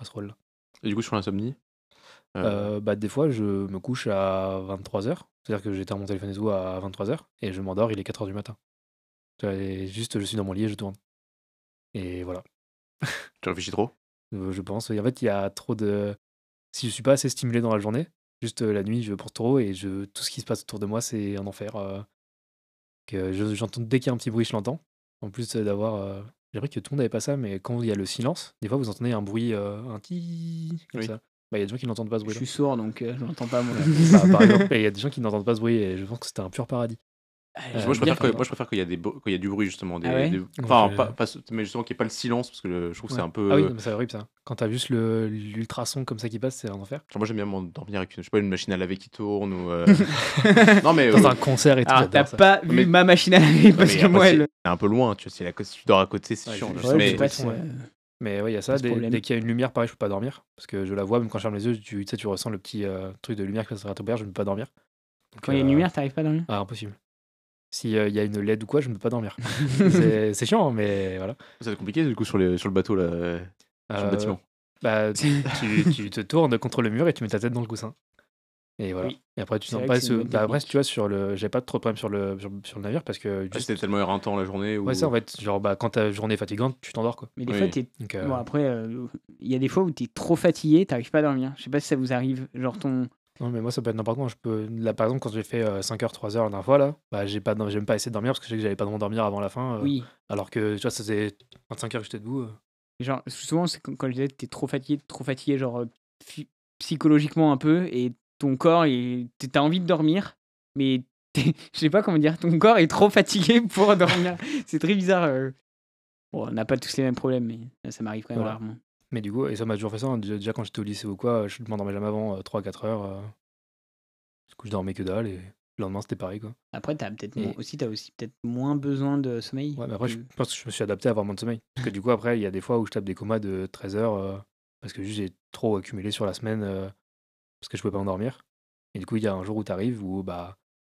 à ce rôle-là.
Et du coup, sur l'insomnie euh,
Euh, bah, des fois, je me couche à 23h, c'est-à-dire que j'éteins mon téléphone et tout à 23h et je m'endors, il est 4h du matin. Tu vois, et juste, je suis dans mon lit et je tourne. Et voilà.
Tu réfléchis trop
Euh, je pense. Et en fait, il y a trop de. Si je suis pas assez stimulé dans la journée, juste euh, la nuit, je pense trop et je... tout ce qui se passe autour de moi, c'est un enfer. euh, Que je- j'entends dès qu'il y a un petit bruit, je l'entends. En plus euh, d'avoir. euh, J'aimerais que tout le monde n'avait pas ça, mais quand il y a le silence, des fois vous entendez un bruit, euh, un ti comme
Oui.
ça. Bah, il y a des gens qui n'entendent pas ce
Je
bruit.
suis sourd donc euh, je n'entends pas Euh, moi.
Bah, par exemple, il y a des gens qui n'entendent pas ce bruit et je pense que c'était un pur paradis.
Ah,
Euh,
moi, je préfère
bien,
que- moi, je préfère qu'il y, a des bo- qu'il y a du bruit, justement. Des,
Ah ouais
des- Enfin,
je-
pas, pas ce- mais justement qu'il n'y ait pas le silence, parce que le- je trouve que c'est
Ouais.
un peu.
Ah oui, non, mais c'est horrible ça. Quand t'as juste le- l'ultrason comme ça qui passe, c'est un enfer.
Genre, moi, j'aime bien m'endormir avec une, je sais pas, une machine à laver qui tourne ou. euh, non, mais.
Dans
euh,
un concert et tout.
Alors,
j'adore
Ah, t'as
ça.
pas
Mais-
vu ma machine à laver parce
mais
que
après,
moi,
c'est-
elle.
c'est un peu loin, tu vois. c'est la co- Si tu dors à côté, c'est
Ouais,
chiant.
je-
genre,
ouais,
mais-
je sais pas.
passe,
ouais.
euh,
Mais ouais, il y a ça.
Pas ce
Dès,
problème.
dès qu'il y a une lumière, pareil, je peux pas dormir. Parce que je la vois, même quand je ferme les yeux, tu, tu sais, tu ressens le petit euh, truc de lumière qui passe à travers, je ne peux pas dormir. Donc,
Quand il y a une
euh,
lumière, t'arrives pas dans le
Ah, impossible. S'il y a une LED ou quoi, je ne peux pas dormir. c'est c'est chiant, hein, mais voilà.
Ça va être compliqué, du coup, sur, les, sur le bateau, là, euh, sur
Euh,
le bâtiment.
bah, tu, tu te tournes contre le mur et tu mets ta tête dans le coussin. Et voilà.
Oui.
Et après, tu
C'est
sens
vrai
pas
que c'est
ce.
une bonne
Bah, après,
technique.
tu vois, sur le. J'ai pas trop de problème sur le, sur, sur le navire parce que.
Ah,
Juste...
C'était tellement éreintant la journée. Ou...
ouais, ça, en fait, genre, bah, quand ta journée est fatigante, tu t'endors, quoi.
Mais des
Oui.
fois, t'es.
Donc, euh,
Bon, après, euh, il y a des fois où t'es trop fatigué, t'arrives pas à dormir. Je sais pas si ça vous arrive. Genre, ton.
Non, mais moi, ça peut être n'importe quoi. Je peux... Là, par exemple, quand j'ai fait euh, 5h, 3h la dernière fois, là, bah, j'ai pas, j'ai même pas essayé de dormir parce que je sais que j'allais pas vraiment dormir avant la fin. euh,
Oui.
Alors que, tu vois, ça faisait 25 heures que j'étais debout. euh.
Genre, souvent, c'est quand, quand je disais t'es trop fatigué, trop fatigué, genre euh, phy- psychologiquement un peu, et ton corps, il- t'es- t'as envie de dormir, mais t'es- je sais pas comment dire, ton corps est trop fatigué pour dormir. c'est très bizarre. euh. Bon, on n'a pas tous les mêmes problèmes, mais là, ça m'arrive quand même
Voilà.
rarement.
Mais du coup, et ça m'a toujours fait ça. hein, Déjà, déjà, quand j'étais au lycée ou quoi, je m'endormais jamais avant 3-4 heures. euh. Du coup, je dormais que dalle et le lendemain, c'était pareil, quoi.
Après, t'as peut-être
Et-
mo- aussi, t'as aussi peut-être moins besoin de sommeil.
Ouais, mais après, je
que-
pense que je me suis adapté à avoir moins de sommeil. Parce que du coup, après, il y a des fois où je tape des comas de 13 heures euh, parce que juste j'ai trop accumulé sur la semaine euh, parce que je pouvais pas endormir. Et du coup, il y a un jour où tu arrives où bah,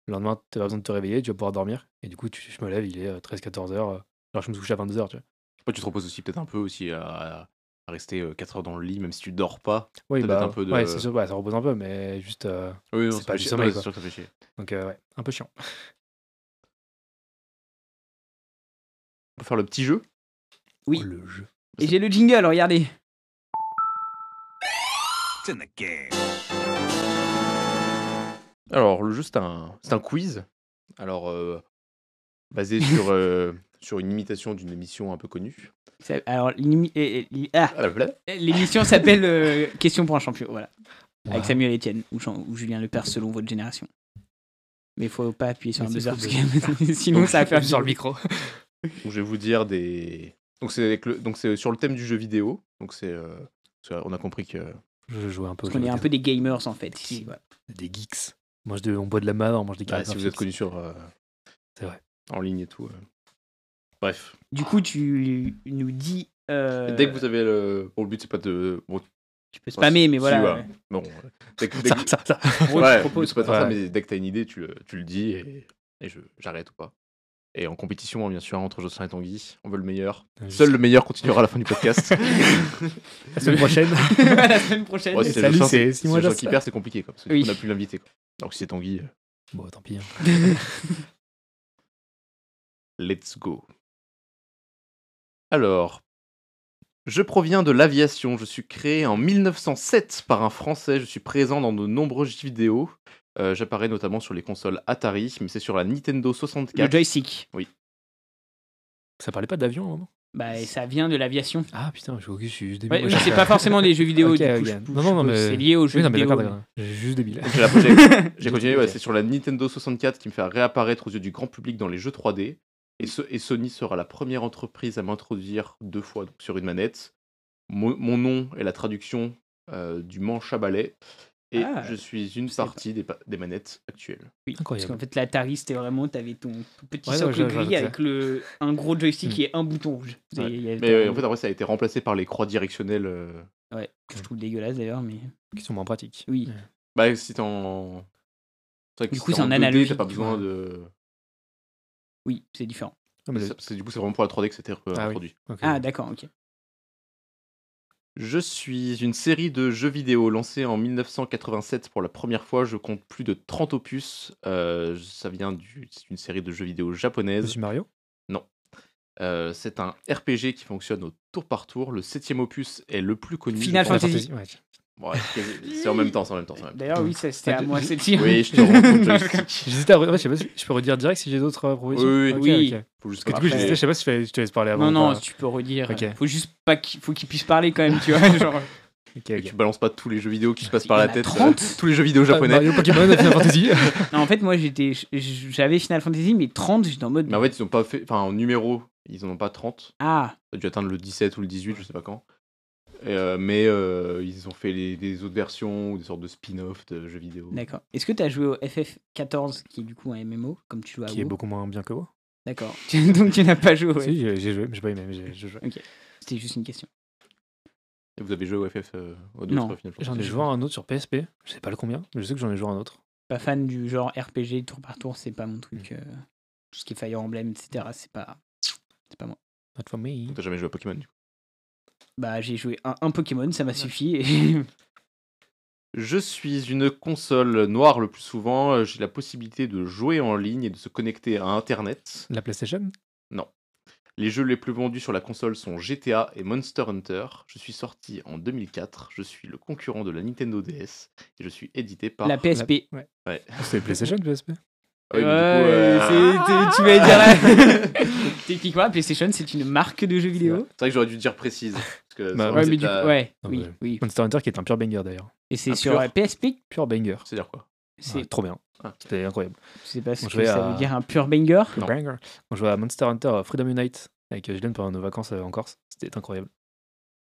le lendemain, tu as besoin de te réveiller, tu vas pouvoir dormir. Et du coup, tu- je me lève, il est 13-14 heures. euh, alors, je me suis couché à 22 heures, tu vois.
Après, tu te reposes aussi peut-être un peu aussi à, à rester 4 heures dans le lit, même si tu dors pas.
Oui,
Peut-être
bah,
un peu de-
ouais, c'est sûr, bah, ça repose un peu, mais juste. euh,
Oui, non,
C'est
ça
pas
fait
du
chier.
sommeil,
Ouais,
quoi.
c'est sûr que ça fait chier.
donc, euh, ouais, un peu chiant.
On peut faire le petit jeu.
Oui.
Oh, le jeu.
Et j'ai le jingle, regardez.
Alors, le jeu, c'est un, c'est un quiz. Alors, euh, basé sur, euh, sur une imitation d'une émission un peu connue.
Ça- Alors, l'imi- eh, eh, ah,
Ah, la blague.
l'émission s'appelle euh, Question pour un champion. Voilà.
Wow.
avec Samuel Etienne ou, Jean- ou Julien Lepers selon votre génération. Mais faut pas appuyer sur
Mais
un
c'est
buzzer
faux,
parce que sinon ça va faire
sur le micro.
Donc, je vais vous dire des. Donc, c'est avec le- donc, c'est sur le thème du jeu vidéo. Donc, c'est. euh, c'est- On a compris que.
Je jouais un peu.
Parce
aux
qu'on
jeux
est un
vidéo.
peu des gamers en fait ici. voilà.
des geeks. On mange de- on boit de la main, on mange des
bah,
cartes
si vous êtes
graphiques.
connu sur. euh,
C'est vrai.
En ligne et tout. euh. Bref.
Du coup, tu nous dis. euh,
Dès que vous avez le. Bon, le but, c'est pas de. Bon,
Tu peux spammer, mais
si,
voilà.
ouais. Bon, euh, dès que, dès que-
Ça, ça, ça.
En gros,
ouais,
tu proposes.
c'est pas
quoi.
tant ça,
Ouais.
mais dès que t'as une idée, tu, le- tu le dis et, et je- j'arrête ou pas. Et en compétition, hein, bien sûr, entre Jocelyn et Tanguy, on veut le meilleur. Seul le meilleur continuera à la fin du podcast.
La semaine prochaine.
À la semaine prochaine.
Ouais, si
Salut,
Jocelyn-
c'est
si
Simon
Jocelyn
Jocelyn.
qui perd, c'est compliqué. Quoi, parce que du
Oui.
coup, on n'a plus l'invité. quoi. Alors que si c'est Tanguy, euh,
bon, tant pis. hein.
let's go. Alors, je proviens de l'aviation. Je suis créé en 1907 par un Français. Je suis présent dans de nombreux jeux vidéo. Euh, J'apparais notamment sur les consoles Atari, mais c'est sur la Nintendo
le
64.
joystick.
Ça parlait pas d'avion, hein, non
Bah, et ça vient de l'aviation.
Ah putain, je je suis juste
Ouais,
débile.
oui, c'est pas forcément des jeux vidéo.
Ok,
du coup,
ok.
je-
Non, non, non,
je-
mais-
C'est lié aux jeux
Oui, non, mais
vidéo.
d'accord, d'accord. Je suis juste débile.
Donc, j'ai la- j'ai- J'ai continué, ouais,
Ok.
c'est sur la Nintendo 64 qui me fait réapparaître aux yeux du grand public dans les jeux 3D. Et, ce- et Sony sera la première entreprise à m'introduire deux fois donc, sur une manette. Mon, mon nom est la traduction euh, du manche à balai. Et
Ah,
je suis une
sais pas.
partie des, pa- des manettes actuelles.
Oui, parce
Incroyable.
qu'en fait, l'Atari, c'était vraiment, t'avais ton tout petit
Ouais, ouais,
socle
je- Hmm. je vois,
gris
je
avec le, un gros joystick et un bouton rouge. C'est-
Ouais.
il y avait
Mais
ton-
euh, en fait, après, ça a été remplacé par les croix directionnelles. euh,
Ouais, que je trouve dégueulasse d'ailleurs, mais
Qui sont moins pratiques.
oui.
Bah, si t'es en. c'est vrai que
Du
si
coup,
t'es
c'est en
2D,
analogique,
T'as pas
tu
besoin
vois.
de.
Oui, c'est différent.
Ah, mais le-
ça- parce que du coup, c'est vraiment pour la 3D que c'était euh,
Ah oui.
introduit.
ok.
Ah, d'accord, ok.
Je suis une série de jeux vidéo lancée en 1987 pour la première fois. Je compte plus de 30 opus. Euh, ça vient du- c'est une série de jeux vidéo japonaise.
Monsieur Mario
Euh, c'est un RPG qui fonctionne au tour par tour. Le septième opus est le plus connu. je
Final
pense.
Fantasy.
Ouais.
Ouais, c'est- c'est en même temps, c'est en même temps. c'est en même temps.
D'ailleurs, oui, ça, c'était
Ah,
à
de-
moi
je-
celle-ci.
Oui, je te rends compte, joystick.
J'hésitais à. re- ouais, je sais pas si je peux redire direct si j'ai d'autres euh, propositions.
Oui, oui,
Ok,
oui.
ok.
Faut juste
Parce que
que
du coup,
après-
j'hésitais, je sais pas si je te laisse parler avant.
Non,
ou
non,
pas.
tu peux redire.
Ok.
Faut juste pas qu'il faut qu'il puisse parler quand même, tu vois. genre.
Ok,
Et
ok.
tu balances pas tous les jeux vidéo qui se
Il
passent
y
par
en
la
a bah,
tête.
30.
euh, tous les jeux vidéo
Ah,
japonais.
Mario Pokémon, Final Fantasy.
Non, en fait, moi, j'étais, j'avais Final Fantasy, mais 30, j'étais en mode.
Mais en fait, ils ont pas fait. Enfin, en numéro, ils en ont pas 30.
Ah,
Ça a dû atteindre le 17 ou le 18, je sais pas quand. Et, euh, mais euh, ils ont fait les, des autres versions ou des sortes de spin-off de jeux vidéo.
d'accord. Est-ce que t'as joué au FF14, qui est du coup un MMO, comme tu joues à
Qui est
WoW
beaucoup moins bien que moi.
D'accord. Donc tu n'as pas joué. ouais.
Si, j'ai j'ai joué, mais j'ai pas aimé, mais j'ai j'ai joué.
C'était juste une question.
Et vous avez joué au FF euh, aux
Non.
autres, Final
J'en ai
Fantasy.
joué à un autre sur PSP. Je sais pas le combien. mais Je sais que j'en ai joué à un autre.
Pas fan du genre RPG tour par tour, c'est pas mon truc. euh, Tout ce qui est Fire Emblem, etc. C'est pas. C'est pas moi.
Not for me.
T'as jamais joué à Pokémon du coup.
Bah, j'ai joué un, un Pokémon, ça m'a suffi. et-
Je suis une console noire le plus souvent. Euh, J'ai la possibilité de jouer en ligne et de se connecter à Internet.
La PlayStation
Les jeux les plus vendus sur la console sont GTA et Monster Hunter. Je suis sorti en 2004. Je suis le concurrent de la Nintendo DS et je suis édité par.
La PSP.
C'était PlayStation, PSP
Ah
Ouais,
oui, mais du coup, euh, ah.
c'est- t'es- tu vas dire là. Techniquement, la PlayStation, c'est une marque de jeux
C'est
vidéo.
vrai que j'aurais dû dire précise. Parce que
Bah,
ça,
Ouais,
c'est
mais du
la- Ah,
coup, ouais,
Non,
oui,
mais-
oui.
Monster Hunter qui est un pur banger d'ailleurs.
Et c'est
un
sur
pur.
euh, PSP,
Pur banger.
C'est-à-dire quoi
c'est,
Ah, trop bien.
Ah.
C'était incroyable.
je sais pas ce
On
que
jouait
ça
à-
veut dire, un pur banger.
Non.
Banger. On jouait à Monster Hunter euh, Freedom Unite avec euh, Gillian pendant nos vacances euh, en Corse. C'était incroyable.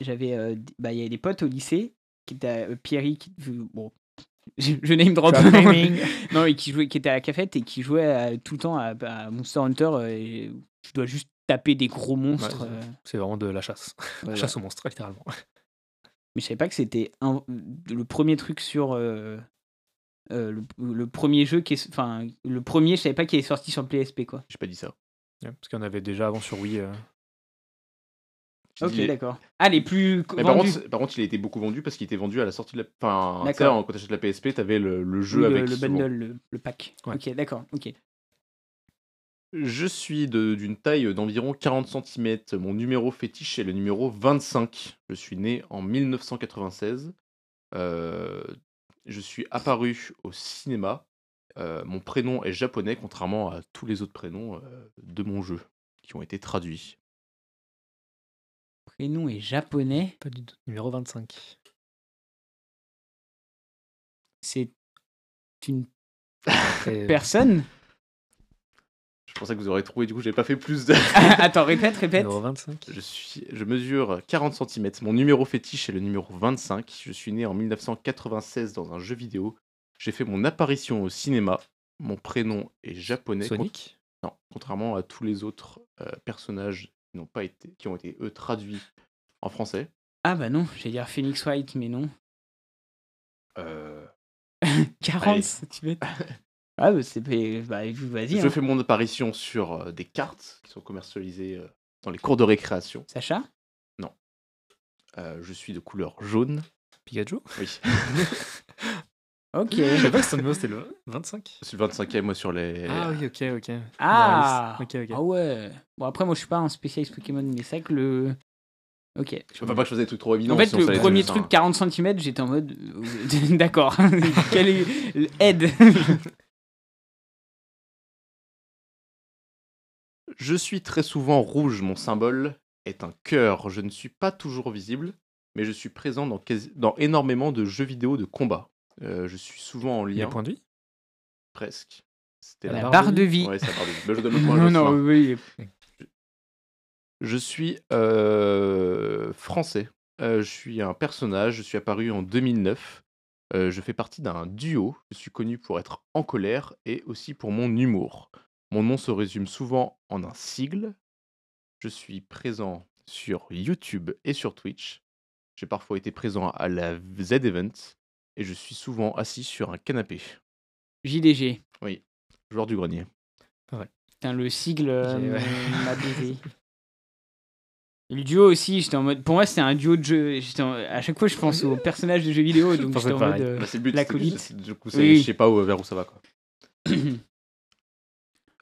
J'avais, euh, d- bah, il y avait des potes au lycée qui étaient, à- euh, Pierry, qui, bon, je, je name drop. non, et qui jouait, qui était à la cafette et qui jouait à- tout le temps à, à Monster Hunter. euh, et tu dois juste taper des gros monstres.
Ouais,
euh,
C'est vraiment de la chasse.
ouais,
la chasse aux monstres, littéralement.
Mais je savais pas que c'était un- le premier truc sur. euh, euh, le, le premier jeu qui est. Enfin, le premier, je savais pas qu'il est sorti sur le PSP, quoi.
J'ai pas dit ça.
Ouais, parce qu'on avait déjà avant sur Wii. euh,
J'ai
Ok,
dit-
d'accord. Ah, les plus.
Mais par
vendus.
contre, par contre, il a été beaucoup vendu parce qu'il était vendu à la sortie de la. Enfin, tu sais,
D'accord.
quand t'achètes la PSP, t'avais le, le jeu
Oui, le,
avec.
le
souvent.
bundle, le, le pack.
Ouais.
Ok, d'accord. Ok.
Je suis de- d'une taille d'environ 40 cm. Mon numéro fétiche est le numéro 25. Je suis né en 1996. Euh, je suis apparu au cinéma. Euh, mon prénom est japonais, contrairement à tous les autres prénoms euh, de mon jeu qui ont été traduits.
Prénom est japonais.
Pas du tout. Numéro 25.
C'est une
Et-
personne.
Je pensais que vous aurez trouvé, du coup, j'ai pas fait plus de.
Attends, répète, répète.
Numéro 25.
Je, suis, je mesure 40 cm. Mon numéro fétiche est le numéro 25. Je suis né en 1996 dans un jeu vidéo. J'ai fait mon apparition au cinéma. Mon prénom est japonais.
Sonic
Con- non, contrairement à tous les autres euh, personnages qui, n'ont pas été, qui ont été, eux, traduits en français.
Ah bah non, j'allais dire Phoenix White, mais non.
Euh,
40 cm. Ah bah c'est. Bah vas-y.
je
hein.
fais mon apparition sur euh, des cartes qui sont commercialisées euh, dans les cours de récréation.
Sacha
Euh, je suis de couleur jaune.
Pikachu
Oui,
Ok.
Je savais pas que son numéro c'était le 25.
je suis le 25e, moi, sur les.
Ah oui, ok, ok.
Ah
Dans la liste. Ok, ok.
Ah ouais Bon, après, moi, je suis pas un spécialiste Pokémon, mais c'est vrai que le. Ok.
Je peux pas que je faisais des trucs trop évidents.
en fait,
sinon bah, ça hein.
le
allait-
premier
enfin,
truc, 40 cm, j'étais en mode. euh, D'accord. Quelle est l'aide
Je suis très souvent rouge, mon symbole est un cœur. Je ne suis pas toujours visible, mais je suis présent dans, quasi- dans énormément de jeux vidéo de combat. Euh, je suis souvent en
Les
lien,
points de vie
presque. C'était
La barre de Ah bah, vie.
Ouais, c'est la barre de vie. Bah, je donne le point à
Non,
Jocelyn.
non, oui.
Je suis euh, français. Euh, je suis un personnage. Je suis apparu en 2009. Euh, je fais partie d'un duo. Je suis connu pour être en colère et aussi pour mon humour. Mon nom se résume souvent en un sigle. Je suis présent sur YouTube et sur Twitch. J'ai parfois été présent à la Z-Event et je suis souvent assis sur un canapé.
JDG.
Joueur du grenier.
Putain, le sigle euh,
J'ai- ouais.
m'a baisé. Et Le duo aussi, j'étais en mode. Pour moi, c'était un duo de jeu. j'étais en- À chaque fois, je pense aux personnages de jeux vidéo, donc
pensais
j'étais en mode.
pareil.
euh,
Bah, c'est le but.
L'acolyte.
c'est- c'est- Du coup, c'est-
Oui.
je sais pas où- vers où ça va. Quoi.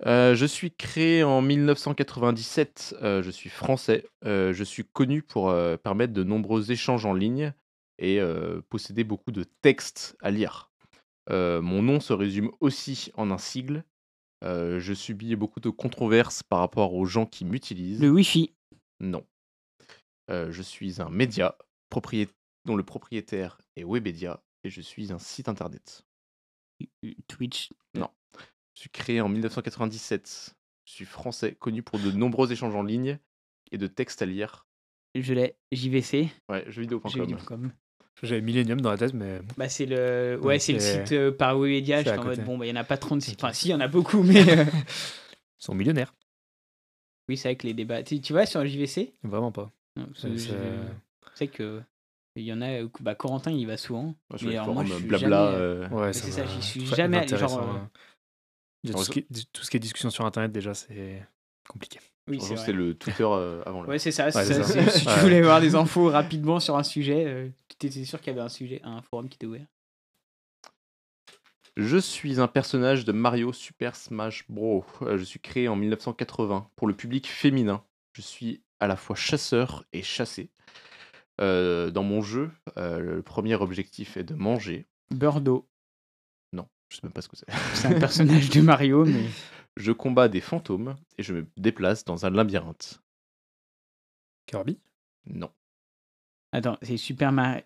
Euh, je suis créé en 1997. euh, je suis français. euh, je suis connu pour euh, permettre de nombreux échanges en ligne et euh, posséder beaucoup de textes à lire. Euh, mon nom se résume aussi en un sigle. Euh, je subis beaucoup de controverses par rapport aux gens qui m'utilisent.
Le Wi-Fi.
Non. Euh, je suis un média proprié- dont le propriétaire est Webedia et je suis un site internet.
Twitch.
Je suis créé en 1997. Je suis français, connu pour de nombreux échanges en ligne et de textes à lire.
Je l'ai. JVC.
Ouais, jeuxvideo.com.
jeuxvideo.com.
J'avais Millennium dans la tête, mais
Bah, c'est le, ouais,
Donc,
c'est le
c'est-
site euh, par Wikipédia.
c'est
J'étais
à
en mode,
côté.
bon, bah, il n'y en a pas 36.
Ok.
Enfin, si, il y en a beaucoup, mais. euh,
ils sont millionnaires.
Oui, c'est vrai que les débats. Tu, tu vois, sur JVC
Vraiment pas.
Non, parce
C'est-
que
c'est- euh,
j'ai- C'est vrai euh, que. euh, Il y en a. euh, Bah, Corentin, il y va souvent.
Ouais,
mais
sur les
alors, moi,
forums,
je suis
blabla.
jamais-
euh,
Ouais,
c'est
me-
ça, j'y suis
je trouve
jamais allé,
inintéressant,
genre, euh,
hein. Il y a
en
tout, ce qui, est- tout ce qui est discussion sur internet, déjà, c'est compliqué.
Oui,
franchement,
c'est
c'est
vrai.
le Twitter euh, avant là.
Ouais, c'est ça. c'est
c'est
ça,
ça.
c'est- Si tu
Ouais.
voulais avoir des infos rapidement sur un sujet, euh, tu étais sûr qu'il y avait un sujet, un forum qui était ouvert.
Je suis un personnage de Mario Super Smash Bros. Euh, Je suis créé en 1980 pour le public féminin. Je suis à la fois chasseur et chassé. Euh, dans mon jeu, euh, le premier objectif est de manger.
Burdo.
Non, je sais même pas ce que c'est.
C'est un personnage de Mario, mais.
Je combats des fantômes et je me déplace dans un labyrinthe.
Kirby
Non.
Attends, c'est Super Mario.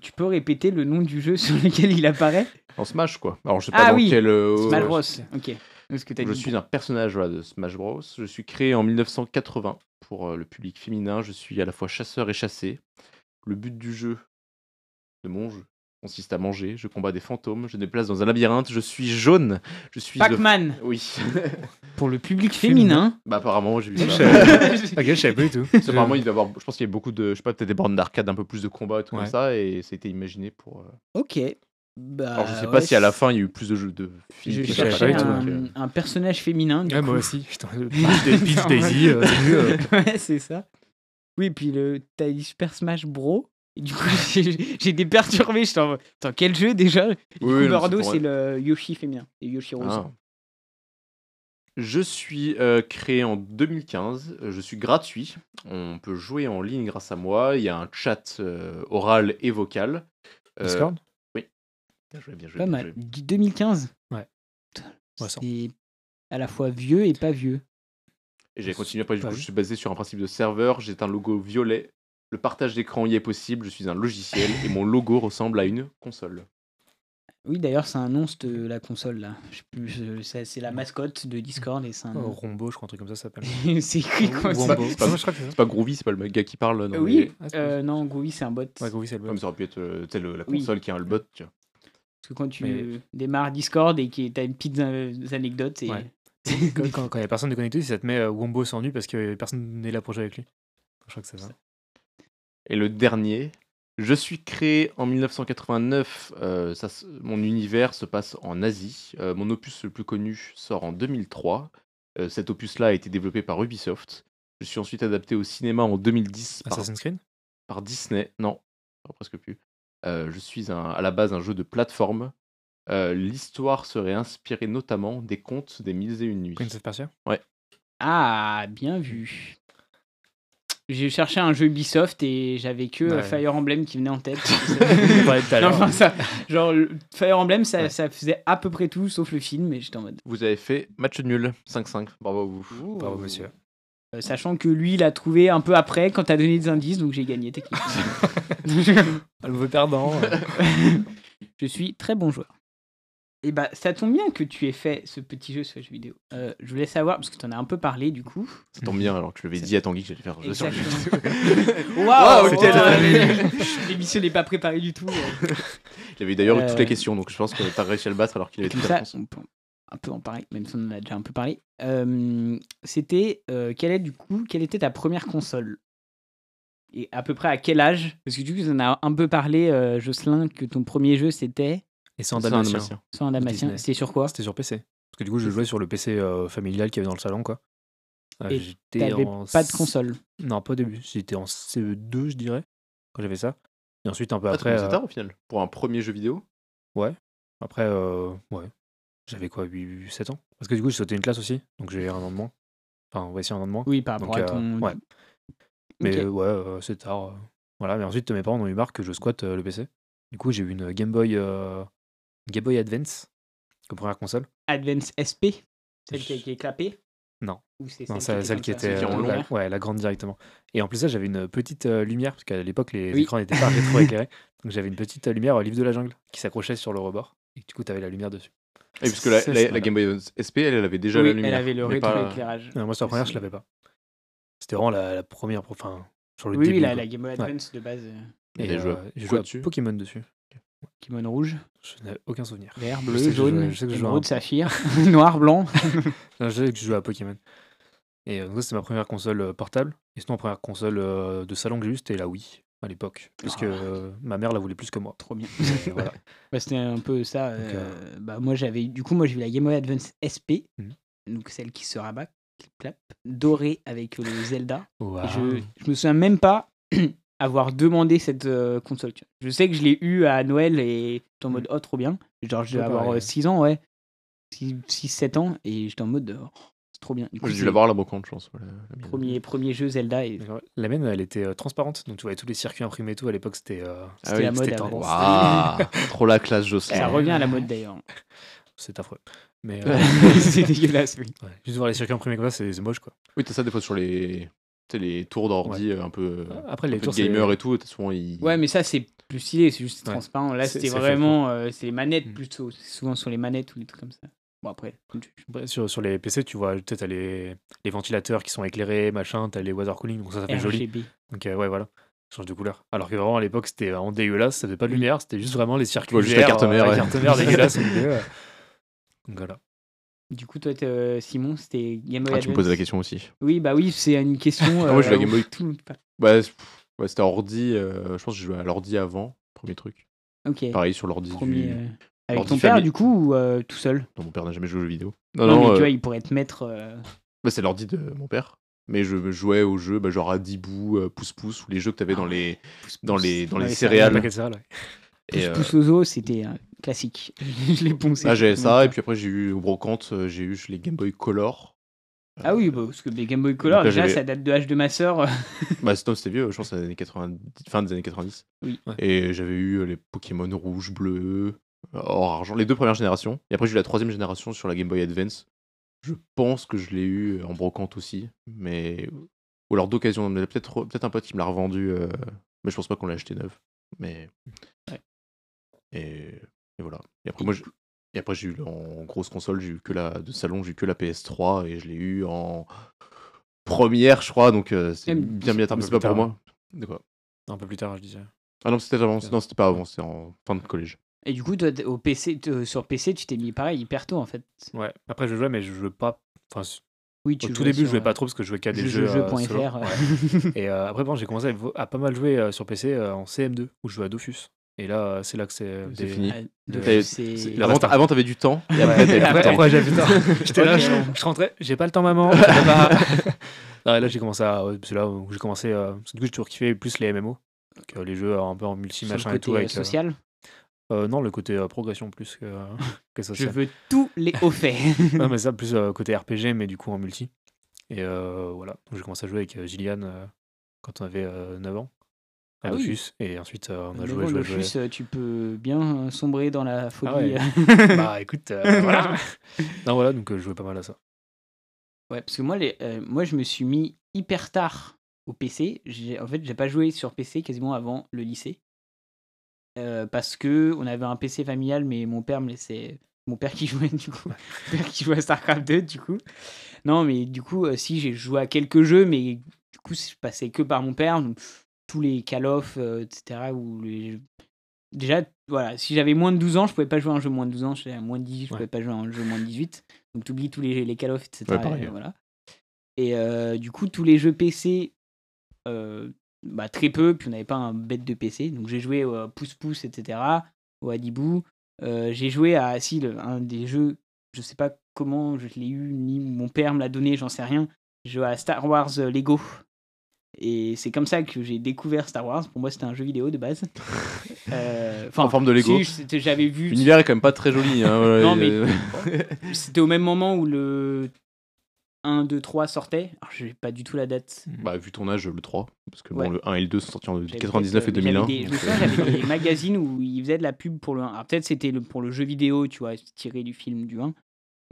tu peux répéter le nom du jeu sur lequel il apparaît
En Smash, quoi. Alors, je sais
Ah
pas dans
oui,
quel. euh,
Smash
euh,
Bros. Ok. Parce que t'as
Je
dit-
suis un personnage voilà, de Smash Bros. Je suis créé en 1980 pour euh, le public féminin. Je suis à la fois chasseur et chassé. Le but du jeu, de mon jeu, consiste à manger. Je combats des fantômes. Je déplace dans un labyrinthe. Je suis jaune. Je suis. de-
Pac-Man
Oui.
pour le public féminin.
bah apparemment, j'ai vu
Je
ça.
savais- Ok, je savais pas du tout.
Parce que apparemment, il doit y avoir. Je pense qu'il y a beaucoup de. Je sais pas, peut-être des bornes d'arcade, un peu plus de combats et tout
Ouais.
comme ça. Et ça a été imaginé pour. euh,
Ok. Bah,
Alors, je sais pas si à la fin il y a eu plus de jeux de filles.
Je
qui
savais
cherchais
pas du tout,
donc,
un,
euh,
un personnage féminin. Du
Ouais,
coup.
moi aussi. Putain, le Peach, Daisy- Peach Daisy, euh, c'est mieux. euh.
ouais, c'est ça. Oui, puis le t'as dit Super Smash Bro. Et du coup, j'ai j'ai été perturbé. Je t'en. Attends, quel jeu déjà
oui, oui, non,
Bordeaux,
pour-
c'est le Yoshi féminin. Et Yoshi rose.
Ah. Je suis euh, créé en 2015. euh, Je suis gratuit. On peut jouer en ligne grâce à moi. Il y a un chat euh, oral et vocal. Euh,
Discord
bien joué, bien joué,
Pas
bien
mal.
joué.
Du 2015
Ouais.
Putain,
Ouais, ça.
C'est à la fois vieux et pas vieux.
Et j'ai continué après. du
Pas
coup,
vu.
je suis basé sur un principe de serveur. J'ai un logo violet. Le partage d'écran y est possible. Je suis un logiciel et mon logo ressemble à une console.
Oui, d'ailleurs, c'est un nom, c'te- la console, là. Je sais plus, je- c'est c'est la mascotte de Discord et c'est un
Euh,
nom.
Rombo, je crois, un truc comme ça ça s'appelle.
c'est écrit comme ça.
Wombo.
c'est pas-
Non, je crois que c'est
C'est pas Groovy, c'est pas le gars qui parle. non, mais-
Oui,
Ah, c'est
euh, non, Goui, c'est un bot.
ça. Ouais, Groovy, c'est le
Ouais, mais
bon.
ça aurait pu être euh, tu sais, le- la
Oui.
console qui a le bot. tu vois.
Parce que quand tu
Mais-
démarres Discord et que t'as une petite euh, anecdote, et...
Ouais. Quand- Quand quand il y a personne de connecté, ça te met euh, Wombo sans nu parce que personne n'est là pour jouer avec lui. Je crois que c'est ça.
Et le dernier, je suis créé en 1989. euh, ça se- mon univers se passe en Asie. Euh, mon opus le plus connu sort en 2003. Euh, cet opus-là a été développé par Ubisoft. Je suis ensuite adapté au cinéma en 2010 par,
Assassin's Creed
par Disney. Non, pas presque plus. Euh, je suis un- à la base un jeu de plateforme. Euh, L'histoire serait inspirée notamment des contes des Mille et Une Nuits.
Prince of Persia
Ah, bien vu. J'ai cherché un jeu Ubisoft et j'avais que euh,
Ouais.
Fire Emblem qui venait en tête.
On parlait tout à
Non,
l'heure.
enfin, ça, genre, le- Fire Emblem, ça,
Ouais.
ça faisait à peu près tout, sauf le film, et j'étais en mode...
Vous avez fait match nul, 5-5. Bravo à vous.
Bravo, monsieur.
Euh, sachant que lui, il l'a trouvé un peu après quand t'as donné des indices, donc j'ai gagné techniquement.
Le mauvais perdant. euh.
Je suis très bon joueur. Et bah, ça tombe bien que tu aies fait ce petit jeu sur les jeux vidéo. Euh, je voulais savoir, parce que t'en as un peu parlé du coup.
Ça tombe bien alors que je l'avais dit à Tanguy que j'allais faire un jeu sur les jeux vidéo.
Exactement.
Waouh,
Waouh, Oh
putain,
waouh,
j'avais-
L'émission n'est pas préparée du tout. euh.
Il avait d'ailleurs eu
Euh.
toutes les questions, donc je pense que t'as réussi à le battre alors qu'il avait
Comme
toutes
ça,
les réponses.
on peut un peu en parler, même si on en a déjà un peu parlé. Euh, C'était, euh, quelle est du coup, quelle était ta première console Et à peu près à quel âge Parce que du coup, tu en as un peu parlé, euh, Jocelyn, que ton premier jeu c'était
Et c'est un
C'est un
dalmatien.
Dalmatien.
Sans un Damasien.
Disney.
C'était sur quoi
C'était sur PC. Parce que du coup, je jouais sur le PC euh, familial qu'il y avait dans le salon, quoi. Euh,
Et
j'étais
T'avais
en
pas de
C-
console.
Non, pas au début. J'étais en CE2, je dirais, quand j'avais ça. Et ensuite, un peu
Ah,
après.
C'est
euh,
tard au final. Pour un premier jeu vidéo,
Après, euh, ouais. J'avais quoi, 8, 7 ans Parce que du coup, j'ai sauté une classe aussi, donc j'ai un an de moins. Enfin, ouais, si un an de moins.
Oui, par rapport
Donc,
à ton.
euh, ouais. Mais
Ok.
euh, ouais, euh, c'est tard. euh. Voilà, mais ensuite, mes parents ont eu marre que je squatte euh, le PC. Du coup, j'ai eu une Game Boy, euh, Game Boy Advance comme première console.
Advance SP, celle qui, qui est clapée
Non.
Ou c'est
Non,
celle,
celle, celle qui
comme ça
était
Celle qui est en
euh,
long. hein.
hein.
la, ouais, la grande directement. Et en plus, ça, j'avais une petite euh, lumière, parce qu'à l'époque, les
Oui.
écrans n'étaient pas rétroéclairés. Donc, j'avais une petite euh, lumière au livre de la jungle qui s'accrochait sur le rebord. Et du coup, tu avais la lumière dessus.
Et puisque la,
Ça,
la-
c'est
la
malade.
Game Boy Advance SP, elle, elle avait déjà
Oui,
la lumière.
elle avait le
mais pas-
euh,
rétroéclairage.
Non, moi, sur la première, je l'avais pas. C'était vraiment la, la première. pro- Enfin, sur le
Oui,
début.
oui, la,
quoi.
la Game Boy Advance de base, euh,
Et,
J'ai joué à
euh, J'ai
quoi
joué
dessus
à Pokémon dessus.
Kimono rouge,
Je n'ai aucun souvenir.
vert,
Je
bleu,
sais que je
jaune,
jouais- je sais que je jouais à
émeraude,
un-
saphir, noir, blanc.
Non, Je sais que je jouais à Pokémon. Et euh, donc, ça, c'était ma première console euh, portable. Et sinon, la première console euh, de salon que j'ai eue, c'était la Wii à l'époque. Parce que
Ah.
euh, ma mère la voulait plus que moi.
Trop bien.
Et voilà.
Bah, c'était un peu ça.
Donc,
euh, bah, moi, j'avais, du coup, moi, j'ai eu la Game Boy Advance SP,
Mhm.
donc celle qui se rabat, clap, dorée avec le Zelda. Et
Waouh.
Je, je me souviens même pas avoir demandé cette euh, console. tu vois. Je sais que je l'ai eu à Noël et j'étais en
Mhm.
mode oh trop bien. Genre je devais
Ouais,
avoir
pareil.
6 ans, ouais. 6-7 ans et j'étais en mode oh, c'est trop bien. Du coup,
J'ai dû
c'est
l'avoir à la brocante, je pense. voilà, la mienne.
Premier, premier jeu Zelda et
D'accord. La mienne, elle était euh, transparente, donc tu voyais tous les circuits imprimés et tout. À l'époque, c'était euh,
Ah
c'était la mode.
c'était
avant.
tendance.
Waouh, Ah, trop la classe, Jocelyn.
Ça revient à la mode d'ailleurs.
c'est affreux. Mais euh,
c'est dégueulasse, oui.
ouais, juste voir les circuits imprimés comme ça, c'est c'est moche quoi.
Oui, t'as ça des fois sur les, tu sais, les tours d'ordi euh, un peu.
Ah,
euh,
Après,
un
les
peu
tours,
de
c'est-
gamer et tout, t'as souvent. ils-
Ouais, mais ça, c'est plus stylé, c'est juste
Ouais.
transparent. Là,
C'est-
c'était
c'est fait
vraiment. euh, c'est les manettes
Mm.
plutôt. C'est souvent sur les manettes ou les trucs comme ça. Bon, après.
Ouais, Bah, Sur, sur les PC, tu vois, tu as les, les ventilateurs qui sont éclairés, machin, t'as les water cooling, donc ça, ça fait joli.
RGB.
Donc, euh, ouais, voilà, change de couleur. Alors que vraiment, à l'époque, c'était vraiment dégueulasse, ça faisait pas de lumière, c'était juste vraiment les circuits.
vois juste la
verts,
carte
euh,
mère, ouais.
carte mère dégueulasse. au milieu, euh. Donc, voilà.
Du coup, toi, t'es, euh, Simon, c'était Game Boy
Ah, tu me
Advance.
posais la question aussi.
Oui, bah oui, c'est une question.
Ah, moi, je
euh,
la Game
où
Boy.
tout le monde parle.
Bah, c'est- pff, ouais, c'était ordi. euh, je pense que je jouais à l'ordi avant, premier truc.
Ok.
Pareil sur l'ordi
Premier,
du.
euh, Avec
ordi
ton père,
famille.
du coup, ou euh, tout seul
Non, mon père n'a jamais joué aux jeux vidéo.
non,
Non, non,
mais tu
euh,
vois, il pourrait te mettre. euh,
bah, c'est l'ordi de mon père. Mais je jouais aux jeux bah, genre Adibou, euh, Pouce Pouce, ou les jeux que
Ah
t'avais dans les, dans les, dans
Ouais,
les
ça,
Un
céréales.
paquet de ça, là.
Pouce
Et, euh,
Pouce aux os, c'était euh, classique. je l'ai poncé.
Ah, j'avais
tout
ça,
le
et
temps.
puis après, j'ai eu au brocante, euh, j'ai eu chez les Game Boy Color. Euh,
Ah oui, bah, parce que les Game Boy Color,
là,
déjà,
j'avais-
ça date de l'âge de ma sœur.
Bah, c'est- non, c'était vieux, je pense, années 90, fin des années 90.
Oui.
Ouais.
Et j'avais eu euh, les Pokémon rouge, bleu, or, argent, les deux premières générations. Et après, j'ai eu la troisième génération sur la Game Boy Advance. Je pense que je l'ai eu euh, en brocante aussi, mais. Ou alors d'occasion, mais peut-être peut un pote qui me l'a revendu, euh, mais je pense pas qu'on l'a acheté neuf. Mais.
Ouais.
Et, et voilà. Et après, moi, je- et après, j'ai eu en grosse console, j'ai eu que la de salon, j'ai eu que la PS3 et je l'ai eu en première, je crois. Donc euh, c'est
Même-
bien bien tard, mais
Un
c'est
peu
pas
plus
pour
tard,
moi. De quoi
Un peu plus tard, je disais.
Ah non, c'était avant. Non, c'était pas avant. C'était en fin de collège.
Et du coup, toi, t- au PC, t- euh, sur PC, tu t'es mis pareil, hyper tôt, en fait.
Ouais. Après, je jouais, mais je jouais pas. Enfin, s-
Oui,
au
tu
tout début, je
sur,
jouais
euh,
pas trop parce que je jouais qu'à des jeux. euh,
jeuxjeux.fr,
solo. Ouais. Et euh, après, bon, j'ai commencé à, vo- à pas mal jouer euh, sur PC euh, en CM2, où je jouais à Dofus. Et là, euh, c'est là que c'est. euh,
C'est
des-
fini.
Ah, de
T'as-
fou, c'est-
C'est-
la
Avant,
basta.
avant, t'avais du temps. Et
Ouais.
après, t'avais plus
après,
de temps.
après, j'avais putain, j'étais là,
Ok.
je, je rentrais, j'ai pas le temps, maman. je peux pas. Non, et là, j'ai commencé à. ouais, c'est là où j'ai commencé. euh, parce que du coup, j'ai toujours kiffé plus les MMO. Donc, euh, les jeux euh, un peu en multi,
sur le
machin et
côté,
tout.
euh,
Avec, euh,
social.
euh, non, le côté euh, progression plus que,
Je
que social.
veux tous les hauts faits.
Non, mais ça, plus euh, côté RPG, mais du coup en multi. Et euh, voilà. Donc, j'ai commencé à jouer avec euh, Gillian euh, quand on avait euh, 9 ans. À
Ah oui.
Dofus. Et ensuite, euh, on a
Mais
joué,
bon,
joué,
le
joué.
fus, euh, tu peux bien euh, sombrer dans la folie.
Ah ouais.
euh.
bah écoute, euh, voilà. non, voilà, donc euh, je jouais pas mal à ça.
Ouais, parce que moi, les, euh, moi, je me suis mis hyper tard au PC. J'ai- En fait, j'ai pas joué sur PC quasiment avant le lycée. Euh, parce que on avait un PC familial, mais mon père me laissait. Mon père qui jouait, du coup. Mon père qui jouait à StarCraft 2, du coup. Non, mais du coup, euh, si, j'ai joué à quelques jeux, mais du coup, je passais que par mon père. Donc, tous les Call of, euh, etc. Ou les... Déjà, voilà, si j'avais moins de 12 ans, je pouvais pas jouer à un jeu moins de 12 ans. Si j'avais moins de 18, je
Ouais.
pouvais pas jouer à un jeu moins de 18. Donc, t'oublies tous les, les Call of, etc.
Ouais, pareil. hein.
et voilà. Et euh, du coup, tous les jeux PC, euh, bah, très peu, puis on n'avait pas un bête de PC. Donc j'ai joué au euh, Pouce Pouce, etc., au Adibou. Euh, j'ai joué à, si, le- un des jeux, je sais pas comment je l'ai eu, ni mon père me l'a donné, j'en sais rien. Je jouais à Star Wars euh, Lego. Et c'est comme ça que j'ai découvert Star Wars. Pour moi, c'était un jeu vidéo de base. Euh,
En forme de Lego.
si, c'était- j'avais vu.
L'univers est quand même pas très joli. Hein, voilà,
Non,
il y a-
C'était au même moment où le 1, 2, 3 sortait. Alors, j'ai pas du tout la date.
Bah, vu ton âge, le 3. Parce que
Ouais.
bon, le 1 et le 2 sont sortis en
J'avais
99 et
peut-être, euh, j'avais
2001.
des- je me
donc,
souviens,
euh,
j'avais des magazines où ils faisaient de la pub pour le 1. Alors peut-être c'était le, pour le jeu vidéo, tu vois, tiré du film du 1.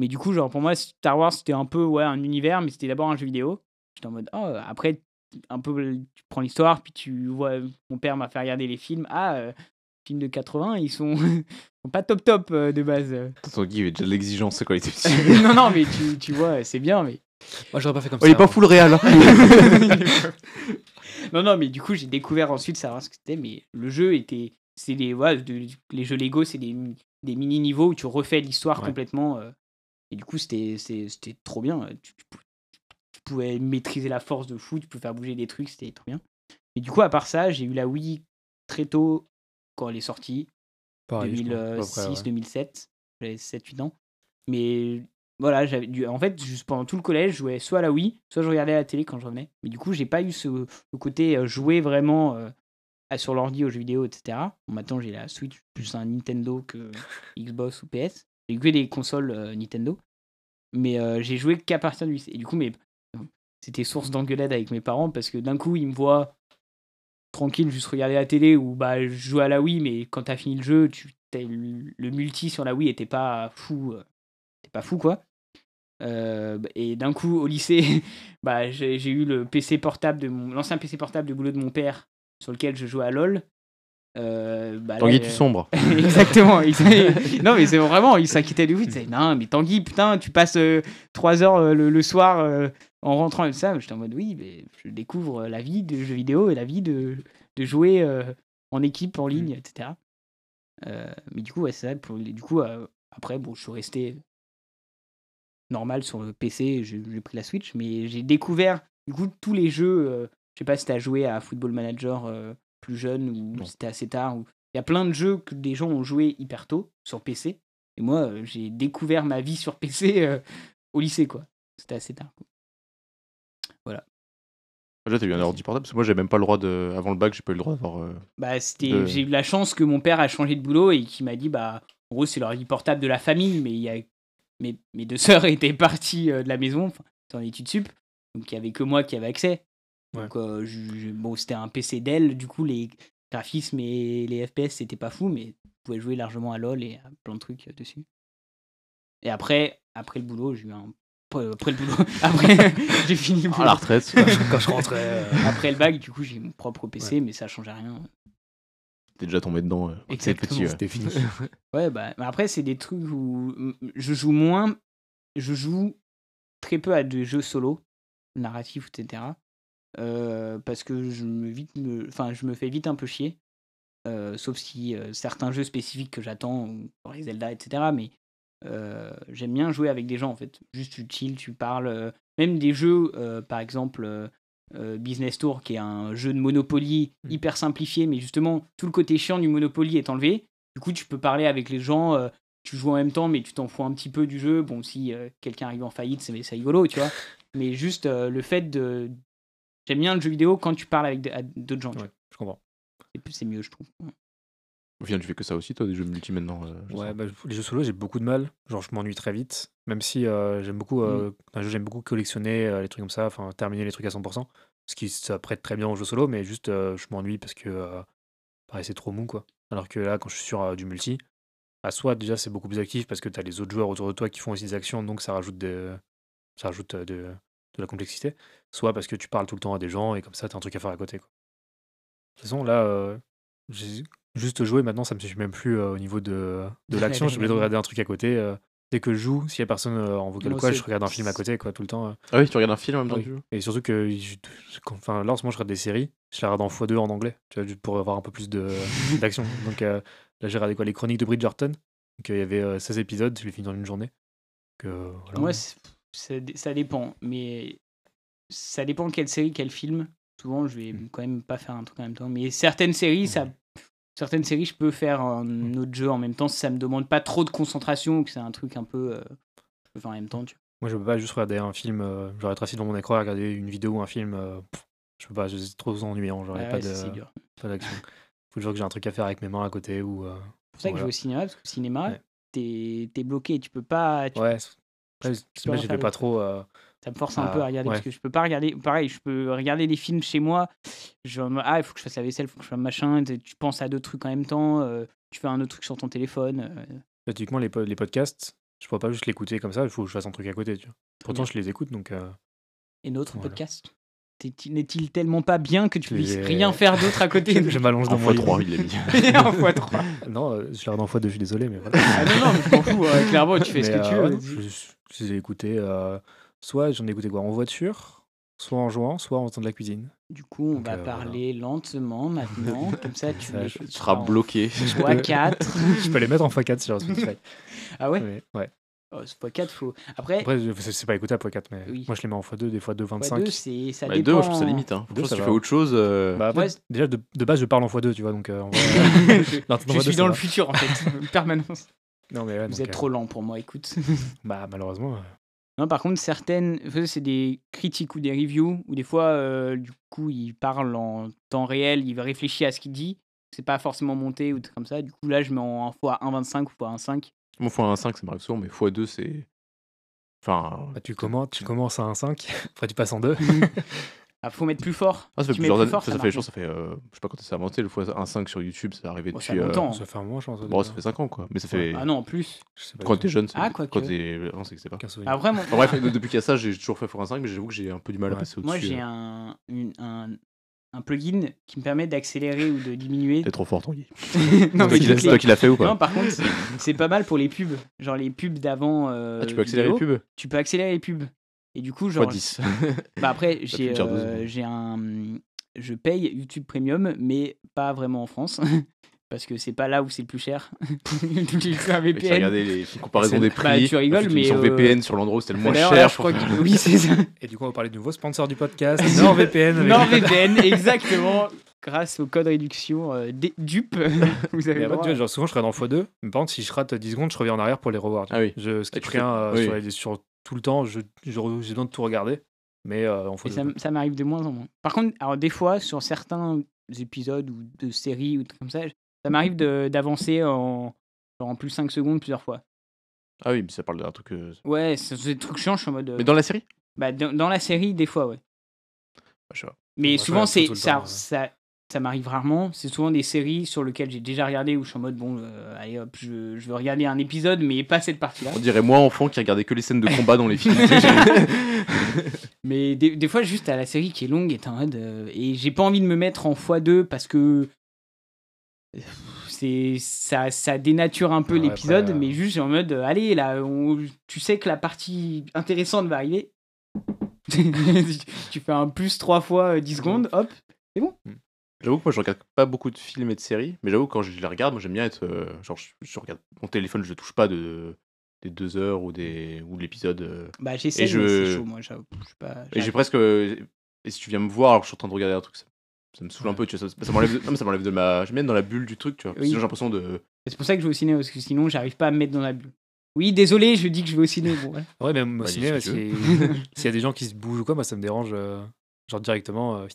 Mais du coup, genre pour moi, Star Wars c'était un peu ouais, un univers, mais c'était d'abord un jeu vidéo. J'étais en mode, oh, après, un peu, tu prends l'histoire, puis tu vois, mon père m'a fait regarder les films. Ah, euh, films de 80, ils sont, ils sont pas top top euh, de base.
Son Guy il avait déjà de l'exigence quand il était petit.
non, non, mais tu, tu vois, c'est bien, mais.
Moi, j'aurais pas fait comme
Oh,
hein.
il est pas fou le Real.
non, non, mais du coup, j'ai découvert ensuite savoir ce que c'était. Mais le jeu était. C'est des, voilà, de- les jeux Lego, c'est des, mi- des mini-niveaux où tu refais l'histoire
Ouais.
complètement. euh, et du coup, c'était c'est- c'était trop bien. euh, Tu, tu pou- tu pouvais maîtriser la force de fou, tu pouvais faire bouger des trucs, c'était trop bien. Et du coup, à part ça, j'ai eu la Wii très tôt quand elle est sortie. 2006-2007. J'avais 7-8 ans. Mais voilà, j'avais dû... en fait, juste pendant tout le collège, je jouais soit à la Wii, soit je regardais la télé quand je revenais. Mais du coup, j'ai pas eu ce le côté euh, jouer vraiment euh, à- sur l'ordi aux jeux vidéo, etc. Bon, maintenant, j'ai la Switch, plus un Nintendo que Xbox ou PS. J'ai que des consoles euh, Nintendo. Mais euh, j'ai joué qu'à partir du lycée. Et du coup, mais... c'était source d'engueulade avec mes parents parce que d'un coup, ils me voient tranquille, juste regarder la télé ou bah, je jouais à la Wii, mais quand t'as fini le jeu, tu, t'as- le le multi sur la Wii était pas fou. euh, était pas fou, quoi. Euh, et d'un coup, au lycée, bah, j'ai j'ai eu le PC portable de mon- l'ancien PC portable de boulot de mon père sur lequel je jouais à LoL. Euh, bah, là,
Tanguy, tu
euh,
sombres.
Exactement. il- non, mais c'est vraiment, il s'inquiétait de vous. Il disait, non, mais Tanguy, putain, tu passes 3 heures euh, le, le soir euh, en rentrant et tout ça. J'étais en mode, oui, mais je découvre euh, la vie de jeux vidéo et la vie de, de jouer euh, en équipe, en ligne, etc. Euh, mais du coup, ouais, c'est ça. pour les- du coup, euh, après, bon, je suis resté normal sur le PC. J'ai j'ai pris la Switch, mais j'ai découvert, du coup, tous les jeux. euh, je sais pas si t'as joué à Football Manager euh, plus jeune ou
Non.
c'était assez tard. ou- Il y a plein de jeux que des gens ont joué hyper tôt sur PC. Et moi, euh, j'ai découvert ma vie sur PC euh, au lycée, quoi. C'était assez tard. quoi.
Déjà, t'as eu un ordi portable parce que moi, j'avais même pas le droit de. Avant le bac, j'ai pas eu le droit d'avoir. euh,
Bah, c'était,
Euh.
j'ai eu la chance que mon père a changé de boulot et qui m'a dit, bah, en gros, c'est l'ordi portable de la famille, mais il y a, mes, mes deux sœurs étaient parties euh, de la maison, enfin, étaient en études sup, donc il y avait que moi qui avais accès. Donc, euh, je- je- bon, c'était un PC Dell, du coup, les graphismes et les FPS, c'était pas fou, mais je pouvais jouer largement à LoL et à plein de trucs euh, dessus. Et après, après le boulot, j'ai eu un. Après après le boulot, après, j'ai fini le
À la
boulot.
retraite.
Quand je rentrais. euh,
Après le bac, du coup, j'ai eu mon propre PC, mais ça changeait rien.
T'es déjà tombé dedans. euh, quand t'étais
Exactement,
petit, ouais.
C'était fini.
Ouais, bah mais après, c'est des trucs où mm, je joue moins. Je joue très peu à des jeux solo, narratifs, etc. euh, parce que je me, vite me- enfin, je me fais vite un peu chier. euh, sauf si euh, certains jeux spécifiques que j'attends, ou genre les Zelda, etc. Mais euh, j'aime bien jouer avec des gens, en fait. Juste tu chill, tu parles. euh, même des jeux, euh, par exemple euh, euh, Business Tour, qui est un jeu de Monopoly
Mm.
hyper simplifié, mais justement, tout le côté chiant du Monopoly est enlevé. Du coup, tu peux parler avec les gens, euh, tu joues en même temps, mais tu t'en fous un petit peu du jeu. Bon, si euh, quelqu'un arrive en faillite, c'est c'est rigolo, tu vois. Mais juste euh, le fait de. J'aime bien le jeu vidéo quand tu parles avec d- à d'autres gens. tu
Ouais,
vois.
je comprends.
C'est- C'est mieux, je trouve.
Au final, tu fais que ça aussi, toi, des jeux multi maintenant. euh, je
Ouais,
sais.
bah, je- les jeux solo, j'ai beaucoup de mal. Genre, je m'ennuie très vite. Même si euh, j'aime beaucoup, euh, un jeu, j'aime beaucoup collectionner euh, les trucs comme ça, enfin, terminer les trucs à 100%. Ce qui ça prête très bien aux jeux solo, mais juste, euh, je m'ennuie parce que euh, pareil, c'est trop mou, quoi. Alors que là, quand je suis sur euh, du multi, bah, à soi, déjà, c'est beaucoup plus actif parce que t'as les autres joueurs autour de toi qui font aussi des actions, donc ça rajoute des. ça rajoute euh, de, de la complexité, soit parce que tu parles tout le temps à des gens et comme ça, t'as un truc à faire à côté. quoi. De toute façon, là, euh, j'ai juste joué, maintenant, ça me suffit même plus euh, au niveau de, de l'action. J'ai oublié de regarder un truc à côté. euh, dès que je joue, s'il y a personne euh, en vocal
Moi
ou quoi, je
aussi.
regarde un film à côté, quoi, tout le temps. euh.
Ah oui, tu regardes un film en même temps
Oui.
que tu joues.
Et surtout que, je- je- quand- enfin, là, en ce moment, je regarde des séries, je la regarde en x2 en anglais, tu vois, juste pour avoir un peu plus de- d'action. Donc euh, là, j'ai regardé quoi Les Chroniques de Bridgerton. Donc euh, il y avait euh, 16 épisodes, je l'ai fini dans une journée. Donc, euh, voilà.
Moi, c'est- ça, dé- ça dépend, mais ça dépend de quelle série, quel film. Souvent, je vais
Mmh.
quand même pas faire un truc en même temps. Mais certaines séries, ça, certaines séries, je peux faire
Mmh.
un autre jeu en même temps si ça me demande pas trop de concentration ou que c'est un truc un peu. euh, je peux faire en même temps. Tu vois.
Moi, je peux pas juste regarder un film, euh, genre être assis devant mon écran et regarder une vidéo ou un film. euh, pff, je peux pas, je- c'est trop ennuyant, genre, y a
Ouais,
pas
ouais, ça, c'est
de-
dur.
pas d'action. Faut toujours que j'ai un truc à faire avec mes mains à côté ou. euh,
C'est pour ça que je
voilà.
vais au cinéma, parce que au cinéma,
Ouais.
t'es t'es bloqué, tu peux pas. tu-
Ouais, c'est- après,
tu peux
moi,
rien
je
faire
vais pas
d'autre.
trop. euh,
Ça me force un
Ah,
peu à regarder, parce
ouais.
que je peux pas regarder. Pareil, je peux regarder des films chez moi. Je, ah, il faut que je fasse la vaisselle, il faut que je fasse machin. Tu tu penses à deux trucs en même temps. euh, tu fais un autre truc sur ton téléphone. euh,
Là, typiquement, les, po- les podcasts, je pourrais pas juste l'écouter comme ça, il faut que je fasse un truc à côté, tu vois. Pourtant, je les écoute, donc euh,
Et notre
Voilà.
podcast T'es- N'est-il tellement pas bien que tu
Je
puisses
les ai-
rien faire d'autre à côté
je m'allonge dans
En
mon
Ah, fois 3
lit.
il l'a mis.
Et en fois trois.
Non, euh, je leur en fois deux, je suis désolé, mais voilà.
Ah non, non, mais je m'en fous, euh, clairement, tu fais ce
Mais,
que tu
euh,
veux.
ouais, non,
vas-y.
je, je les ai écoutés, euh, soit j'en ai écouté quoi, en voiture, soit en jouant, soit en faisant de la cuisine.
Du coup, on
Donc,
va
euh,
parler lentement maintenant, comme ça tu
Ça,
les
je-
Tu seras bloqué.
Fois 4.
je peux les mettre en x4 sur Spotify.
Ah ouais
mais, ouais.
oh, ce fois 4, faut. Après,
Après, je- c'est c'est pas écoutable x4, mais
Oui.
moi je les mets en x2, des fois 2,
fois
25.
2, c'est ça
Bah, deux,
dépend.
moi, je trouve ça limite. Hein.
Deux,
Franchement, si
ça
tu
va.
fais autre chose. euh,
Bah, après,
Ouais.
Déjà, de, de base, je parle en x2, tu vois, donc euh, on va-
je
Non, en
je
bah,
x2,
suis
ça
dans le
va.
futur en fait, en permanence.
Non, mais ouais,
Vous
donc,
êtes
euh,
trop lent pour moi, écoute.
Bah, malheureusement. euh,
Non, par contre, certaines, ça, c'est des critiques ou des reviews où des fois, euh, du coup, il parle en temps réel, il va réfléchir à ce qu'il dit. C'est pas forcément monté ou des trucs comme ça. Du coup, là, je mets en fois 1,25 ou fois 1,5.
Bon, fois 1,5 c'est Marc Sour, mais fois 2 c'est. Enfin.
bah, tu, commences, tu commences à un 5, après tu passes en 2.
Ah, faut mettre plus fort.
Ah, ça fait
Si tu mets
plusieurs
plus
années.
fort,
ça, ça
marche
fait, je pense, ça fait. euh, je sais pas quand ça s'est inventé, le fois 1,5 sur YouTube, ça arrivé
Bon, Oh, ça
depuis.
a
euh,
longtemps.
Ça fait un moment, je pense. au
Bon,
départ.
ça fait 5 ans quoi. Mais ça
Ouais.
fait.
Ah non, en plus.
Je sais pas
Quand
du tout.
t'es jeune, c'est.
Ah, quoique.
Quand t'es. Non, c'est que c'est pas.
Aucun souvenir.
Ah, vraiment.
En bref, de- depuis qu'il y a ça, j'ai toujours fait fois 1,5, mais j'avoue que j'ai un peu du mal à
Ouais.
passer au-dessus.
Moi, j'ai
euh.
un, une- un, un plugin qui me permet d'accélérer ou de diminuer.
T'es trop fort, Tanguy.
non,
C'est toi
mais
qui l'as-
toutes
c'est toi
les-
qui l'as fait ou
non,
pas
par contre, c'est- c'est pas mal pour les pubs. Genre les pubs d'avant. euh,
Ah, tu peux accélérer les
vidéo,
pubs
Tu peux accélérer les pubs. Et du coup,
Fois
genre,
10.
Bah après,
pu
j'ai
me dire deux
euh,
secondes.
j'ai un. Je paye YouTube Premium, mais pas vraiment en France. Parce que c'est pas là où c'est le plus cher. J'utilise un
J'ai
VPN.
regardé les comparaisons
C'est-
des
Bah,
prix.
tu rigoles,
Ensuite, ils
mais,
sont
euh,
VPN sur l'endroit où c'était le moins
D'ailleurs,
cher.
là, je crois que- Oui, c'est ça.
Et du coup, on va parler du nouveau sponsor du podcast, NordVPN. avec-
NordVPN, exactement. Grâce au code réduction euh, des dupes, vous avez le
Mais après,
droit.
tu vois, genre, souvent, je serais dans x2, mais par contre, si je rate 10 secondes, je reviens en arrière pour les revoir. tu
Ah
vois.
oui.
Je skip
tu
rien euh,
oui.
sur, les- sur tout le temps, je- je- j'ai besoin de tout regarder, mais euh, en
Et
x2.
ça, m- ça m'arrive de moins en moins. Par contre, alors des fois, sur certains épisodes ou de séries ou trucs comme ça, ça m'arrive de- d'avancer en, genre en plus 5 secondes plusieurs fois.
Ah oui, mais ça parle d'un truc. euh,
Ouais, c'est c'est des trucs chiants, je suis en mode. euh,
Mais dans la série
bah, dans- dans la série, des fois, ouais.
Bah, Je sais pas.
Mais
Ouais,
souvent,
ouais,
c'est
tout le
ça,
temps, ouais.
ça, ça m'arrive rarement. C'est souvent des séries sur lesquelles j'ai déjà regardé où je suis en mode bon, euh, allez hop, je, je veux regarder un épisode, mais pas cette partie-là.
On dirait moi, enfant, qui regardait que les scènes de combat dans les films.
Mais des, des fois, juste à la série qui est longue, est en mode euh, et j'ai pas envie de me mettre en x2 parce que euh, c'est ça, ça dénature un peu
Ouais,
l'épisode,
après, euh,
mais juste j'ai en mode euh, allez là, on- tu sais que la partie intéressante va arriver. tu fais un plus 3 fois euh, 10 secondes, hop.
J'avoue que moi, je regarde pas beaucoup de films et de séries, mais j'avoue que quand je les regarde, moi, j'aime bien être. euh, genre, je, je regarde mon téléphone, je le touche pas de, des deux heures ou, des, ou de l'épisode. euh.
Bah j'essaie,
Et
mais
je-
c'est chaud moi, j'avoue, je sais pas.
Et
j'arrive
j'ai presque. euh, Et si tu viens me voir alors que je suis en train de regarder un truc, ça, ça me saoule un
Ouais.
peu, tu vois. Ça, ça m'enlève de... Non, mais ça m'enlève de ma. J'aime bien être dans la bulle du truc, tu vois.
Oui.
Sinon, j'ai l'impression de.
C'est pour ça que je vais au ciné, parce que sinon, j'arrive pas à me mettre dans la bulle. Oui, désolé, je dis que je vais au ciné. Bon, voilà.
Ouais, même au
Bah, dis
ciné,
ce que tu
si- s'il y a des gens qui se bougent ou quoi, moi, ça me dérange, euh, genre directement. euh,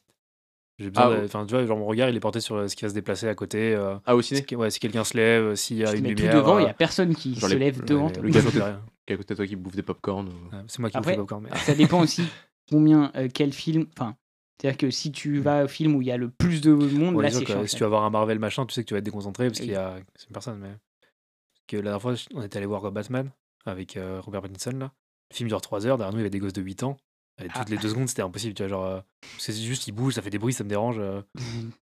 j'ai
Ah,
besoin de-
ouais.
Enfin, tu vois, genre, mon regard, il est porté sur euh, ce qui va se déplacer à côté. euh,
Ah, au
si,
ciné
ouais, si quelqu'un se lève, euh, s'il y a
Je te
une
mets tout
lumière.
devant, il
euh,
y a personne qui
genre
se
les-
lève
ouais,
devant.
le
toi.
Oui,
gars,
je
fait
sais.
rien.
Qui est à côté de toi qui bouffe des popcorn ou...
Ah.
Ouais, C'est moi qui me
Après-
fais popcorn. mais-
Ça dépend aussi combien, euh, quel film. Enfin, c'est-à-dire que si tu vas au film où il y a le plus de monde,
Mm. Ouais,
là,
disons
c'est
que
chiant.
si
ça.
tu vas voir un Marvel machin, tu sais que tu vas être déconcentré parce qu'il y a c'est une personne. Mais que la dernière fois, je- on est allé voir Batman avec euh, Robert Pattinson là. Le film dure 3 heures, derrière nous, il y avait des gosses de 8 ans. Et toutes
Ah.
les 2 secondes, c'était impossible, tu vois, genre. euh, parce que c'est juste, il bouge, ça fait des bruits, ça me dérange. euh,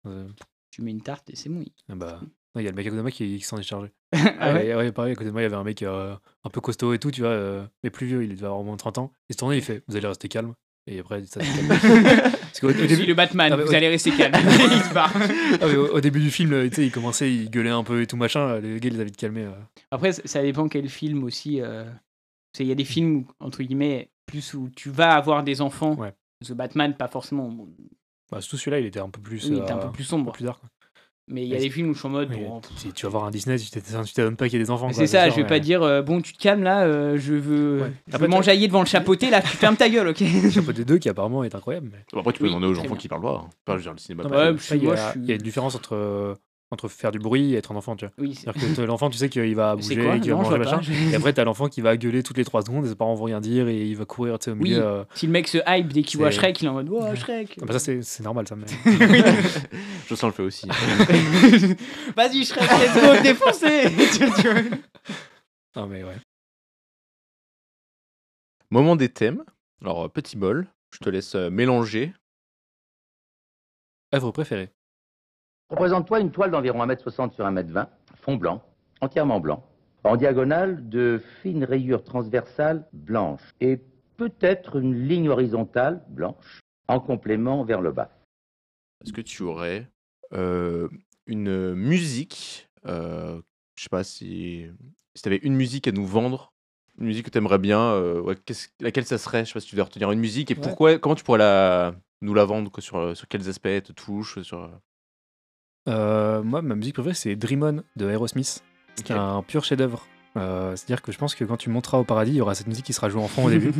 euh,
tu mets une tarte et c'est bon. il-
ah bah. Non, il y a le mec à côté de moi qui, qui s'en est chargé.
Ah ouais
Et, pareil, à côté de moi, il y avait un mec euh, un peu costaud et tout, tu vois, euh, mais plus vieux, il devait avoir au moins 30 ans. Il se tournait, il fait Vous allez rester calme. Et après, ça s'est calmé. Parce qu'au- au
Je suis
début-
le Batman,
Ah, mais
vous
ouais.
allez rester calme. il se barre.
Ah, mais au, au début du film, euh, tu sais, il commençait, il gueulait un peu et tout machin. Les gars, ils avaient de calmer. euh.
Après, c- ça dépend quel film aussi. euh, c'est- Il y a des films, où, entre guillemets, plus où tu vas avoir des enfants.
Ouais.
The Batman, pas forcément. bon,
Bah, surtout celui-là, il était un peu plus.
oui, il était un
euh,
peu plus sombre.
plus tard. quoi.
Mais il y a
Ouais,
des films où je suis en mode.
Oui,
bon, pff,
Si tu vas voir un Disney, tu t'étonnes tu t'étonnes pas qu'il y ait des enfants.
Mais
quoi,
C'est ça,
sûr,
je vais
mais-
pas dire euh, bon, tu te calmes là, euh, je veux,
Ouais.
je
Après,
veux
t'as-
m'enjailler devant le chapeauté là, tu fermes ta gueule, ok
Un peu des deux qui apparemment est incroyable. mais-
Bon, Après, tu peux
Oui,
demander aux
très
enfants
bien.
qui parlent pas. hein. Pas, je veux dire, le cinéma.
Non,
pas-
mais
Ouais,
après,
je suis-
il y,
moi,
a-
je suis-
il y a une différence entre, euh, entre faire du bruit et être un enfant, tu vois.
Oui, c'est-
C'est-à-dire que l'enfant, tu sais qu'il va
c'est
bouger,
quoi
qu'il va
Non, je
manger,
vois pas.
machin. Et après, t'as l'enfant qui va gueuler toutes les 3 secondes et ses parents vont rien dire et il va courir tu sais, au
Oui.
milieu. euh.
Si le mec se hype dès qu'il
C'est-
voit Shrek, il est en mode wow,
Ouais.
Shrek
Ah bah ça, c'est c'est normal, ça. Mais...
Je sens le fait aussi. hein.
Vas-y, Shrek, let's go, défoncer Tu- tu vois.
non, mais ouais.
Moment des thèmes. Alors, euh, petit bol. Je te laisse euh, mélanger.
Œuvre préférée.
Représente-toi une toile d'environ 1m60 sur 1m20, fond blanc, entièrement blanc. En diagonale, de fines rayures transversales blanches et peut-être une ligne horizontale blanche en complément vers le bas.
Est-ce que tu aurais euh, une musique euh, Je sais pas si, si tu avais une musique à nous vendre, une musique que tu aimerais bien, euh, ouais, qu'est-ce- laquelle ça serait Je sais pas si tu devais retenir une musique et
Ouais.
pourquoi, comment tu pourrais la, nous la vendre quoi, sur, euh, sur quels aspects elle te touche sur... euh,
Euh, moi, ma musique préférée, c'est Dream On de Aerosmith. C'est
Ok.
un pur chef-d'œuvre. Euh, C'est-à-dire que je pense que quand tu monteras au paradis, il y aura cette musique qui sera jouée en fond au début.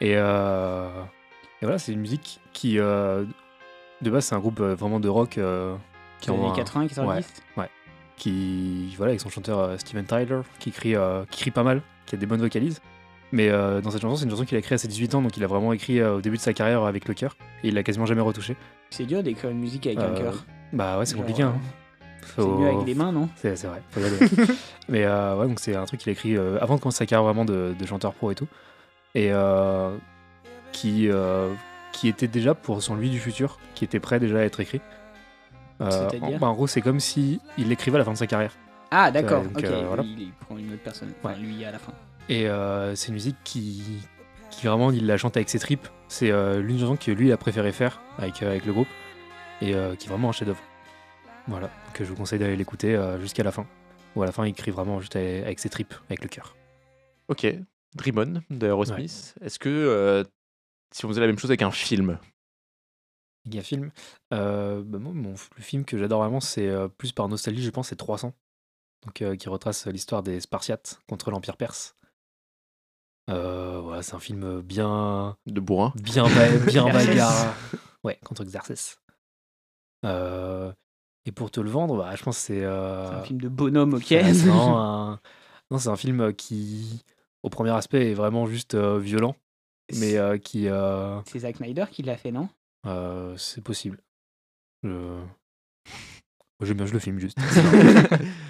et, euh, et voilà, c'est une musique qui, euh, de base, c'est un groupe euh, vraiment de rock euh, qui,
Dans les
envoie un-
80, 90
qui voilà, avec son chanteur euh, Steven Tyler, qui crie, euh, qui crie pas mal, qui a des bonnes vocalises. Mais euh, dans cette chanson, c'est une chanson qu'il a créée à ses 18 ans, donc il a vraiment écrit euh, au début de sa carrière avec le cœur. Et il l'a quasiment jamais retouché.
C'est dur d'écrire une musique avec un
Euh,
cœur.
Bah ouais, c'est
Genre, euh,
compliqué. hein.
C'est
Faut-
mieux avec les mains, non
c'est c'est vrai. faut y aller. Mais euh, ouais, donc c'est un truc qu'il a écrit euh, avant de commencer sa carrière vraiment de, de chanteur pro et tout. Et euh, qui, euh, qui était déjà pour son lui du futur, qui était prêt déjà à être écrit. Euh,
C'est-à-dire
en, bah, en gros, c'est comme si il l'écrivait à la fin de sa carrière.
Ah, d'accord,
Ouais, donc,
ok.
euh, voilà.
il, il prend une autre personne. Enfin,
Ouais.
lui, à la fin.
Et euh, c'est une musique qui, qui vraiment, il la chante avec ses tripes. C'est euh, l'une des chansons que lui, il a préféré faire avec, euh, avec le groupe. Et euh, qui est vraiment un chef-d'œuvre. Voilà, que je vous conseille d'aller l'écouter euh, jusqu'à la fin. Ou à la fin, il crie vraiment juste avec avec ses tripes, avec le cœur.
Ok, Dream On de Aerosmith. Est-ce que euh, si on faisait la même chose avec un film
Il y a film. Euh, bah, moi, mon, le film que j'adore vraiment, c'est euh, plus par nostalgie, je pense, c'est 300. Donc, euh, qui retrace l'histoire des Spartiates contre l'Empire perse. Euh, voilà, c'est un film bien,
de bourrin
bien, ba- Ah bah, bien
Xerxes.
bagarre. Ouais, contre Xerxes. Euh, et pour te le vendre, bah, je pense que c'est. euh,
C'est un film de bonhomme, ok.
voilà, c'est vraiment un- Non, c'est un film qui, au premier aspect, est vraiment juste euh, violent, mais euh, qui. euh,
C'est Zack Snyder qui l'a fait, non
euh, c'est possible. Je... J'aime bien, je le filme juste.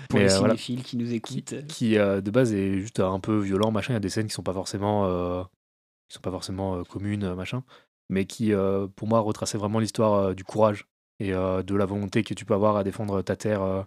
Pour
Mais,
les
euh, voilà.
cinéphiles qui nous
qui,
écoutent.
qui, euh, de base est juste un peu violent, machin. Il y a des scènes qui sont pas forcément, euh, qui sont pas forcément euh, communes, euh, machin. Mais qui, euh, pour moi, retraçait vraiment l'histoire euh, du courage et euh, de la volonté que tu peux avoir à défendre ta terre euh,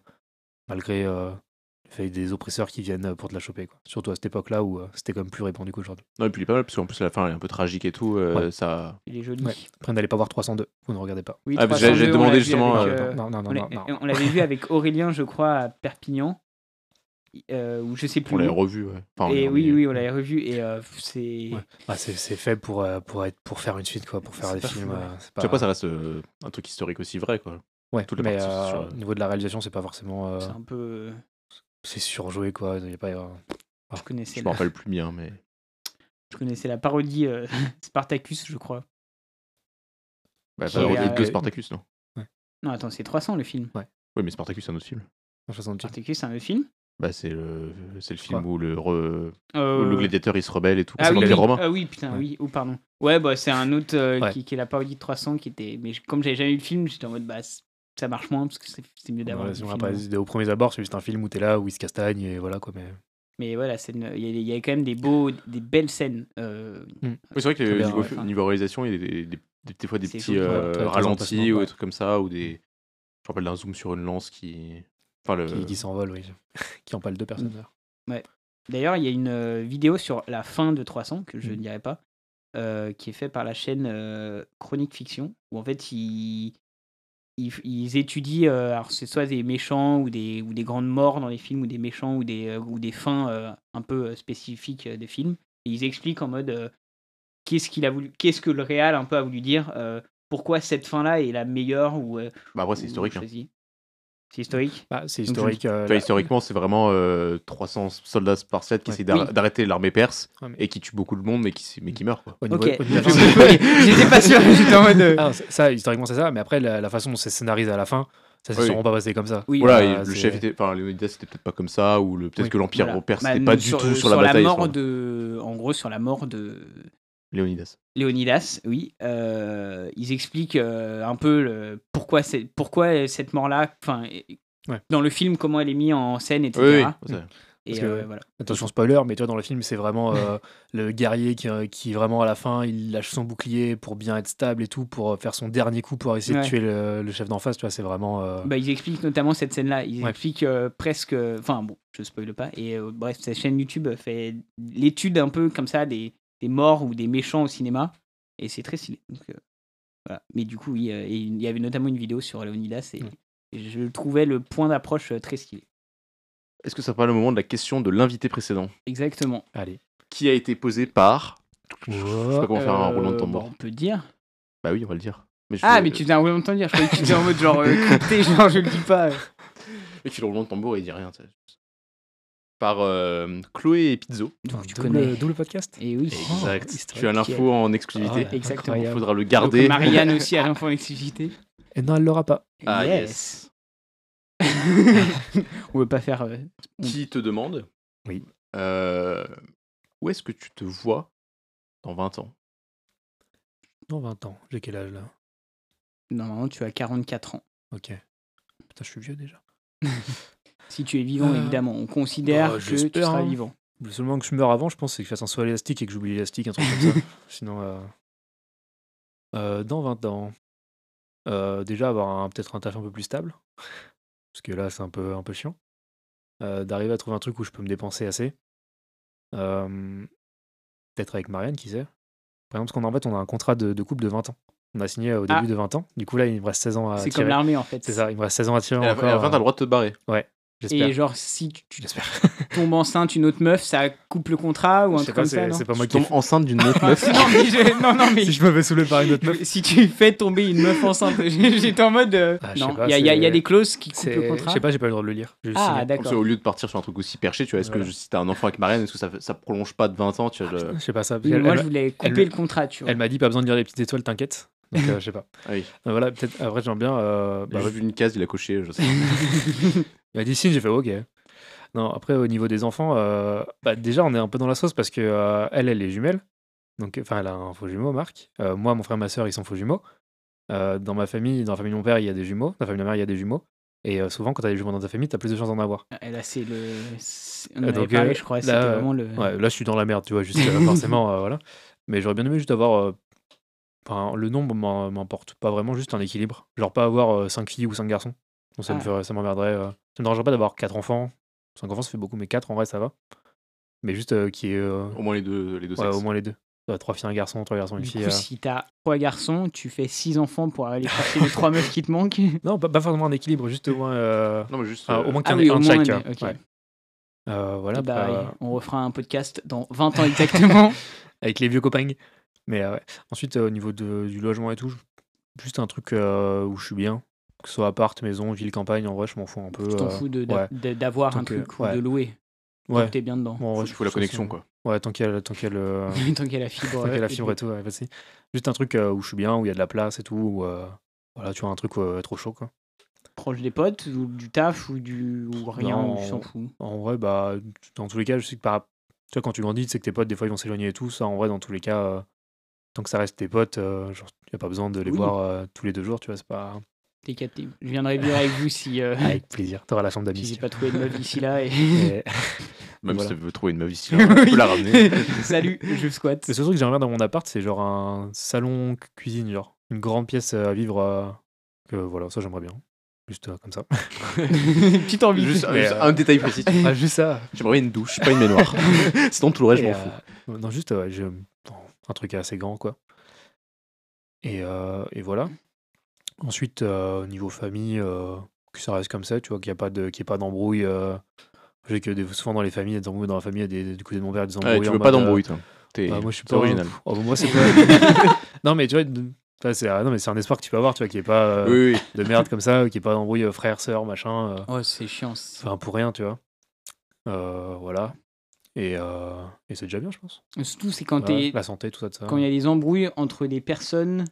malgré euh, le fait des oppresseurs qui viennent euh, pour te la choper. quoi. Surtout à cette époque-là où euh, c'était quand même plus répandu qu'aujourd'hui.
Non, et puis il est pas mal, parce qu'en plus, à la fin, elle est un peu tragique et tout. euh, ça...
Il est joli.
Ouais. Après, n'allez pas voir 302, vous ne regardez pas.
Oui,
Ah, parce que
302,
j'ai-
on
j'ai
l'a
demandé
vu
justement,
avec,
euh,
euh,
non, non, non,
on
non,
l'a-
non.
on l'avait vu avec Aurélien, je crois, à Perpignan. euh, Ou je sais plus.
On l'a
où.
revu, ouais. Enfin, on
Et
l'a
oui,
revu.
oui, on l'avait revu. Et euh, c'est.
Ouais. Ah, c'est, c'est fait pour, euh, pour, être, pour faire une suite, quoi, pour faire
C'est
des
pas
films.
fou, ouais.
euh, c'est
Tu
pas-
vois, après, ça reste euh, un truc historique aussi vrai, quoi.
ouais,
toute la
mais
partie
euh,
sur-
au niveau de la réalisation, c'est pas forcément. euh,
C'est un peu.
c'est surjoué, quoi. Il y a pas, euh,
Je connaissais, la...
Je m'en rappelle plus bien, mais.
je connaissais la parodie euh, Spartacus, je crois.
Bah,
Qui
pas
est,
que
euh,
Spartacus, non
Non, attends, c'est 300 le film.
Oui, mais Spartacus, c'est un autre film.
en 68.
Spartacus, c'est un autre film.
Bah, c'est le, c'est le
Quoi
film où le, re- où
Euh,
le gladiateur il se rebelle et tout.
Ah
c'est
oui,
dans
oui,
les Romains.
ah oui, putain,
Ouais.
oui, ou pardon. Ouais, bah, c'est un autre euh,
Ouais.
qui, qui est la parodie de 300 qui était. Mais je- comme j'avais jamais vu le film, j'étais en mode bah, c- ça marche moins parce que c'est c'est mieux d'avoir.
Ouais,
le
si bah, on l'a
film.
pas hésité au premier abord, c'est juste un film où t'es là, où il se castagne, et voilà, quoi. Mais
Mais voilà, c'est une- il y, a- il y a quand même des, beaux, des belles scènes. euh,
Oui, c'est vrai que
Très bien,
niveau,
ouais.
niveau réalisation, il y a des, des- des- des- des fois des
C'est
petits
joli, ouais.
euh,
Très- très
ralentis
impressionnant,
ou
ouais.
des trucs comme ça, ou des. Je me rappelle d'un zoom sur une lance qui. Enfin, le.
Qui, qui s'envole, oui. qui empale deux personnes. d'ailleurs.
D'ailleurs, il y a une euh, vidéo sur la fin de 300, que
Mmh.
je ne dirai pas, euh, qui est faite par la chaîne euh, Chronique Fiction, où en fait, ils, ils, ils étudient, euh, alors c'est soit des méchants ou des, ou des grandes morts dans les films, ou des méchants ou des, euh, ou des fins euh, un peu euh, spécifiques euh, des films, et ils expliquent en mode euh, qu'est-ce qu'il a voulu, qu'est-ce que le réal un peu a voulu dire, euh, pourquoi cette fin-là est la meilleure ou. euh,
Bah, après, c'est
ou
historique. hein.
choisie. C'est historique
Bah, c'est
Donc, je-
historique. euh,
Enfin,
la-
historiquement, c'est vraiment euh, 300 soldats spartiates qui
Ouais.
essaient d'ar-
Oui.
d'arrêter l'armée perse
Ouais, mais-
et qui tuent beaucoup de monde, mais qui, s- mais qui meurent. Quoi.
au niveau-
Ok,
au niveau-
j'étais pas sûr, j'étais en mode. euh,
Ah, c'est- ça, historiquement, c'est ça. Mais après, la, la façon dont c'est scénarisé à la fin, ça s'est
Oui.
sûrement pas passé comme ça.
Oui, bah,
Voilà,
Euh,
et le
c'est-
chef était. Enfin, Léonidas, c'était peut-être pas comme ça, ou le- peut-être
Oui,
que l'Empire
Voilà.
perse
Bah,
n'était pas
non,
du tout sur, la bataille.
mort
sur-
de, en gros, sur la mort de
Léonidas.
Léonidas, oui. Euh, ils expliquent euh, un peu le- pourquoi, c'est, pourquoi cette mort-là, enfin, et-
Ouais.
dans le film, comment elle est mise en scène, etc.
Oui, oui, c'est vrai.
Et
Parce que-
euh, voilà.
Attention spoiler, mais tu vois, dans le film, c'est vraiment euh, le guerrier qui, euh, qui, vraiment, à la fin, il lâche son bouclier pour bien être stable et tout, pour euh, faire son dernier coup pour essayer
Ouais.
de tuer le, le chef d'en face. Tu vois, c'est vraiment. euh,
Bah, ils expliquent notamment cette scène-là. Ils
Ouais.
expliquent euh, presque. Enfin, bon, je spoile pas. Et euh, bref, cette chaîne YouTube fait l'étude un peu comme ça des, des morts ou des méchants au cinéma. Et c'est très stylé. Donc, euh, voilà. Mais du coup, oui, euh, et il y avait notamment une vidéo sur Leonidas et
Ouais.
je trouvais le point d'approche euh, très stylé.
Est-ce que ça parle au moment de la question de l'invité précédent
Exactement.
Allez.
Qui a été posée par. Je sais pas comment faire un
Euh,
roulement de tambour.
bah, On peut dire.
Bah oui, on va le dire. Mais je
Ah,
fais-
mais tu faisais un roulement de tambour. Je croyais que tu étais en mode genre euh, crypté, genre je le dis pas.
Et tu le roulement de tambour et il dit rien. tu sais. Par euh, Chloé et Pizzo.
Donc tu
double,
connais.
double podcast
Et oui. Oh.
Exact.
historique.
tu as l'info en
Oh là
exclusivité.
là,
Exactement.
Il
incroyable.
faudra le
Ah, Donc,
garder.
Marianne aussi à l'info en exclusivité.
Et Eh non, elle l'aura pas.
Ah,
on veut pas faire. euh,
Qui te demande
Mmh. Oui.
euh, où est-ce que tu te vois dans 20 ans
Non, 20 ans. J'ai quel âge là
Normalement, tu as 44 ans.
Ok. Putain, je suis vieux déjà.
Si tu es vivant,
Euh,
évidemment. On considère
bah,
que tu
j'espère,
seras
hein.
vivant.
Le seul moment que je meurs avant, je pense, c'est que je fasse un saut à élastique et que j'oublie l'élastique, un truc comme ça. Sinon, euh, euh, dans 20 ans, euh, déjà avoir un- peut-être un taf un peu plus stable, parce que là, c'est un peu, un peu chiant. Euh, D'arriver à trouver un truc où je peux me dépenser assez. Euh, peut-être avec Marianne, qui sait. Par exemple, parce qu'on a, en fait, on a un contrat de, de couple de 20 ans. On a signé euh, au début
Ah.
de 20 ans. Du coup, là, il me reste 16 ans à
C'est
tirer.
comme l'armée, en fait.
Ah, C'est ça, il me reste 16 ans à tirer.
Et à la- et à la
encore,
fin, t'as
euh,
le droit de te barrer.
Et
J'espère.
genre, si tu, tu
J'espère.
tombes enceinte une autre meuf, ça coupe le contrat ou
Je
un
sais
truc
pas,
comme ça,
c'est
non
c'est pas moi
Tu
qui. ai
tombes enceinte d'une autre
Ah,
meuf.
non, mais je- non, non, mais
fait- Si je me fais soulever par une autre meuf.
je- si tu fais tomber une meuf enceinte, j'ai- j'étais en mode. euh,
Ah, je sais
non,
pas,
il y, a- il y a- il y a
c'est-
des clauses qui coupent
C'est-
le contrat.
Je sais pas, j'ai pas eu le droit de le lire. J'ai
Ah,
signé.
Comme ça,
d'accord.
au lieu de partir sur un truc aussi perché, tu vois, est-ce que
Voilà. Ah,
je- si t'as un enfant avec Marianne, est-ce que ça, fait- ça prolonge pas de 20 ans tu vois, le-
Je sais pas ça. parce
Oui, mais
qu'elle-
Moi,
elle
je
m'a-
voulais couper
elle-
le contrat, tu vois.
elle m'a dit pas besoin de lire les petites étoiles, t'inquiète. Donc euh, je sais pas.
Ah oui.
Donc, voilà, peut-être après j'aime bien. euh, bah,
J'ai vu une case, il a coché, je sais.
Il m'a dit signe, j'ai fait ok. Non, après au niveau des enfants, euh, bah, déjà on est un peu dans la sauce parce que euh, elle, elle est jumelle. Donc, enfin, elle a un faux jumeau, Marc. Euh, moi, mon frère, ma soeur, ils sont faux jumeaux. Euh, dans ma famille, dans la famille de mon père, il y a des jumeaux. Dans la famille de ma mère, il y a des jumeaux. Et euh, souvent, quand t'as des jumeaux dans ta famille, t'as plus de chances d'en avoir.
Elle a, c'est le. c'est- On en
Euh,
avait
donc,
parlé,
euh,
je crois.
là,
C'était
euh,
vraiment le.
Ouais, là, je suis dans la merde, tu vois, juste euh, forcément, euh, voilà. Mais j'aurais bien aimé juste avoir. euh, Enfin, le nombre m'en- m'importe pas vraiment, juste un équilibre. Genre pas avoir 5 filles ou 5 garçons. Donc ça me
Ah.
ferait- ça m'emmerderait. euh. Ça me dérangerait pas d'avoir 4 enfants. 5 enfants, ça fait beaucoup, mais 4 en vrai, ça va. Mais juste euh, qu'il y ait euh,
Au moins les deux, les deux
ouais,
sexes.
au moins les deux. 3 filles, un garçon, 3 garçons, une
Du coup,
fille. euh.
si t'as trois garçons, tu fais six enfants pour aller chercher les trois meufs qui te manquent.
Non, pas, pas forcément un équilibre, juste au moins. euh,
Non, mais juste.
ah,
euh,
au moins
Ah
qu'un
oui, au
un de
moins
chaque.
un des- ok.
ouais. Euh, voilà,
Eh bah,
euh,
On refera un podcast dans 20 ans exactement.
avec les vieux copains. Mais euh, ouais. ensuite, euh, au niveau de- du logement et tout, je- juste un truc euh, où je suis bien. Que ce soit appart, maison, ville, campagne, en vrai, je m'en fous un peu.
tu t'en
euh,
fous de-
ouais.
d'a- de- d'avoir
Tant
un
que-
truc ou
ouais.
de louer. Tant
Ouais.
que T'es bien dedans.
Bon, en
faut-
vrai,
il
je
faut la
trouve ça,
connexion,
c'est-
quoi.
Ouais, tant qu'il y a, tant qu'il y a le-
Tant qu'il y a la fibre.
tant qu'il y a
euh,
la fibre et tout, ouais, vas-y. Juste un truc euh, où je suis bien, où il y a de la place et tout. Où, euh, voilà, tu vois, un truc euh, trop chaud, quoi.
Proche des potes ou du taf ou du ou rien, ou tu
Non.
s'en fous.
En vrai, bah, dans tous les cas, je sais que par... tu vois, quand tu grandis, tu sais que tes potes, des fois, ils vont s'éloigner et tout. Ça, en vrai, dans tous les cas, euh, tant que ça reste tes potes, euh, genre, il n'y a pas besoin de les
Oui.
voir euh, tous les deux jours, tu vois, c'est pas.
T'es capté. Je viendrai vivre avec vous si, euh,
Avec plaisir. T'auras la chambre
si
d'amis.
j'ai pas trouvé de meuf d'ici là. Et...
Et-
Même
Voilà.
si tu veux trouver une meuf ici, on peut la ramener.
Salut, je squatte.
C'est ce truc que j'aimerais dans mon appart, c'est genre un salon cu- cuisine, genre une grande pièce à vivre. euh, que voilà, ça j'aimerais bien. Juste euh, comme ça.
Petite envie.
Juste,
Mais,
juste
euh,
un détail précis.
ah, juste ça.
J'aimerais une douche, pas une baignoire. Sinon, tout le reste, je
Et,
m'en fous.
euh, non, juste euh, je- bon, un truc assez grand, quoi. Et, euh, et voilà. Ensuite, euh, niveau famille, euh, que ça reste comme ça, tu vois, qu'il n'y a pas de, qu'il y ait pas d'embrouille. euh, j'ai que des- souvent dans les familles, il y a des embrouilles dans la famille, il y a des, du côté de mon père, il y a des
Ouais,
embrouilles.
tu
en
veux pas
mode, euh,
d'embrouille, toi. T'es
bah, moi, je suis
t'es
pas
original.
oh, bah, moi, c'est pas. non, mais tu vois, de- enfin, c'est ah, non, mais c'est un espoir que tu peux avoir, tu vois, qu'il n'y ait pas euh,
Oui, oui.
de merde comme ça, qu'il n'y ait pas d'embrouille euh, frère, sœur, machin. euh,
Oh, c'est chiant. C'est
Enfin, pour rien, tu vois. Euh, voilà. Et, euh, et c'est déjà bien, je pense.
Surtout, c'est quand
Ouais, bah,
t'es
la santé, tout ça, tout ça.
quand il y a des embrouilles entre des personnes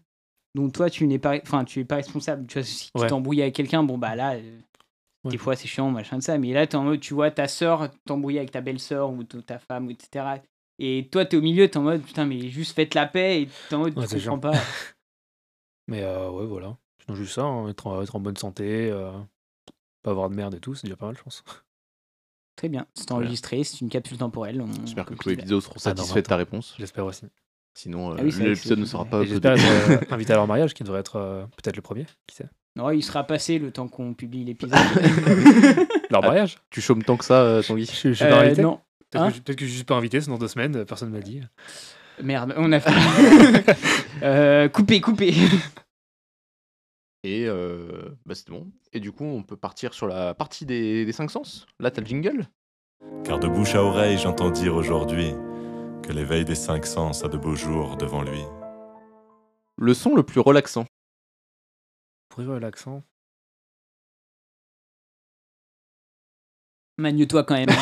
dont toi tu n'es pas enfin tu es pas responsable tu vois si tu
Ouais.
t'embrouilles avec quelqu'un bon bah là euh,
Ouais.
des fois c'est chiant machin de ça mais là t'es en mode tu vois ta sœur t'embrouiller avec ta belle-sœur ou t- ta femme ou etc et toi t'es au milieu t'es en mode putain mais juste faites la paix et t'es en mode
Ouais,
tu
c'est
comprends
chiant.
pas
Mais euh, ouais, voilà. Sinon, juste ça, hein, être, en, être en bonne santé, euh, pas avoir de merde et tout, c'est déjà pas mal, je pense.
très bien c'est enregistré c'est une capsule temporelle on
J'espère que tous les
compile.
vidéos seront
Ah, non,
satisfaits de ta réponse.
J'espère aussi.
Sinon, euh,
Ah oui, c'est vrai que
l'épisode
c'est-
ne sera pas.
Et
uploadé.
j'espère être euh, invité à leur mariage, qui devrait être euh, peut-être le premier. Qui sait
non il sera passé le temps qu'on publie l'épisode Ah.
Leur mariage
Tu chômes tant que ça, euh, Tanguy
Je suis
Euh,
pas invité
non
Peut-être
Hein Ah.
que, je- peut-être que je suis juste pas invité, sinon deux semaines, euh, personne m'a dit.
merde on a fait euh, coupé coupé
Et euh, bah, c'est bon. Et du coup, on peut partir sur la partie des, des cinq sens. Là, t'as le jingle.
Car de bouche à oreille, j'entends dire aujourd'hui que l'éveil des cinq sens a de beaux jours devant lui.
Le son le plus relaxant.
Pour y voir l'accent.
magne-toi quand même
Non,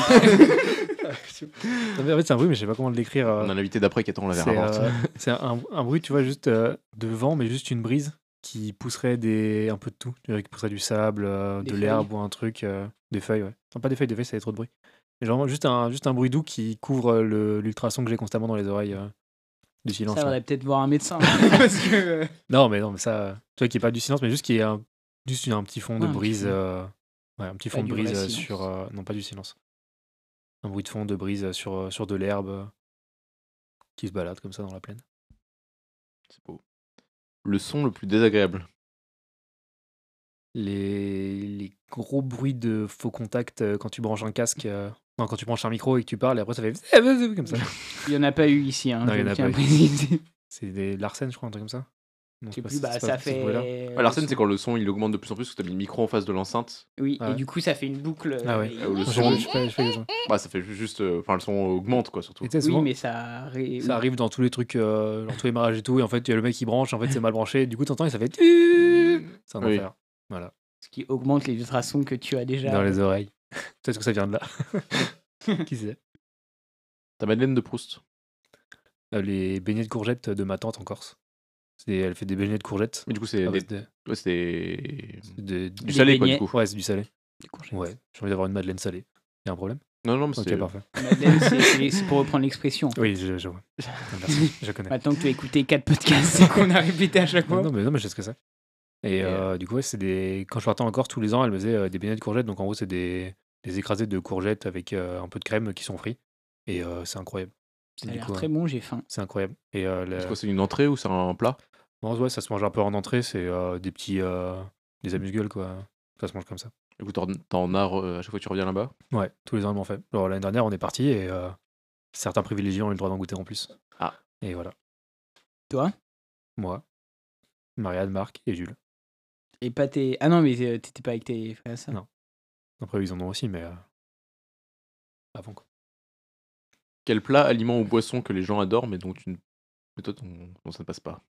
mais en fait, c'est un bruit, mais je sais pas comment le décrire. euh,
On a l'invité d'après qui attend la
c'est,
verre avant.
euh, c'est un, un bruit, tu vois, juste euh, de vent, mais juste une brise qui pousserait des, un peu de tout. Tu vois, Qui pousserait du sable, euh,
Des
de
feuilles.
l'herbe ou un truc. euh, des feuilles, ouais. Non, pas des feuilles, des feuilles, ça fait trop de bruit. Mais genre, juste un, juste un bruit doux qui couvre euh, le, l'ultrason que j'ai constamment dans les oreilles euh, du silence.
Ça,
là.
on va peut-être voir un médecin. parce que, euh,
Non, mais non, mais ça, euh, tu vois, qu'il n'y ait pas du silence, mais juste qu'il y ait un, juste une- un petit fond de
Ouais, un petit
brise.
fond.
euh, ouais, un petit
Pas
fond de
Ah, du vrai
brise euh,
silence.
sur. euh, non, pas du silence. Un bruit de fond de brise euh, sur, euh, sur de l'herbe euh, qui se balade comme ça dans la plaine.
C'est beau. Le son le plus désagréable.
Les, les gros bruits de faux contact euh, quand tu branches un casque. euh, non, quand tu branches un micro et que tu parles, et après ça fait. Comme ça.
Il n'y en a pas eu ici. Hein,
Non,
je
il y en a
tiens à
pas eu.
préciser.
C'est des Larsen, je crois, un truc comme ça. Non,
Je
c'est
sais
pas-
plus,
c'est-
bah,
c'est pas-
ça
c'est ce bruit-là.
fait. euh,
Ah, L'arsène, c'est quand le son il augmente de plus en plus parce que t'as mis le micro en face de l'enceinte.
Oui,
Ah
et
ouais.
du coup, ça fait une boucle.
Ah ouais.
et-
Euh, le
Je-
son.
je- je fais- je fais le son.
Bah, ça fait ju- juste. euh, Enfin, le son augmente, quoi, surtout.
Et tu sais,
Oui,
souvent-
mais ça. ré-
Ça arrive dans tous les trucs, euh, dans tous les mariages et tout. Et en fait, il y a le mec qui branche, en fait, c'est mal branché. Du coup, t'entends et ça fait. C'est un
Oui.
enfer.
Ce qui augmente les ultrasons que tu as déjà.
Dans les oreilles. Peut-être que ça vient de là. qui sait
Ta Madeleine de Proust.
Euh, Les beignets de courgettes de ma tante en Corse. C'est- Elle fait des beignets de courgettes. Ah,
Mais du coup, c'est.
à
des-
base de-
ouais, c'est des-
de-
Du
Des
salé, quoi,
beignets.
du coup.
Ouais, c'est du salé.
Des courgettes.
Ouais, j'ai envie d'avoir une madeleine salée. Y a un problème
Non, non, mais
Ok,
Oh, c'est.
parfait.
Madeleine, c'est- c'est c'est pour reprendre l'expression.
Oui, je, je vois. Merci, je connais.
Maintenant que tu as écouté 4 podcasts et qu'on a répété à chaque
Non,
fois.
non, mais, non, mais je sais ce que c'est. Et
Et,
euh, du coup, ouais, c'est des... quand je partais encore tous les ans, elle me faisait euh, des beignets de courgettes. Donc en gros, c'est des... des écrasés de courgettes avec euh, un peu de crème qui sont frits. Et euh, c'est incroyable.
Ça a
Du
l'air
coup,
très
euh,
bon, j'ai faim.
C'est incroyable. Et euh, la-
C'est quoi, c'est une entrée ou c'est un plat
non, ouais, ça se mange un peu en entrée. C'est euh, des petits. euh, des amuse-gueules, quoi. Ça se mange comme ça.
Du coup, t'en- t'en as re- à chaque fois que tu reviens là-bas.
Ouais, tous les ans, ils m'ont fait. Alors, l'année dernière, on est parti et euh, certains privilégiés ont eu le droit d'en goûter en plus.
Ah.
Et voilà.
Toi
Moi, Marianne, Marc et Jules.
Et pas tes. Ah non, mais euh, t'étais pas avec tes frères et sœurs.
Non. Après, ils en ont aussi, mais. euh, Avant, quoi.
Quel plat, aliment ou boisson que les gens adorent mais dont, une... mais toi, ton- dont ça ne passe pas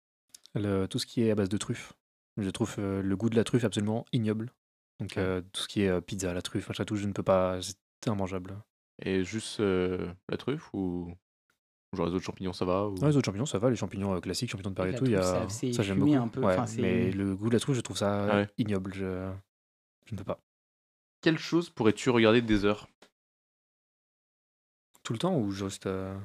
Le- tout ce qui est à base de truffes. Je trouve euh, le goût de la truffe absolument ignoble. Donc, euh, tout ce qui est euh, pizza, la truffe, machin, tout, je ne peux pas. C'est immangeable.
Et juste euh, la truffe ou ou genre les autres champignons, ça va ou...
Ouais, les autres champignons, ça va, les champignons euh, classiques, champignons de Paris et
La
tout, il y
truffe,
a...
c'est assez
ça j'aime
fumé
beaucoup.
un peu,
Ouais,
enfin, c'est-
mais le goût de la truffe, je trouve ça euh,
Ah ouais.
ignoble. Je... je ne peux pas.
Quelle chose pourrais-tu regarder des heures
Tout le temps ou juste. euh,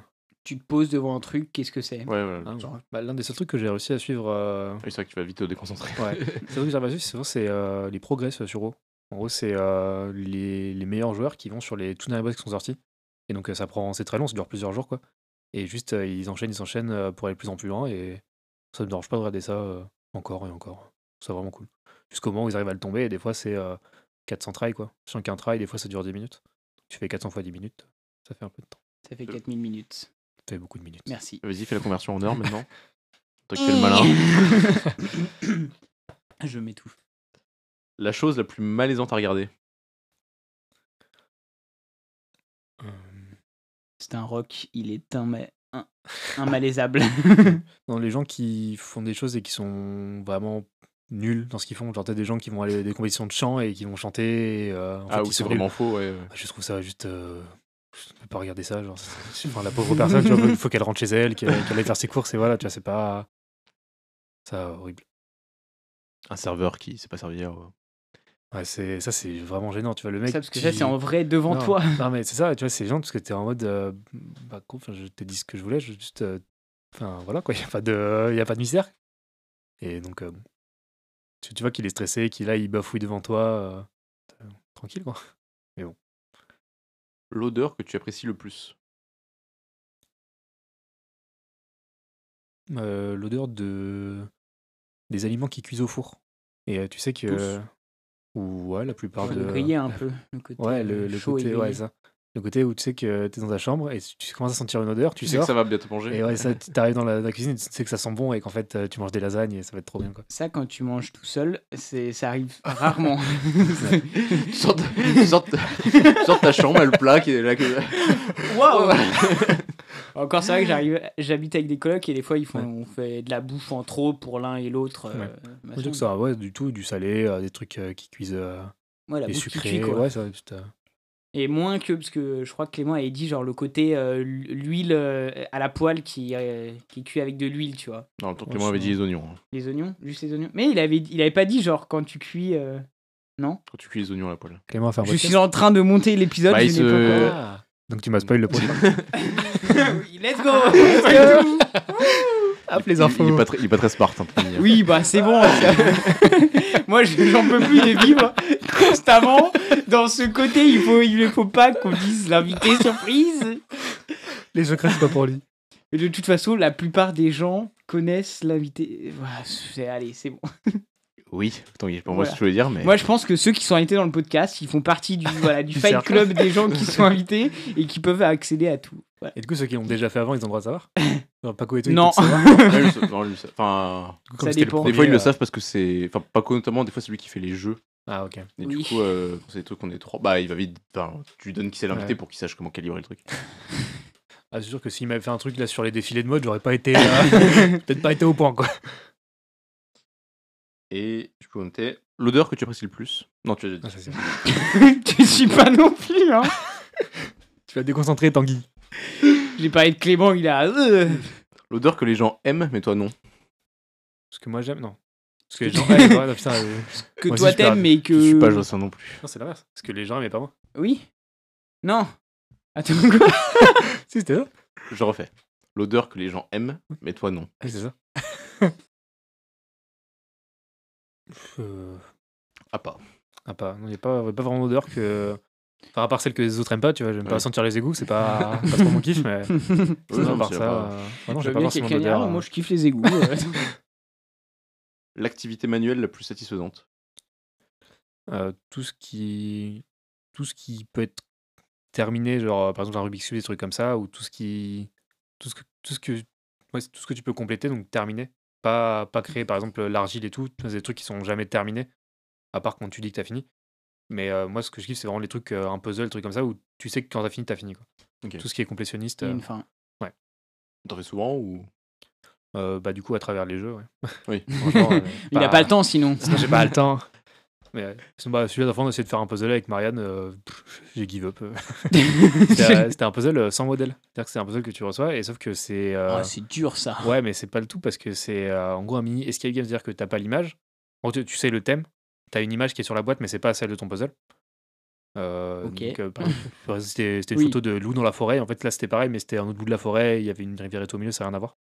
tu te poses devant un truc, qu'est-ce que c'est
Ouais, voilà.
Hein, bah, L'un des seuls trucs que j'ai réussi à suivre, euh,
Oui, c'est vrai que tu vas vite te déconcentrer.
ouais. c'est vrai que j'ai réussi à suivre, c'est vrai, c'est euh, les progrès sur Euro. En gros, c'est euh, les, les meilleurs joueurs qui vont sur les Toonary Boys qui sont sortis. Et donc, euh, ça prend, c'est très long, ça dure plusieurs jours, quoi. Et juste, euh, ils enchaînent, ils enchaînent euh, pour aller de plus en plus loin. Et ça ne me dérange pas de regarder ça euh, encore et encore. C'est vraiment cool. Jusqu'au moment où ils arrivent à le tomber. Et des fois, c'est euh, 400 tries, quoi. Sachant qu'un try, des fois, ça dure 10 minutes. Tu fais 400 fois 10 minutes. Ça fait un peu de temps.
Ça fait 4000 minutes.
Ça fait beaucoup de minutes.
Merci.
Vas-y, fais la conversion en heures maintenant. Toi qui fais le malin.
Je m'étouffe.
La chose la plus malaisante à regarder.
Euh,
C'est un rock, il est un, ma- un, un malaisable.
Non, les gens qui font des choses et qui sont vraiment nuls dans ce qu'ils font. Genre, t'as des gens qui vont aller à des compétitions de chant et qui vont chanter. et, euh, en fait,
ah, oui,
ils
c'est
sont nuls.
vraiment faux, ouais. ouais.
Ah, Je trouve ça juste. euh, Je ne peux pas regarder ça. Genre, c'est- enfin, la pauvre personne, tu vois, il faut qu'elle rentre chez elle, qu'elle qu'elle aille faire ses courses et voilà, tu vois, c'est pas. Ça, horrible.
Un serveur qui s'est pas euh. servi hier. ouais.
Ouais, c'est- ça, c'est vraiment gênant, tu vois. Le mec.
Ça, parce que
qui-
ça, c'est en vrai devant
non,
toi.
Non, mais c'est ça, tu vois, c'est gênant parce que t'es en mode. euh, bah, con, enfin, je t'ai dit ce que je voulais, je juste. euh, Enfin, voilà, quoi, il n'y a, pas de- y a pas de mystère. Et donc, euh, bon. tu, tu vois qu'il est stressé, qu'il là, il bafouille devant toi. euh, euh, tranquille, quoi.
L'odeur que tu apprécies le plus.
Euh, l'odeur de des aliments qui cuisent au four. Et euh, tu sais que ou ouais, la plupart
Pour
de
briller un peu. Le côté
ouais,
euh,
le, le
chaud et
côté ouais,
grillé.
ça. Le côté où tu sais que tu es dans ta chambre et tu, tu commences à sentir une odeur, tu
Tu sais que
sors.
ça va bientôt manger.
Et ouais, ça tu arrives dans la, la cuisine et tu sais que ça sent bon et qu'en fait euh, tu manges des lasagnes et ça va être trop bien quoi.
Ça, quand tu manges tout seul, c'est ça arrive rarement.
tu, sors de, tu sors de- tu sors de ta chambre, elle le plat qui est là. Que...
Waouh Encore c'est vrai que j'arrive, j'habite avec des colocs et des fois ils font,
Ouais.
on fait de la bouffe en trop pour l'un et l'autre. euh,
Ouais.
machin.
Je dis que Bah, ça ouais, du tout du salé, euh, des trucs euh, qui cuisent euh,
Ouais, la
des
bouffe qui
sucrés,
cuit, quoi.
ouais, ça va juste, euh,
Et moins que parce que je crois que Clément avait dit genre le côté euh, l'huile euh, à la poêle qui euh, qui cuit avec de l'huile, tu vois.
Non, le temps que
Ouais,
Clément avait
c'est-
dit les oignons. hein.
Les oignons, juste les oignons. Mais il avait il avait pas dit genre quand tu cuis. euh,
Quand tu cuis les oignons à la poêle.
Clément va faire un
Je
podcast.
suis en train de monter l'épisode.
Bah,
je
il
n'ai pas
se-
encore-
Ah. Donc tu m'as spoil le prochain.
Oui, Let's go. Let's go.
Hop
Il-
les
Il est
infos.
pas très, il est pas très smart. hein, pour venir.
Oui, bah c'est bon. ça. Moi, je- j'en peux plus de vivre constamment dans ce côté. Il faut, il ne faut pas qu'on dise l'invité surprise.
Les secrets c'est pas pour lui.
Mais de toute façon, la plupart des gens connaissent l'invité. Voilà, c'est- allez, c'est bon.
Oui, tant qu'il- pour moi,
Voilà.
ce que je voulais dire, mais.
Moi, je pense que ceux qui sont invités dans le podcast, ils font partie du voilà du
Du
fight
cercle.
club des gens qui sont invités et qui peuvent accéder à tout. Voilà.
Et du coup, ceux qui l'ont déjà fait avant, ils ont le droit de savoir Genre, Paco et tout, ils
Non.
peuvent savoir
Ouais, lui, ça- non, lui, ça- Enfin,
Du coup,
Ça
c'était le
dépend.
des
premier,
fois, ils le
euh,
savent parce que c'est. Enfin, Paco, notamment, des fois, c'est lui qui fait les jeux.
Ah, ok.
Et
Oui.
du coup, euh, c'est des trucs qu'on est trois. Bah, il va vite. Enfin, tu lui donnes qui c'est l'invité
Ouais.
pour qu'il sache comment calibrer le truc.
Ah, c'est sûr que s'il m'avait fait un truc là sur les défilés de mode, j'aurais pas été. euh, Peut-être pas été au point, quoi.
Et je peux noter l'odeur que tu apprécies le plus. Non, tu as déjà dit.
tu suis pas non plus. Hein.
tu vas déconcentrer, Tanguy.
J'ai parlé de Clément, il a. euh,
L'odeur que les gens aiment, mais toi non.
Parce que moi, j'aime. Non. Parce que les gens. ouais, ouais, non, putain, euh,
que
Moi
toi
aussi, je suis perdu.
t'aimes, mais que.
Je suis pas Jossin non plus.
Non, c'est l'inverse. Parce que les gens aimaient pas moi.
Oui. Non. Attends quoi
Si, c'était ça.
Je refais. L'odeur que les gens aiment, mais toi non.
Ouais, c'est ça. euh...
Ah, pas.
Ah, pas. Non, y a pas, y a pas vraiment d'odeur que. Enfin, à part celle que les autres aiment pas, tu vois, j'aime pas
Ouais.
sentir les égouts, c'est pas, pas trop mon kiff, mais.
Ouais,
Sinon,
non,
à part
c'est
ça.
pas-
euh, ouais, non,
Je
j'ai
veux
pas
bien
forcément
quelqu'un dire,
d'odeur,
Ah,
euh.
Moi, je kiffe les égouts. euh.
L'activité manuelle la plus satisfaisante.
euh, tout ce qui tout ce qui peut être terminé genre euh, par exemple un Rubik's cube des trucs comme ça ou tout ce qui tout ce que tout ce que ouais, c'est tout ce que tu peux compléter donc terminer pas
Mmh.
pas créer par exemple l'argile et tout tu vois, c'est des trucs qui sont jamais terminés à part quand tu dis que t'as fini mais euh, moi ce que je kiffe c'est vraiment les trucs euh, un puzzle des trucs comme ça où tu sais que quand t'as fini t'as fini quoi
Ok.
tout ce qui est complétionniste
Il y a
euh,
une fin.
T'en fais souvent ou.
euh, bah du coup à travers les jeux ouais.
Oui.
Franchement, euh,
Il
Bah.
a pas le temps sinon.
Sinon, j'ai pas le temps. Mais euh, sinon, bah, celui-là, d'avant, on a essayé de faire un puzzle avec Marianne. euh, pff, j'ai give up. euh. C'était euh, c'était un puzzle euh, sans modèle. C'est-à-dire que c'est un puzzle que tu reçois, et sauf que c'est. euh,
Ah, c'est dur ça.
ouais, mais c'est pas le tout, parce que c'est euh, en gros un mini escape game, c'est-à-dire que t'as pas l'image. En gros, tu, tu sais le thème, t'as une image qui est sur la boîte, mais c'est pas celle de ton puzzle. Euh,
Ok.
donc, euh, par exemple, enfin, c'était c'était une
Oui.
photo de loup dans la forêt. En fait, là, c'était pareil, mais c'était un autre bout de la forêt. Il y avait une rivière au milieu, ça n'a rien à voir.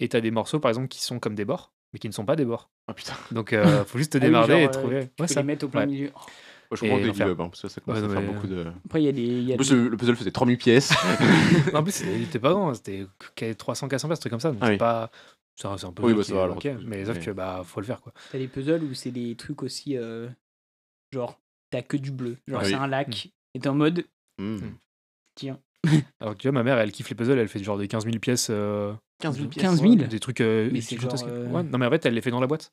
Et t'as des morceaux, par exemple, qui sont comme des bords, mais qui ne sont pas des bords.
Ah putain,
Donc, euh, faut juste te
Ah oui,
démarrer
genre,
et
euh,
trouver.
tu peux
Ouais,
les
ça.
mettre au plein
Ouais.
milieu.
Moi, je
Et
comprends des
l'enfer.
globes, hein, parce que ça commence
Ouais,
à
non,
faire
mais- euh,
beaucoup de.
Après, il y a des. il y a
En plus,
des-
le, le puzzle faisait 3000 pièces.
en plus, c'était- il était pas grand, hein, c'était que 300, 400 places, un truc comme ça. Donc,
Ah
c'est
oui.
pas. C'est un, c'est un peu.
Oui,
ça
bah,
qui
ça va,
est-
alors,
ok,
tu-
mais sauf
mais-
que, bah, faut le faire, quoi.
T'as des puzzles où c'est des trucs aussi. euh, genre, t'as que du bleu. Genre,
Ah
c'est
oui.
un lac. Et t'es en mode,
Hmm.
tiens,
Alors, que tu vois, ma mère, elle kiffe les puzzles, elle fait genre des 15 000 pièces. euh,
15 000 pièces.
15 000
des trucs. euh,
Mais c'est
gigantesques.
genre, euh,
Ouais, Non, mais en fait, elle les fait dans la boîte.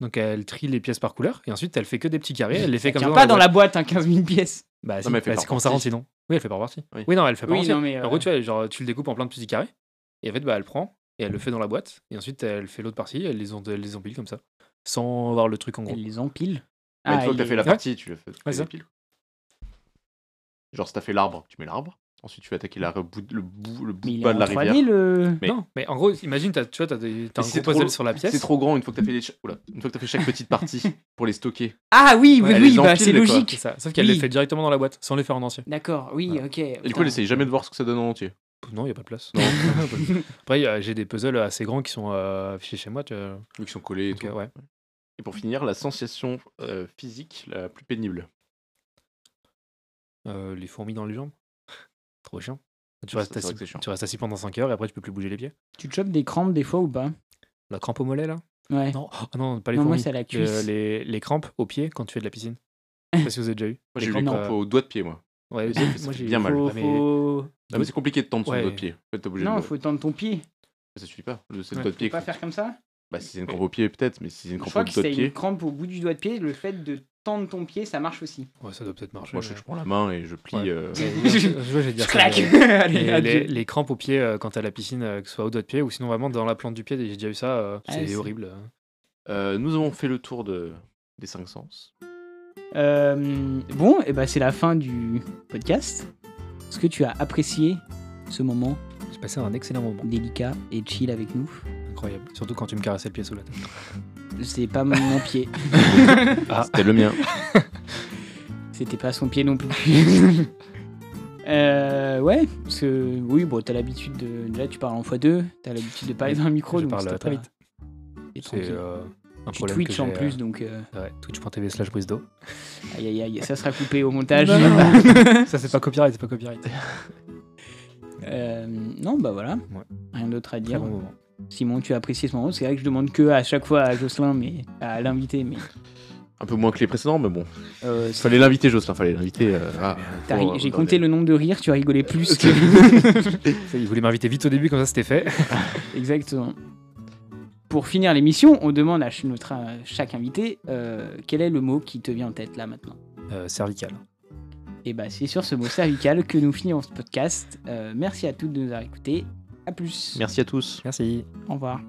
Donc, elle trie les pièces par couleur et ensuite, elle fait que des petits carrés. Elle les fait
tiens
comme ça.
pas dans
boîte.
la boîte, hein, 15 000 pièces.
Bah, si,
mais elle fait
bah,
par
c'est comment ça rentre
partie.
sinon Oui, elle fait par partie.
Oui.
Oui, non, elle fait par
Oui,
partie.
non, mais,
En gros,
euh,
tu, vois, genre, tu le découpes en plein de petits carrés. Et en fait, bah, elle prend et elle le fait dans la boîte. Et ensuite, elle fait l'autre partie. Elle les, en- elle les empile comme ça. Sans voir le truc en gros.
Elle les empile. Ah,
Mais
Ah,
Bah, une fois que t'as
il-
fait la
Ouais.
partie, tu l'as fait. tu fais
Ouais, ça.
des piles. Genre, si t'as fait l'arbre, tu mets l'arbre. Ensuite, tu vas attaquer la, re- bout- le bout, le bout
Mais il
de
est
bas
en
de la rivière.
3000. euh,
mais-
Non, mais en gros, imagine, t'as- tu vois, t'as des-
Et
t'as un
si c'est
gros puzzle
trop-
sur la
C'est
pièce.
trop grand une fois que t'as fait, les... cha- oula, une fois que t'as fait chaque petite partie pour les stocker.
Ah oui, oui,
Ouais, elle
oui,
les
bah,
empile,
c'est
quoi.
C'est
logique.
ça. Sauf qu'elle les
Oui.
fait directement dans la boîte, sans les faire en entier.
D'accord, oui,
Voilà.
ok.
Et du
putain.
coup, n'essaye jamais de voir ce que ça donne en entier.
Pff, Non, il n'y a pas de place.
Non.
Après, euh, j'ai des puzzles assez grands qui sont euh, affichés chez moi. Tu vois.
Vu qu'ils sont collés et
Donc,
tout.
euh, ouais.
Et pour finir, la sensation euh, physique la plus pénible.
Euh, les fourmis dans les jambes. trop chiant. Tu
Ça,
restes,
c'est vrai
assis,
que c'est chiant.
tu restes assis pendant 5 heures et après, tu peux plus bouger les pieds.
Tu te chopes des crampes des fois ou pas
La crampe au mollet, là
Ouais.
Non, oh non, pas les
Non, moi,
fourmis.
c'est à la
Euh,
cuisse.
les, les crampes aux pieds quand tu fais de la piscine. Je sais pas si vous avez déjà eu.
Moi,
Les
j'ai eu les
crampes,
crampes
euh,
au doigt de pied, moi.
ouais,
pieds, ça fait
j'ai-
bien mal.
Faut-
Ah, mais-
faut-
Ah, mais c'est compliqué de tendre son
Ouais.
doigt de pied. En fait, t'es obligé
Non,
de.
faut tendre ton pied.
Ça suffit pas. Le- C'est
Ouais.
le doigt de
Faut
pied.
pas
que-
faire comme ça.
Bah, si c'est une crampe au pied, peut-être, mais si c'est une
Je
crampe
crois
au
que
doigt
si
de
t'as une
pied,
crampe au bout du doigt de pied, le fait de tendre ton pied, ça marche aussi.
Ouais, ça doit peut-être marcher.
moi, je,
mais-
je prends la main et je plie.
Ouais.
euh,
Ouais, je- je- je vois, j'ai dit
Je
ça,
claque
mais-
Allez,
Les,
adieu.
les- les crampes aux pieds euh, quand t'as la piscine, euh, que ce soit au doigt de pied ou sinon vraiment dans la plante du pied, j'ai déjà eu ça, euh,
Ah,
c'est
c'est-
horrible.
Euh, nous avons fait le tour de... des cinq sens.
Euh, bon, et ben c'est la fin du podcast. Est-ce que tu as apprécié ce moment
J'ai passé un excellent moment,
délicat et chill avec nous
incroyable. Surtout quand tu me caressais le pied sous la tête.
C'est pas mon mon pied. Ah.
C'était le mien.
C'était pas son pied non plus. Euh, ouais, parce que oui, bon, t'as l'habitude de. Là, tu parles en x2, t'as l'habitude de parler dans un micro,
Je
donc
parle
c'était
très
pas-
vite.
t'es
C'est
tranquille.
euh, un
tu
problème que
Twitch en
j'ai,
plus, donc euh,
euh, ouais, Twitch.tv slash brise d'eau.
aïe aïe aïe, ça sera coupé au montage.
Non, non. ça c'est pas copyright, c'est pas copyright. Très
Euh, non, bah voilà,
Ouais.
rien d'autre à dire.
bon moment.
Simon, tu as apprécié ce moment C'est vrai que je demande que à chaque fois à Jocelyn, mais à l'invité, mais
Un peu moins que les précédents, mais bon.
euh,
Fallait l'inviter, Jocelyn. Fallait l'inviter. euh, ah,
t'as ri-
pour-
j'ai
dans
compté
les-
le nombre de rires, tu as rigolé plus. que-
Il voulait m'inviter vite au début, comme ça c'était fait.
Exactement. Pour finir l'émission, on demande à ch- notre, à chaque invité euh, quel est le mot qui te vient en tête là maintenant.
Euh, cervical.
Et bah c'est sur ce mot cervical que nous finirons ce podcast. Euh, merci à toutes de nous avoir écoutés. À plus.
Merci à tous.
Merci.
Au revoir.